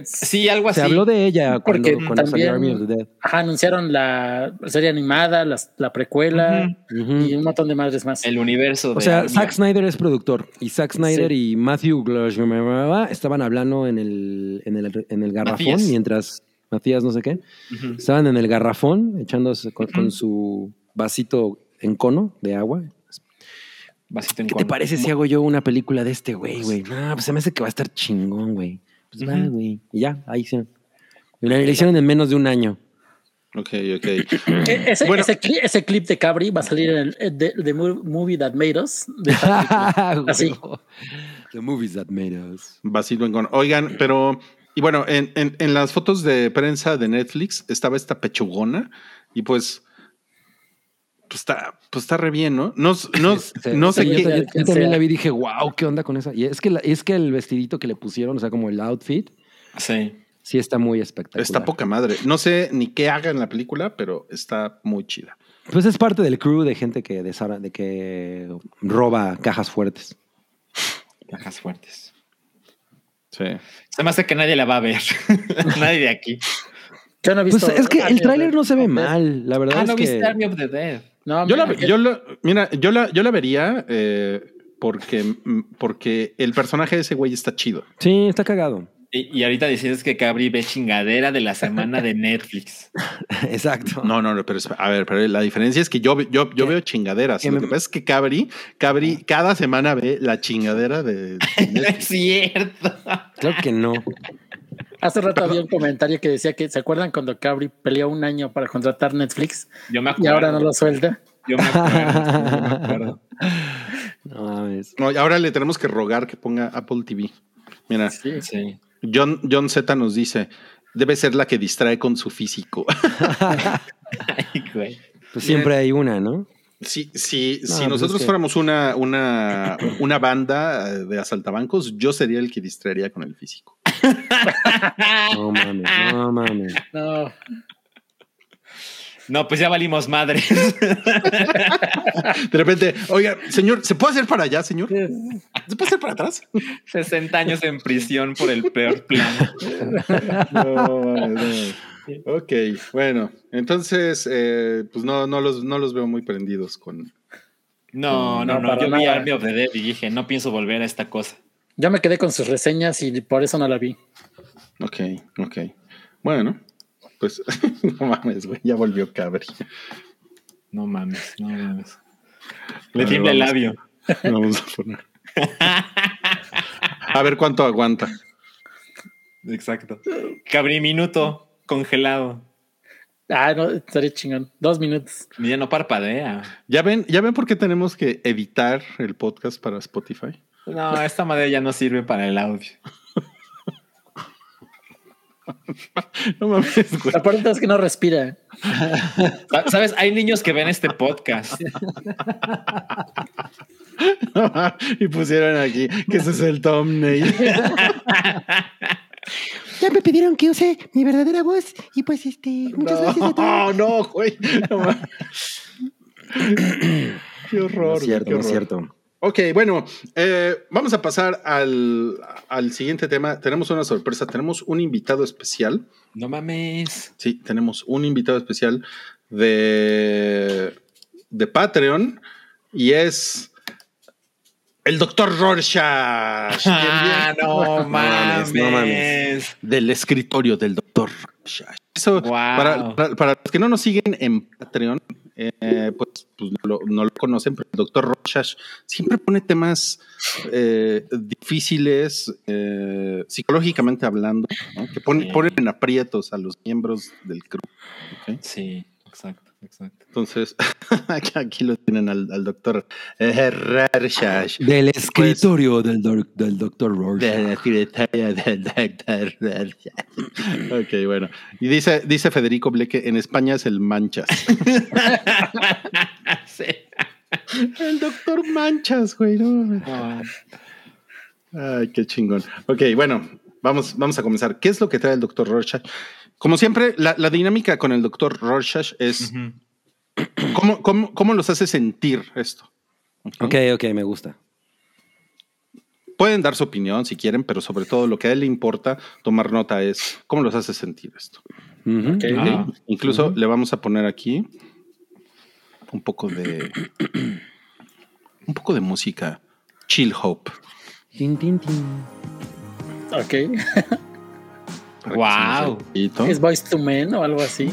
Speaker 3: Sí, algo así.
Speaker 2: Se habló de ella cuando,
Speaker 4: Pues Porque
Speaker 2: cuando salió
Speaker 4: también-
Speaker 2: Army of the Dead.
Speaker 4: Ajá, anunciaron la serie animada, las- la, precuela
Speaker 2: Ujú.
Speaker 4: y un montón de madres más.
Speaker 3: el universo.
Speaker 2: O
Speaker 3: de
Speaker 2: sea,
Speaker 3: Army
Speaker 2: Zack
Speaker 3: of-
Speaker 2: Snyder es productor y Zack Snyder y Matthew Glover estaban hablando en el, en el, en el garrafón
Speaker 3: Matías.
Speaker 2: mientras Matías no sé qué.
Speaker 3: Ujú.
Speaker 2: Estaban en el garrafón echándose con, con su vasito en cono de agua.
Speaker 3: Vasito en
Speaker 2: ¿Qué te
Speaker 3: cono.
Speaker 2: parece si hago yo una película de este güey, güey? No, pues se me hace que va a estar chingón, güey. Pues va,
Speaker 3: Ujú.
Speaker 2: güey. Y ya, ahí se. y La la hicieron en menos de un año.
Speaker 1: Ok, ok.
Speaker 4: Eh, Ese,
Speaker 1: Bueno.
Speaker 4: ese, cli- ese clip de Cabri va a salir en el eh, de, de Mo- Movie That Made Us. de esta película.
Speaker 2: Ah,
Speaker 4: Así.
Speaker 2: Huevo. The movies that made us.
Speaker 1: Basilo en Gon- Oigan, pero. Y bueno, en, en- en las fotos de prensa de Netflix estaba esta pechugona y pues. Pues está, pues está re bien, ¿no? No, no, no sé
Speaker 2: yo,
Speaker 1: qué.
Speaker 2: ta- yo
Speaker 4: qué
Speaker 2: también
Speaker 4: sea.
Speaker 2: la vi y dije, wow, ¿qué onda con esa? Y es que, la- es que el vestidito que le pusieron, o sea, como el outfit,
Speaker 3: Sí.
Speaker 2: sí está muy espectacular.
Speaker 1: Está poca madre. No sé ni qué haga en la película, pero está muy chida.
Speaker 2: Pues es parte del crew de gente que, desara- de que roba cajas fuertes.
Speaker 3: Cajas fuertes.
Speaker 1: Sí.
Speaker 3: Se me hace que nadie la va a ver. nadie de aquí.
Speaker 4: Yo no he
Speaker 2: Pues
Speaker 4: visto. Ah,
Speaker 2: es que
Speaker 4: Army
Speaker 2: el
Speaker 4: of
Speaker 2: tráiler
Speaker 4: the-
Speaker 2: no se ve mal, la verdad
Speaker 3: Ah,
Speaker 2: es
Speaker 3: no
Speaker 2: que...
Speaker 3: viste Army of the Dead.
Speaker 4: No,
Speaker 1: Yo la,
Speaker 4: mira,
Speaker 1: yo la- mira, yo la, yo la vería eh, porque, porque el personaje de ese güey está chido.
Speaker 2: Sí, está cagado.
Speaker 3: Y, y ahorita decides que Cabri ve chingadera de la semana de Netflix.
Speaker 2: Exacto.
Speaker 1: No, no, no, pero esp- a ver, pero la diferencia es que yo, ve- yo, yo
Speaker 2: ¿Qué?
Speaker 1: veo chingaderas.
Speaker 2: ¿Qué
Speaker 1: Lo
Speaker 2: me- Ah.
Speaker 1: que pasa es que Cabri, Cabri cada semana ve la chingadera de. de
Speaker 3: No
Speaker 1: Netflix.
Speaker 3: es cierto.
Speaker 2: Claro que no.
Speaker 4: Hace rato había un comentario que decía que se acuerdan cuando Cabri peleó un año para contratar Netflix
Speaker 3: Yo me
Speaker 4: y
Speaker 3: acuerdo.
Speaker 4: ahora no lo suelta.
Speaker 3: Yo me acuerdo. yo me acuerdo.
Speaker 2: No mames.
Speaker 1: No, y ahora le tenemos que rogar que ponga Apple TV. Mira,
Speaker 3: Sí.
Speaker 1: John, John Z nos dice: debe ser la que distrae con su físico.
Speaker 3: Ay, güey.
Speaker 2: Pues siempre hay una, ¿no?
Speaker 1: Si, si,
Speaker 2: No,
Speaker 1: si
Speaker 2: pues
Speaker 1: nosotros
Speaker 2: es que-
Speaker 1: fuéramos una, una, una banda eh, de asaltabancos, yo sería el que distraería con el físico.
Speaker 2: No mames, no mames.
Speaker 4: No,
Speaker 3: No, pues ya valimos madres.
Speaker 1: De repente, oiga, señor, ¿se puede hacer para allá, señor? ¿Se puede hacer para atrás?
Speaker 3: 60 años en prisión por el peor plan.
Speaker 1: No, no. Ok, bueno, entonces, eh, pues no, no, los, no los veo muy prendidos con...
Speaker 3: No, no,
Speaker 4: No,
Speaker 3: no.
Speaker 4: para
Speaker 3: Yo vi
Speaker 4: nada.
Speaker 3: Army of the Dead y dije, no pienso volver a esta cosa.
Speaker 4: yo me quedé con sus reseñas y por eso no la vi.
Speaker 1: Ok, ok. Bueno, pues no mames, güey, ya volvió Cabri.
Speaker 3: No mames, no mames.
Speaker 1: A
Speaker 3: Le
Speaker 1: ver,
Speaker 3: tiembla el
Speaker 1: vamos.
Speaker 3: labio.
Speaker 1: Vamos a poner. A ver cuánto aguanta.
Speaker 3: Exacto. Cabri minuto congelado.
Speaker 4: Ah, no, estaré chingón. Dos minutos.
Speaker 3: Y Ya no parpadea.
Speaker 1: ¿Ya ven, ¿Ya ven por qué tenemos que editar el podcast para Spotify?
Speaker 3: No, esta madre ya no sirve para el audio.
Speaker 1: No mames, güey.
Speaker 4: La pregunta es que no respira. ¿eh?
Speaker 3: Sa- ¿Sabes? Hay niños que ven este podcast.
Speaker 1: y pusieron aquí que ese es el thumbnail.
Speaker 7: Ya me pidieron que use mi verdadera voz y pues este, muchas gracias a todos.
Speaker 1: No, no, güey. No mames. Qué
Speaker 2: No
Speaker 1: horror.
Speaker 2: es cierto,
Speaker 1: qué
Speaker 2: no es
Speaker 1: horror.
Speaker 2: cierto.
Speaker 1: Ok, bueno, eh, vamos a pasar al, al siguiente tema. Tenemos una sorpresa, tenemos un invitado especial.
Speaker 3: No mames.
Speaker 1: Sí, tenemos un invitado especial de, de Patreon y es el doctor Rorschach.
Speaker 3: Ah, no mames.
Speaker 1: mames, no mames. Del escritorio del doctor Rorschach. Eso,
Speaker 3: Wow.
Speaker 1: para, para- para los que no nos siguen en Patreon, eh, pues, pues, no, lo, no lo conocen, pero el doctor Rorschach siempre pone temas eh, difíciles, eh, psicológicamente hablando, ¿no? que pone-
Speaker 3: Sí.
Speaker 1: ponen en aprietos a los miembros del crew.
Speaker 3: Sí, exacto, exacto.
Speaker 1: Entonces, aquí lo tienen al, al doctor eh, Rorschach.
Speaker 2: Del escritorio del, doc- del doctor Rorschach.
Speaker 1: Ok, bueno. Y dice, dice Federico Bleque, en España es el Manchas. el doctor Manchas, güey. no. Ay, qué chingón. Ok, bueno, vamos, vamos a comenzar. ¿Qué es lo que trae el doctor Rorschach? Como siempre, la, la dinámica con el doctor Rorschach es ¿cómo, cómo, cómo los hace sentir esto.
Speaker 2: Ok, ok, me gusta.
Speaker 1: Pueden dar su opinión si quieren, pero sobre todo lo que a él le importa tomar nota es cómo los hace sentir esto.
Speaker 2: Ujú.
Speaker 4: Ok.
Speaker 1: ¿ok?
Speaker 3: Ah.
Speaker 1: Incluso le vamos a poner aquí un poco de un poco de música chill hope.
Speaker 2: Tin, tin, tin.
Speaker 1: Ah.
Speaker 4: Ok.
Speaker 1: para que se nos
Speaker 3: Wow.
Speaker 1: dé un poquito.
Speaker 4: ¿Es Voice to Men o algo así?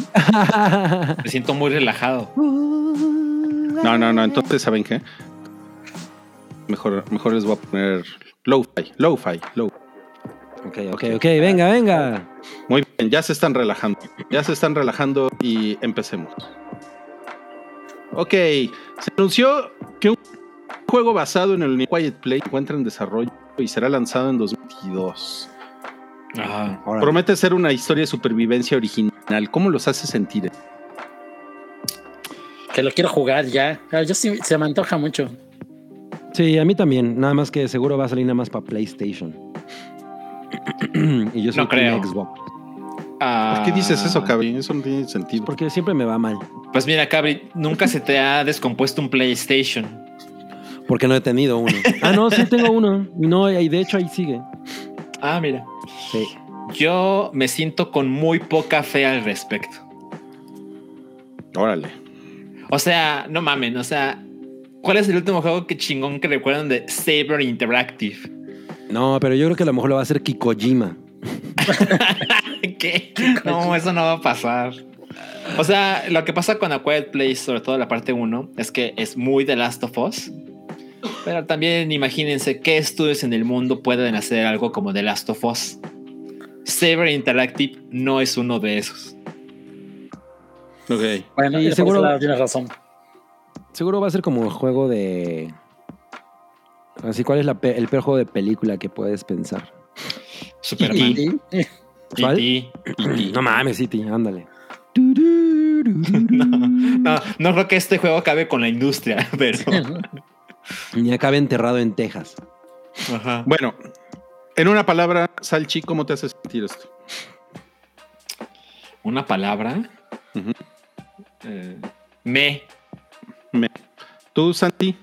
Speaker 3: Me siento muy relajado.
Speaker 1: No, no, no. Entonces, ¿saben qué? Mejor, mejor les voy a poner low-fi, low-fi, low.
Speaker 2: Ok, ok, ok, venga, venga.
Speaker 1: Muy bien, ya se están relajando. Ya se están relajando y empecemos. Ok, se anunció que un juego basado en el Quiet Play se encuentra en desarrollo y será lanzado en 2022.
Speaker 3: Ah,
Speaker 2: Ahora,
Speaker 1: Promete ser una historia de supervivencia original. ¿Cómo los hace sentir?
Speaker 4: Que lo quiero jugar ya. Ah, Yo sí, se me antoja mucho.
Speaker 2: sí, a mí también. Nada más que seguro va a salir nada más para PlayStation. y yo soy
Speaker 3: No creo.
Speaker 2: team Xbox.
Speaker 3: ah.
Speaker 1: ¿Por qué dices eso, cabrón? Ah, Eso no tiene sentido.
Speaker 2: Porque siempre me va mal.
Speaker 3: Pues mira, Cabri, nunca se te ha descompuesto un PlayStation.
Speaker 2: Porque no he tenido uno. Ah, no, sí tengo uno. No, y de hecho ahí sigue.
Speaker 3: Ah, mira.
Speaker 2: Sí.
Speaker 3: Yo me siento con muy poca fe al respecto.
Speaker 1: Órale.
Speaker 3: O sea, no mamen, o sea, ¿cuál es el último juego que chingón que recuerdan de Saber Interactive?
Speaker 2: No, pero yo creo que a lo mejor lo va a hacer Kikojima.
Speaker 3: ¿Qué? No, eso no va a pasar. O sea, lo que pasa con A Quiet Place, sobre todo la parte 1, es que es muy The Last of Us. Pero también imagínense qué estudios en el mundo pueden hacer algo como The Last of Us. Saber Interactive no es uno de esos.
Speaker 1: Ok.
Speaker 4: Bueno,
Speaker 2: Sí,
Speaker 4: y
Speaker 2: seguro.
Speaker 4: seguro tienes razón.
Speaker 2: Seguro va a ser como el juego de. Así, ¿cuál es la pe- el peor juego de película que puedes pensar?
Speaker 3: Superman. E
Speaker 4: Y- y-
Speaker 2: ¿Cuál?
Speaker 3: E.T..
Speaker 2: No mames, City, ándale.
Speaker 3: No, no creo que este juego acabe con la industria, pero.
Speaker 2: Ni acabe enterrado en Texas.
Speaker 3: Ajá.
Speaker 1: Bueno, en una palabra, Salchi, ¿cómo te hace sentir esto?
Speaker 3: Una palabra.
Speaker 1: Ujú.
Speaker 3: Eh, me.
Speaker 1: ¿Tú, Santi?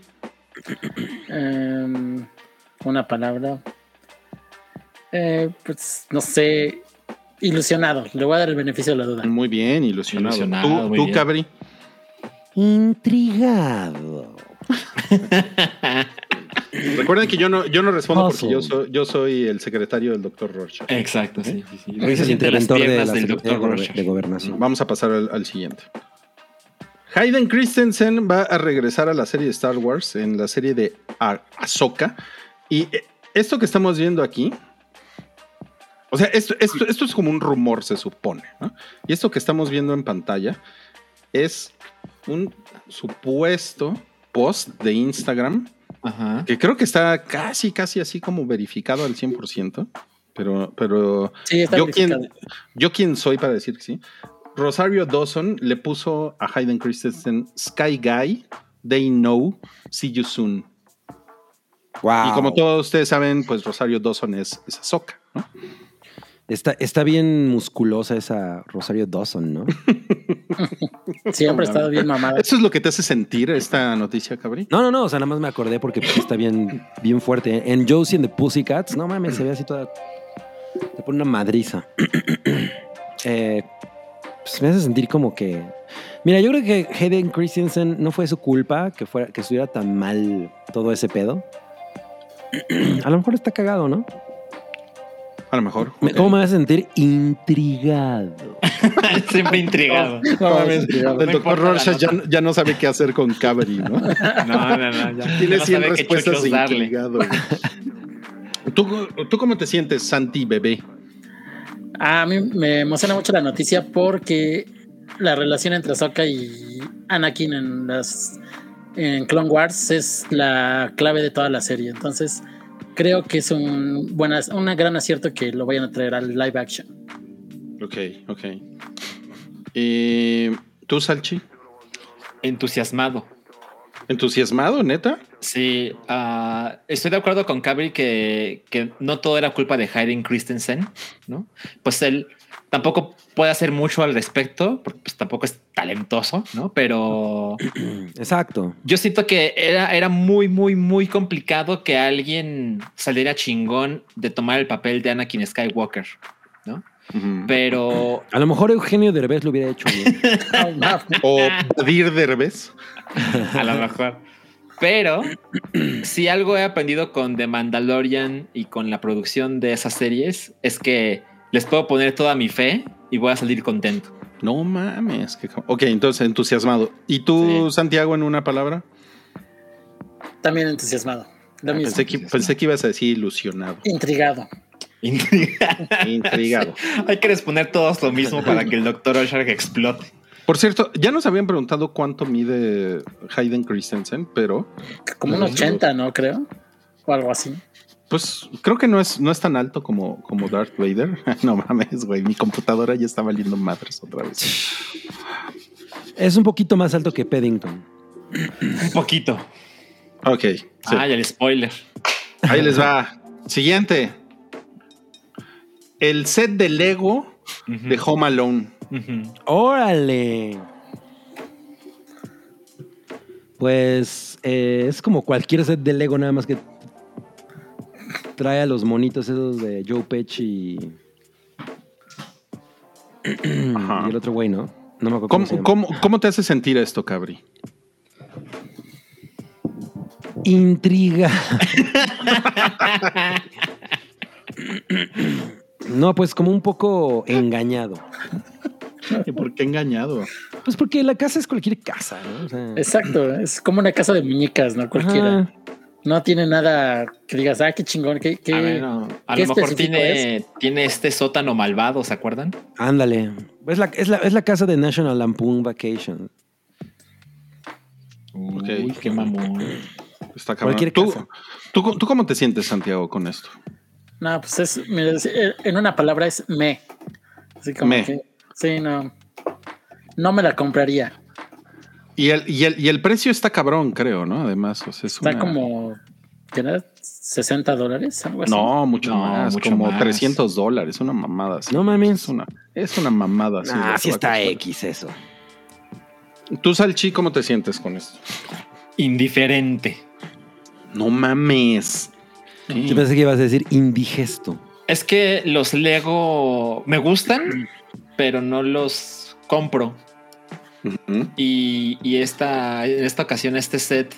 Speaker 4: Em, una palabra. Eh, pues no sé. Ilusionado. Le voy a dar el beneficio de la duda.
Speaker 1: Muy bien, ilusionado.
Speaker 3: Ilusionado,
Speaker 1: ¿Tú,
Speaker 3: muy
Speaker 1: tú,
Speaker 3: bien.
Speaker 1: Cabri?
Speaker 2: Intrigado.
Speaker 1: Recuerden que yo no, yo no respondo porque
Speaker 2: Puzzle.
Speaker 1: yo soy, yo soy el secretario del doctor Rorschach.
Speaker 3: Exacto, sí. sí, sí.
Speaker 2: Es el
Speaker 3: entre las
Speaker 2: interventor de la
Speaker 3: piernas del
Speaker 2: Secretaría
Speaker 3: Dr.
Speaker 2: de, Gober-
Speaker 3: Rorschach.
Speaker 2: de Gobernación.
Speaker 1: Vamos a pasar al, al siguiente. Hayden Christensen va a regresar a la serie de Star Wars en la serie de Ah- Ahsoka. Y eh, esto que estamos viendo aquí. O sea, esto, esto, esto es como un rumor, se supone. ¿no? Y esto que estamos viendo en pantalla es un supuesto post de Instagram
Speaker 3: Ajá.
Speaker 1: que creo que está casi, casi así como verificado al 100%, pero, pero
Speaker 4: Sí, está
Speaker 1: yo,
Speaker 4: verificado.
Speaker 1: quien, yo quien soy para decir que sí. Rosario Dawson le puso a Hayden Christensen Sky Guy, They Know, See You Soon.
Speaker 2: Wow.
Speaker 1: Y como todos ustedes saben, pues Rosario Dawson es, es Ahsoka, ¿no?
Speaker 2: Está, está bien musculosa esa Rosario Dawson, ¿no?
Speaker 4: Siempre he estado bien mamada.
Speaker 1: ¿Eso es lo que te hace sentir esta noticia, Cabri?
Speaker 2: No, no, no, o sea, nada más me acordé porque sí está bien, bien fuerte. En Josie and the Pussycats, no mames, se ve así toda. Te pone una madriza. Eh, pues me hace sentir como que. Mira, yo creo que Hayden Christensen no fue su culpa que, fuera, que estuviera tan mal todo ese pedo. A lo mejor está cagado, ¿no?
Speaker 1: A lo mejor.
Speaker 2: Me-
Speaker 1: ok.
Speaker 2: ¿Cómo me hace sentir intrigado?
Speaker 3: Siempre intrigado.
Speaker 1: No mames, el doctor
Speaker 3: importa la
Speaker 1: Rorschach ya,
Speaker 3: nota.
Speaker 1: ya no sabe qué hacer con Cabri, ¿no?
Speaker 3: No, no, no. Ya,
Speaker 1: Tiene
Speaker 3: ya no
Speaker 1: 100
Speaker 3: sabe qué
Speaker 1: respuestas
Speaker 3: chuchos
Speaker 1: de
Speaker 3: darle.
Speaker 1: intrigado. ¿Tú, ¿Tú cómo te sientes, Santi, bebé?
Speaker 4: A mí me emociona mucho la noticia porque la relación entre Ahsoka y Anakin en las en Clone Wars es la clave de toda la serie. Entonces, creo que es un buen as- una gran acierto que lo vayan a traer al live action.
Speaker 1: Ok, ok. Eh, ¿Tú, Salchi?
Speaker 3: Entusiasmado.
Speaker 1: ¿Entusiasmado, neta?
Speaker 3: Sí, ah, estoy de acuerdo con Cabri que, que no todo era culpa de Hayden Christensen, ¿no? Pues él tampoco puede hacer mucho al respecto, porque pues tampoco es talentoso, ¿no? Pero
Speaker 2: Exacto.
Speaker 3: yo siento que era, era muy, muy, muy complicado que alguien saliera chingón de tomar el papel de Anakin Skywalker, pero
Speaker 2: A lo mejor Eugenio Derbez lo hubiera hecho bien.
Speaker 4: Oh, no.
Speaker 1: ¿O Badir Derbez?
Speaker 3: a lo mejor. Pero si algo he aprendido con The Mandalorian y con la producción de esas series es que les puedo poner toda mi fe y voy a salir contento.
Speaker 1: No mames. qué ca- ok, entonces entusiasmado. ¿Y tú, Santiago, en una palabra?
Speaker 4: También entusiasmado. Lo mismo.
Speaker 1: Ah, Pensé que, pensé que ibas a decir ilusionado.
Speaker 4: Intrigado.
Speaker 1: Intrigado.
Speaker 3: Hay que responder todos lo mismo para que el Dr. Oshark explote.
Speaker 1: Por cierto, ya nos habían preguntado cuánto mide Hayden Christensen, pero
Speaker 4: Como un 80, ¿no? Creo. O algo así.
Speaker 1: pues creo que no es, no es tan alto como, como Darth Vader. no mames, güey. Mi computadora ya está valiendo madres otra vez.
Speaker 2: es un poquito más alto que Paddington.
Speaker 3: Un poquito.
Speaker 1: Ok. sí.
Speaker 3: Ay, el spoiler.
Speaker 1: Ahí les va. Siguiente. El set de Lego
Speaker 3: Ujú,
Speaker 1: de Home Alone.
Speaker 3: ujú.
Speaker 2: ¡Órale! Pues eh, es como cualquier set de Lego, nada más que trae a los monitos esos de Joe Pech y,
Speaker 1: Ajá.
Speaker 2: y el otro güey, ¿no? No me acuerdo cómo,
Speaker 1: ¿Cómo,
Speaker 2: se llama.
Speaker 1: cómo, cómo te hace sentir esto, Cabri?
Speaker 2: Intriga. no, pues como un poco engañado.
Speaker 1: ¿Por qué engañado?
Speaker 2: Pues porque la casa es cualquier casa, ¿no? O sea,
Speaker 4: Exacto. Es como una casa de muñecas, ¿no? Cualquiera.
Speaker 2: ajá.
Speaker 4: No tiene nada que digas, ah, qué chingón, qué, qué-
Speaker 3: A, ver, no. A
Speaker 4: qué
Speaker 3: lo mejor
Speaker 4: específico
Speaker 3: tiene, tiene este sótano malvado, ¿se acuerdan?
Speaker 2: Ándale. Es la, es, la, es la casa de National Lampoon Vacation.
Speaker 3: Uy, qué mamón.
Speaker 1: Está cabrón.
Speaker 2: Cualquier
Speaker 1: ¿Tú,
Speaker 2: cosa.
Speaker 1: tú- tú cómo te sientes, Santiago, con esto?
Speaker 4: No, pues es, mira, es- eh, en una palabra es me. Así como
Speaker 1: Me.
Speaker 4: que, sí, no. No me la compraría.
Speaker 1: Y el, y el, y el precio está cabrón, creo, ¿no? Además, o sea, es
Speaker 4: Está
Speaker 1: una-
Speaker 4: como, ¿qué era? 60 dólares,
Speaker 2: Pues
Speaker 4: algo así.
Speaker 1: No, mucho
Speaker 3: No,
Speaker 1: más,
Speaker 3: mucho
Speaker 1: como
Speaker 3: más.
Speaker 1: 300 dólares, una mamada. así.
Speaker 2: No
Speaker 1: Es
Speaker 2: mames.
Speaker 1: una, es una mamada. así, lo
Speaker 2: Ah,
Speaker 1: que
Speaker 2: sí
Speaker 1: va a
Speaker 2: está
Speaker 1: costar.
Speaker 2: X eso.
Speaker 1: Tú, Salchi, ¿cómo te sientes con esto?
Speaker 3: Indiferente.
Speaker 1: No mames. Sí.
Speaker 2: Yo pensé que ibas a decir indigesto.
Speaker 3: Es que los Lego me gustan, pero no los compro.
Speaker 1: Ujú.
Speaker 3: Y, y esta, en esta ocasión, este set,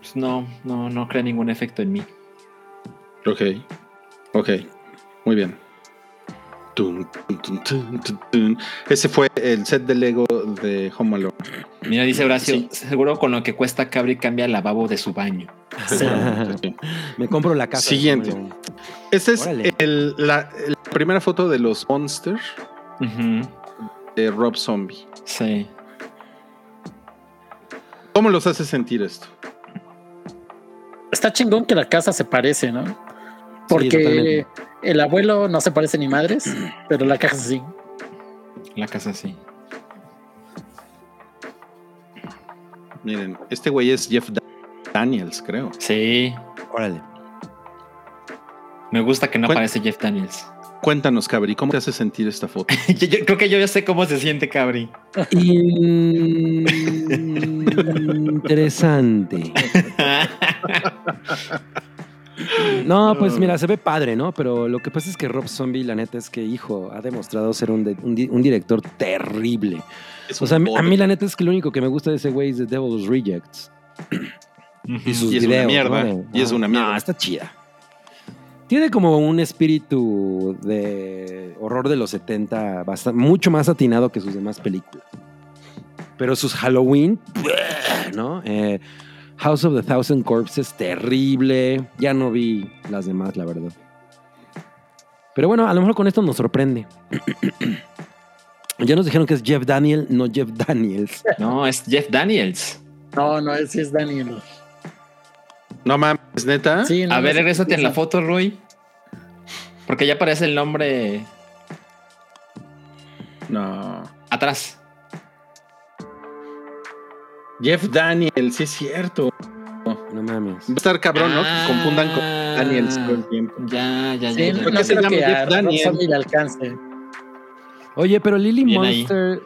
Speaker 3: pues no, no, no crea ningún efecto en mí.
Speaker 1: Ok, ok, muy bien. Tun, tun, tun, tun, tun, tun. Ese fue el set de Lego de Home Alone.
Speaker 3: Mira, dice Horacio, seguro con lo que cuesta Cabri cambia el lavabo de su baño.
Speaker 1: Sí.
Speaker 2: Me compro la casa.
Speaker 1: Siguiente. Esta es
Speaker 2: Órale.
Speaker 1: el- la, la primera foto de los Monsters
Speaker 3: Ujú,
Speaker 1: de Rob Zombie.
Speaker 3: Sí.
Speaker 1: ¿Cómo los hace sentir esto?
Speaker 4: Está chingón que la casa se parece, ¿no? Porque
Speaker 2: totalmente.
Speaker 4: el abuelo no se parece ni madres, pero la caja sí.
Speaker 3: La casa sí.
Speaker 1: Miren, este güey es Jeff Da- Daniels, creo.
Speaker 3: Sí.
Speaker 2: Órale.
Speaker 3: Me gusta que no
Speaker 1: Cuen-
Speaker 3: aparece Jeff Daniels.
Speaker 1: Cuéntanos, Cabri, ¿cómo te hace sentir esta foto?
Speaker 3: Yo, yo creo que yo ya sé cómo se siente, Cabri.
Speaker 2: Interesante. No, pues mira, se ve padre, ¿no? Pero lo que pasa es que Rob Zombie, la neta, es que, hijo, ha demostrado ser un, de- un di- un director terrible.
Speaker 1: Es
Speaker 2: O sea, a
Speaker 1: un
Speaker 2: mí- a
Speaker 1: bodrio.
Speaker 2: mí la neta es que lo único que me gusta de ese güey es The Devil's Rejects. Y sus
Speaker 1: Y es una
Speaker 2: videos,
Speaker 1: mierda,
Speaker 2: ¿no? De-
Speaker 1: y es una mierda.
Speaker 2: No, está chida. Tiene como un espíritu de horror de los 70 basta- mucho más atinado que sus demás películas. Pero sus Halloween, ¿no? Eh, House of the Thousand Corpses, terrible. Ya no vi las demás, la verdad. Pero bueno, a lo mejor con esto nos sorprende. ya nos dijeron que es Jeff Daniel, no Jeff Daniels.
Speaker 3: No, es Jeff Daniels.
Speaker 4: No, no, ese es Daniel.
Speaker 1: No mames, neta.
Speaker 4: Sí, no,
Speaker 3: A
Speaker 4: no
Speaker 3: ver,
Speaker 4: sé.
Speaker 3: regrésate en la foto, Rui. Porque ya aparece el nombre
Speaker 1: No.
Speaker 3: atrás.
Speaker 1: Jeff Daniel, sí es cierto.
Speaker 2: No mames.
Speaker 1: Va a estar cabrón, ¿no?
Speaker 3: Ah.
Speaker 1: Que confundan con Daniels todo el tiempo.
Speaker 3: Ya, ya,
Speaker 4: Sí,
Speaker 3: ya.
Speaker 4: no,
Speaker 3: ya.
Speaker 1: ¿Por
Speaker 4: no
Speaker 1: qué se
Speaker 4: creo
Speaker 1: llama
Speaker 4: que
Speaker 1: Jeff
Speaker 4: a Rob
Speaker 1: Daniel?
Speaker 2: ¿eh?
Speaker 4: Zombie le alcance.
Speaker 2: Oye, pero Lily
Speaker 3: Bien ahí.
Speaker 2: Monster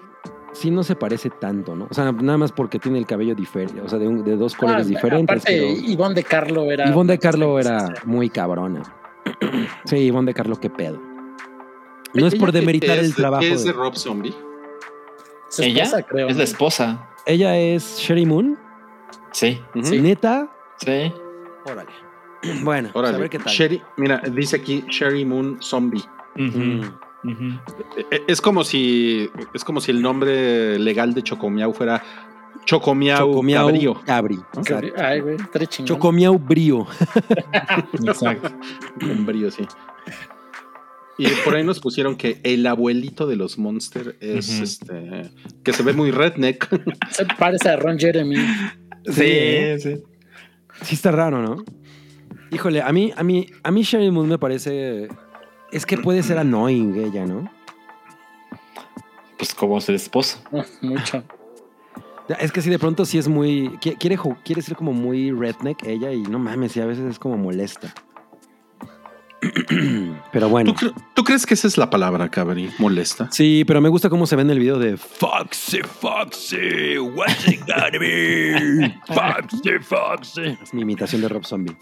Speaker 2: sí no se parece tanto, ¿no? O sea, nada más porque tiene el cabello diferente, o sea, de, un- de dos colores
Speaker 4: Ah,
Speaker 2: diferentes.
Speaker 4: Aparte,
Speaker 2: pero
Speaker 4: Ivonne de Carlo era.
Speaker 2: Ivonne de Carlo
Speaker 4: Sí, sí,
Speaker 2: era
Speaker 4: sí.
Speaker 2: muy cabrona. Sí, Ivonne de Carlo, qué pedo. No es por
Speaker 1: ¿Ella qué
Speaker 2: demeritar
Speaker 1: es?
Speaker 2: el trabajo.
Speaker 1: ¿Qué es de
Speaker 2: de-
Speaker 1: Rob Zombie?
Speaker 4: Su
Speaker 3: ¿Ella?
Speaker 4: esposa, creo.
Speaker 3: Es la esposa.
Speaker 2: Ella es Sherry Moon,
Speaker 3: Sí,
Speaker 2: neta.
Speaker 3: sí.
Speaker 2: Órale. Bueno, pues
Speaker 1: Órale.
Speaker 2: a ver qué tal.
Speaker 1: Sherry, mira, dice aquí Sherry Moon Zombie.
Speaker 2: Mm.
Speaker 3: Ujú, ujú.
Speaker 1: Eh, eh, Es como si es como si el nombre legal de Chocomiao fuera Chocomiao,
Speaker 2: Chocomiao
Speaker 1: Cabrío.
Speaker 2: Cabri. ¿no?
Speaker 4: Que- Ay, güey, estaría chingón.
Speaker 2: Chocomiao Brío.
Speaker 3: Exacto.
Speaker 1: Cabrío, sí. Y por ahí nos pusieron que el abuelito de los Monster es
Speaker 3: Ujú.
Speaker 1: este que se ve muy redneck.
Speaker 4: Se parece a Ron Jeremy.
Speaker 3: Sí, sí.
Speaker 2: Sí está raro, ¿no? Híjole, a mí, a mí, a mí Sherry Moon me parece. Es que puede ser annoying ella, ¿no?
Speaker 3: Pues como es el esposo.
Speaker 4: Mucho.
Speaker 2: Es que si de pronto sí es muy. qui- Quiere, ju- quiere ser como muy redneck ella y no mames, y a veces es como molesta. Pero bueno.
Speaker 1: ¿Tú, cre- tú crees que esa es la palabra, Cabri? Molesta.
Speaker 2: Sí, pero me gusta cómo se ve en el video de. f-
Speaker 6: Foxy, Foxy, what's it gonna be? Foxy, Foxy.
Speaker 2: Es mi imitación de Rob Zombie.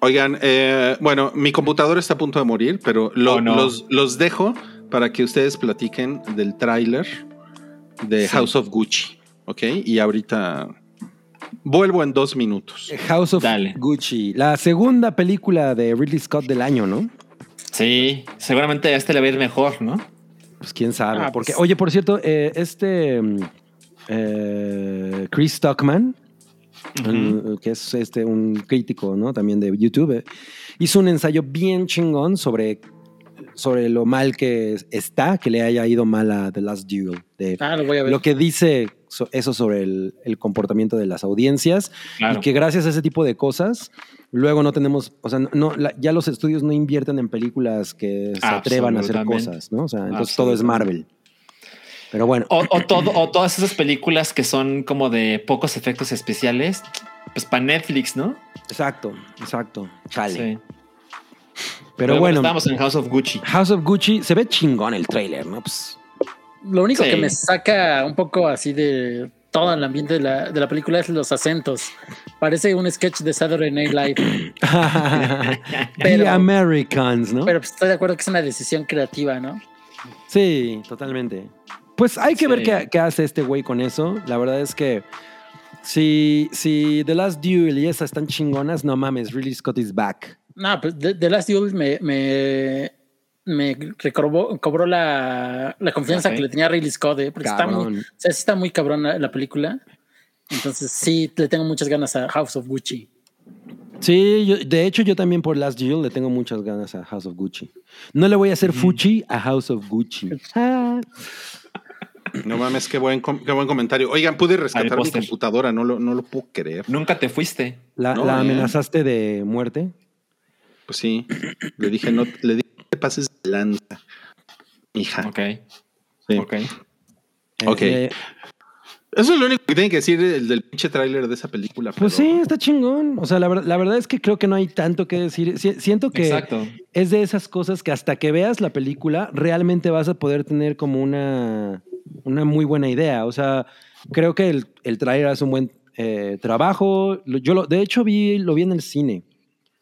Speaker 1: Oigan, eh, bueno, mi computadora está a punto de morir, pero lo-
Speaker 3: Oh, no.
Speaker 1: los, los dejo para que ustedes platiquen del tráiler de House of Gucci, ¿ok? Y ahorita vuelvo en dos minutos.
Speaker 2: House of
Speaker 3: Dale.
Speaker 2: Gucci. La segunda película de Ridley Scott del año, ¿no?
Speaker 3: Sí, seguramente a este le va a ir mejor, ¿no?
Speaker 2: Pues quién sabe.
Speaker 4: Ah,
Speaker 2: porque,
Speaker 4: pues-
Speaker 2: oye, por cierto, eh, este mm, eh, Chris Stockman, el- que es este un crítico, ¿no? También de YouTube, eh, hizo un ensayo bien chingón sobre, sobre lo mal que es- está, que le haya ido mal a The Last Duel. de
Speaker 4: Ah, lo voy a ver.
Speaker 2: lo que dice so- eso sobre el, el comportamiento de las audiencias
Speaker 3: Claro.
Speaker 2: y que gracias a ese tipo de cosas, luego no tenemos, o sea, no, la- ya los estudios no invierten en películas que se atrevan a hacer
Speaker 3: Absolutamente.
Speaker 2: cosas, ¿no? O sea, entonces todo es Marvel. Pero bueno,
Speaker 3: O, o todo, o todas esas películas que son como de pocos efectos especiales, pues para Netflix, ¿no?
Speaker 2: exacto, exacto, chale.
Speaker 3: Sí.
Speaker 2: Pero bueno,
Speaker 3: Estamos en House of Gucci.
Speaker 2: House of Gucci se ve chingón el tráiler, ¿no? Pues,
Speaker 4: Lo único
Speaker 3: Sí.
Speaker 4: que me saca un poco así de todo el ambiente de la, de la película es los acentos. Parece un sketch de Saturday Night Live.
Speaker 2: The
Speaker 4: Pero-
Speaker 2: Americans, ¿no?
Speaker 4: Pero pues estoy de acuerdo que es una decisión creativa, ¿no?
Speaker 2: Sí, totalmente. Pues hay que
Speaker 3: Sí.
Speaker 2: ver qué, qué hace este güey con eso. La verdad es que si, si The Last Duel y esas están chingonas, no mames, Really Scott is back.
Speaker 4: No, pues The, The Last Duel me, me, me recobró cobró la, la confianza
Speaker 3: Ok.
Speaker 4: que le tenía a Ridley Scott, ¿eh? porque está
Speaker 2: Cabrón.
Speaker 4: muy, o sea, sí está muy cabrón la, la película. Entonces sí, le tengo muchas ganas a House of Gucci.
Speaker 2: Sí, yo- de hecho yo también por Last Duel le tengo muchas ganas a House of Gucci. No le voy a hacer Fuchi a House of Gucci.
Speaker 1: No mames, qué buen, com- qué buen comentario. Oigan, pude rescatar mi
Speaker 3: póster.
Speaker 1: computadora, no lo, no lo puedo creer.
Speaker 3: Nunca te fuiste.
Speaker 2: ¿La,
Speaker 1: No,
Speaker 2: la
Speaker 1: eh.
Speaker 2: amenazaste de muerte?
Speaker 1: Pues sí, le dije, no, le dije, "No te pases de lanza,
Speaker 2: Ah.
Speaker 1: hija.
Speaker 3: Ok,
Speaker 1: Sí.
Speaker 3: ok.
Speaker 1: Ok.
Speaker 2: Eh,
Speaker 1: Eso es lo único que tienen que decir el del pinche tráiler de esa película.
Speaker 2: Pues
Speaker 1: pero-
Speaker 2: sí, está chingón. O sea, la, ver- la verdad es que creo que no hay tanto que decir. Si- siento que
Speaker 3: Exacto.
Speaker 2: es de esas cosas que hasta que veas la película realmente vas a poder tener como una, una muy buena idea. O sea, creo que el, el trailer hace un buen eh, trabajo. Lo- Yo lo, de hecho vi, lo vi en el cine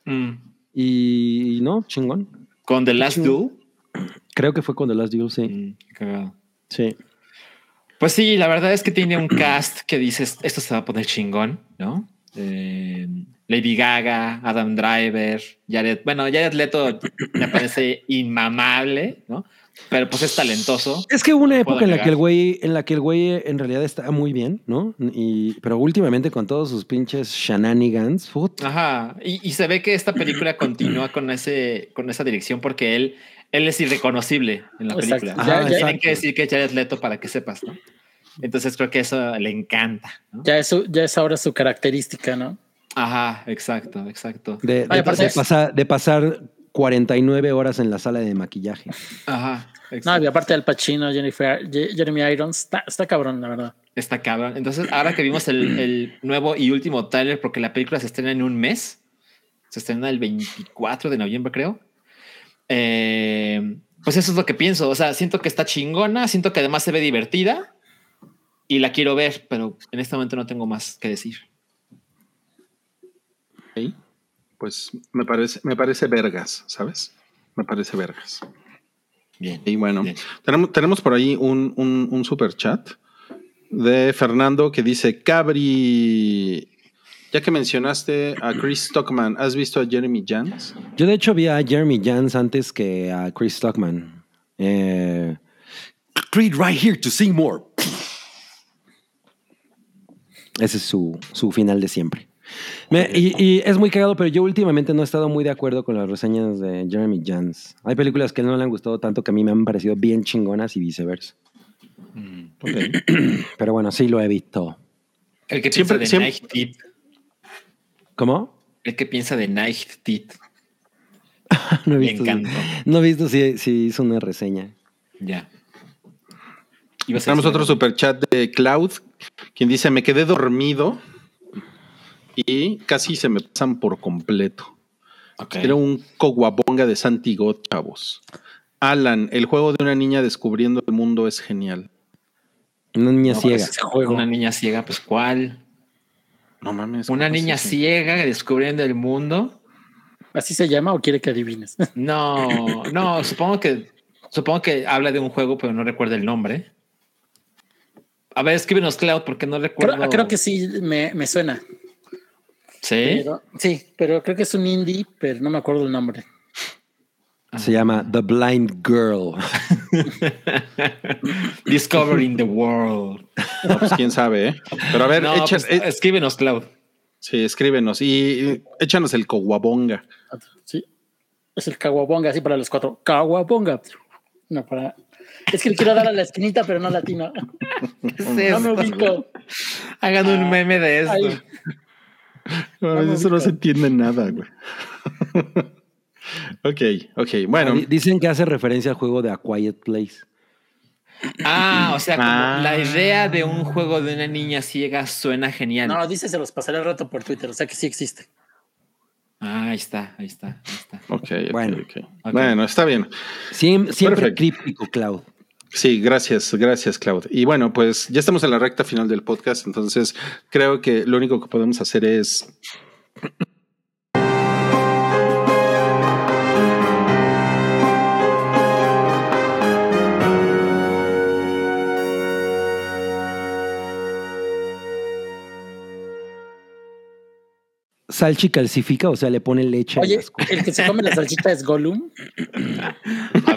Speaker 3: Mm.
Speaker 2: y, no, chingón.
Speaker 3: Con The Last Duel.
Speaker 2: Creo que fue con The Last Duel, sí.
Speaker 3: Mm, qué cagado.
Speaker 2: Sí.
Speaker 3: Pues sí, la verdad es que tiene un cast que dices, esto se va a poner chingón, ¿no? Eh, Lady Gaga, Adam Driver, Jared, bueno, Jared Leto me parece inmamable, ¿no? Pero pues es talentoso.
Speaker 2: Es que hubo una época en la
Speaker 3: negar.
Speaker 2: que el güey, en la que el güey en realidad estaba muy bien, ¿no? Y, pero últimamente con todos sus pinches shenanigans, puta.
Speaker 3: Ajá. Y, y se ve que esta película continúa con ese, con esa dirección porque él, él es irreconocible en la
Speaker 4: Exacto.
Speaker 3: película.
Speaker 2: Ajá,
Speaker 3: Ya- ya tienen
Speaker 2: exacto.
Speaker 3: que decir que es Jared Leto para que sepas, ¿no? Entonces creo que eso le encanta. ¿no?
Speaker 4: Ya, eso, ya es ahora su característica, ¿no?
Speaker 3: Ajá, exacto, exacto.
Speaker 2: De,
Speaker 4: Ay,
Speaker 2: de-
Speaker 4: aparte
Speaker 2: de
Speaker 4: es-
Speaker 2: pasar, de pasar 49 horas en la sala de maquillaje.
Speaker 3: Ajá.
Speaker 4: No,
Speaker 3: exacto.
Speaker 4: y aparte Al Pacino, Jennifer, Je- Jeremy Irons, está, está cabrón, la verdad.
Speaker 3: Está cabrón. Entonces, ahora que vimos el, el nuevo y último tráiler, porque la película se estrena en un mes, se estrena el 24 de noviembre, creo. Eh, pues eso es lo que pienso. O sea, siento que está chingona, siento que además se ve divertida y la quiero ver, pero en este momento no tengo más que decir.
Speaker 1: Pues me parece, me parece vergas, ¿sabes? Me parece vergas.
Speaker 3: Bien.
Speaker 1: Y bueno,
Speaker 3: Bien.
Speaker 1: tenemos, tenemos por ahí un, un, un super chat de Fernando que dice, Cabri, ya que mencionaste a Chris Stockman, ¿has visto a Jeremy Jans?
Speaker 2: Yo de hecho vi a Jeremy Jans antes que a Chris Stockman. Eh,
Speaker 6: Creed right here to see more.
Speaker 2: ese es su, su final de siempre. Me- y, y es muy cagado, pero yo últimamente no he estado muy de acuerdo con las reseñas de Jeremy Jans. Hay películas que no le han gustado tanto que a mí me han parecido bien chingonas y viceversa.
Speaker 3: Mm,
Speaker 2: Pero bueno, sí lo he visto.
Speaker 3: El que
Speaker 1: Siempre-
Speaker 3: piensa de
Speaker 1: siempre-
Speaker 3: Night Teeth.
Speaker 2: ¿Cómo?
Speaker 3: El que piensa de Night Teeth.
Speaker 2: No he
Speaker 3: Me
Speaker 2: visto, si-
Speaker 3: encantó.
Speaker 2: no he visto si, si hizo una reseña.
Speaker 3: Ya. Ibas a este
Speaker 1: Tenemos
Speaker 3: decir
Speaker 1: otro
Speaker 3: algo.
Speaker 1: super chat de Cloud, quien dice, me quedé dormido y casi se me pasan por completo.
Speaker 3: Ok.
Speaker 1: Era un coguabonga de Santi God, chavos. Alan, el juego de una niña descubriendo el mundo es genial.
Speaker 2: Una niña
Speaker 3: No,
Speaker 2: ciega.
Speaker 3: pues, ese juego. Una niña ciega, pues ¿cuál?
Speaker 1: No mames.
Speaker 3: Una
Speaker 1: ¿cómo es
Speaker 3: niña
Speaker 1: eso?
Speaker 3: ciega descubriendo el mundo.
Speaker 4: ¿Así se llama o quiere que adivines?
Speaker 3: No, no, supongo que supongo que habla de un juego, pero no recuerdo el nombre. A ver, escríbenos, Cloud, porque no recuerdo.
Speaker 4: creo, creo que sí, me, me suena.
Speaker 3: sí.
Speaker 4: Pero- sí, pero creo que es un indie, pero no me acuerdo el nombre.
Speaker 2: Se llama The Blind Girl.
Speaker 3: Discovering the World.
Speaker 1: No, pues, quién sabe, ¿eh? Pero a ver,
Speaker 3: No,
Speaker 1: echa-
Speaker 3: pues,
Speaker 1: eh,
Speaker 3: escríbenos, Cloud.
Speaker 1: sí, escríbenos y, y échanos el coguabonga.
Speaker 4: Sí. Es el Caguabonga, así para los cuatro. Caguabonga. No, para. Es que le quiero dar a la esquinita, pero no latino. No me ubico.
Speaker 3: Hagan un meme de esto.
Speaker 4: Ah, Ay.
Speaker 1: Ay, Eso no se entiende nada, güey. ok, ok, bueno.
Speaker 2: Di- Dicen que hace referencia al juego de A Quiet Place.
Speaker 3: Ah, o sea, como
Speaker 1: Ah.
Speaker 3: la idea de un juego de una niña ciega suena genial.
Speaker 4: No, dice se los pasaré al rato por Twitter, o sea que sí existe.
Speaker 3: Ah, ahí está, ahí está, ahí está.
Speaker 1: Ok, ok,
Speaker 2: Bueno.
Speaker 1: ok.
Speaker 3: Ok.
Speaker 1: Bueno, está bien.
Speaker 2: Siem- siempre
Speaker 1: Perfecto.
Speaker 2: críptico, Cloud.
Speaker 1: Sí, gracias, gracias, Claudio. Y bueno, pues ya estamos en la recta final del podcast, entonces creo que lo único que podemos hacer es.
Speaker 2: Salchi calcifica, o sea, le pone leche. a
Speaker 4: Oye,
Speaker 2: las cosas.
Speaker 4: el que se come la salchita es Gollum.
Speaker 3: A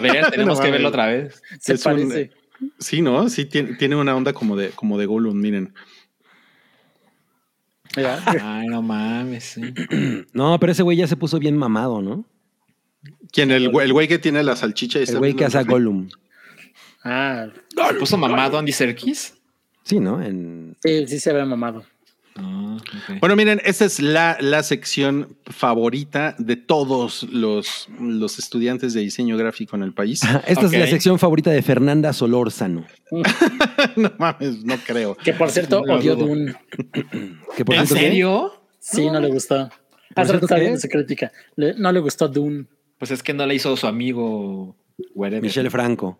Speaker 3: ver, tenemos
Speaker 1: No
Speaker 3: que
Speaker 1: mames.
Speaker 3: verlo otra vez.
Speaker 4: Se
Speaker 1: Es un- eh,
Speaker 4: parece.
Speaker 1: Sí, ¿no? Sí, tiene, tiene una onda como de, como de Gollum, miren.
Speaker 4: Mira,
Speaker 3: Ay, no mames, sí.
Speaker 2: No, pero ese güey ya se puso bien mamado, ¿no?
Speaker 1: ¿Quién? El, güey- el güey que tiene la salchicha. y
Speaker 2: El güey que hace a Gollum.
Speaker 4: Ah,
Speaker 3: ¿Se puso mamado Andy Serkis?
Speaker 2: Sí, ¿no? En...
Speaker 4: sí, sí se ve mamado.
Speaker 3: Ah, ok.
Speaker 1: Bueno, miren, esta es la, la sección favorita de todos los, los estudiantes de diseño gráfico en el país.
Speaker 2: Ajá, Esta es
Speaker 3: Ok.
Speaker 2: la sección favorita de Fernanda Solórzano.
Speaker 1: no mames, no creo.
Speaker 4: Que por cierto,
Speaker 3: No,
Speaker 4: odió
Speaker 3: no, no.
Speaker 4: Dune.
Speaker 2: Que por
Speaker 3: pues, ¿En
Speaker 2: cierto,
Speaker 3: serio?
Speaker 4: Sí, no Ah, le gustó. Hace
Speaker 2: cierto,
Speaker 4: rato estaba
Speaker 2: ¿qué?
Speaker 4: viendo su crítica. Le- no le gustó Dune.
Speaker 3: Pues es que no la hizo su amigo whatever.
Speaker 2: Michelle Franco.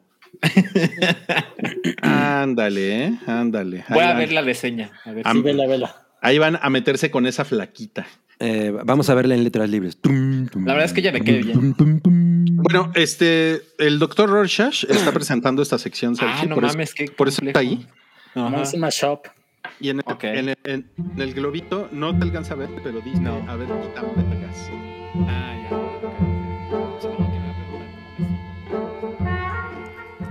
Speaker 1: Ándale, eh, ándale. Ahí
Speaker 3: Voy a
Speaker 1: van-
Speaker 3: ver la reseña. A ver
Speaker 1: Ah,
Speaker 3: si-
Speaker 4: Sí, vela, vela.
Speaker 1: ahí van a meterse con esa flaquita.
Speaker 2: Eh, vamos a verla en letras libres. Tum, tum,
Speaker 3: La verdad es que ya me
Speaker 2: tum,
Speaker 3: quedé bien.
Speaker 2: tum, tum, tum.
Speaker 1: Bueno, este, el doctor Rorschach está presentando esta sección,
Speaker 3: Ah,
Speaker 1: Sergio,
Speaker 3: no
Speaker 1: por eso-
Speaker 3: mames, qué
Speaker 1: por eso está
Speaker 3: complejo.
Speaker 1: ahí.
Speaker 3: Ajá.
Speaker 4: Vamos a una shop.
Speaker 1: Y en el,
Speaker 3: Ok.
Speaker 1: en el- en el globito no te alcanza a ver, pero dice,
Speaker 3: No.
Speaker 1: a ver, quita vergas.
Speaker 3: Ah, ya. ok, ok. Supongo que me va a preguntar cómo me siento.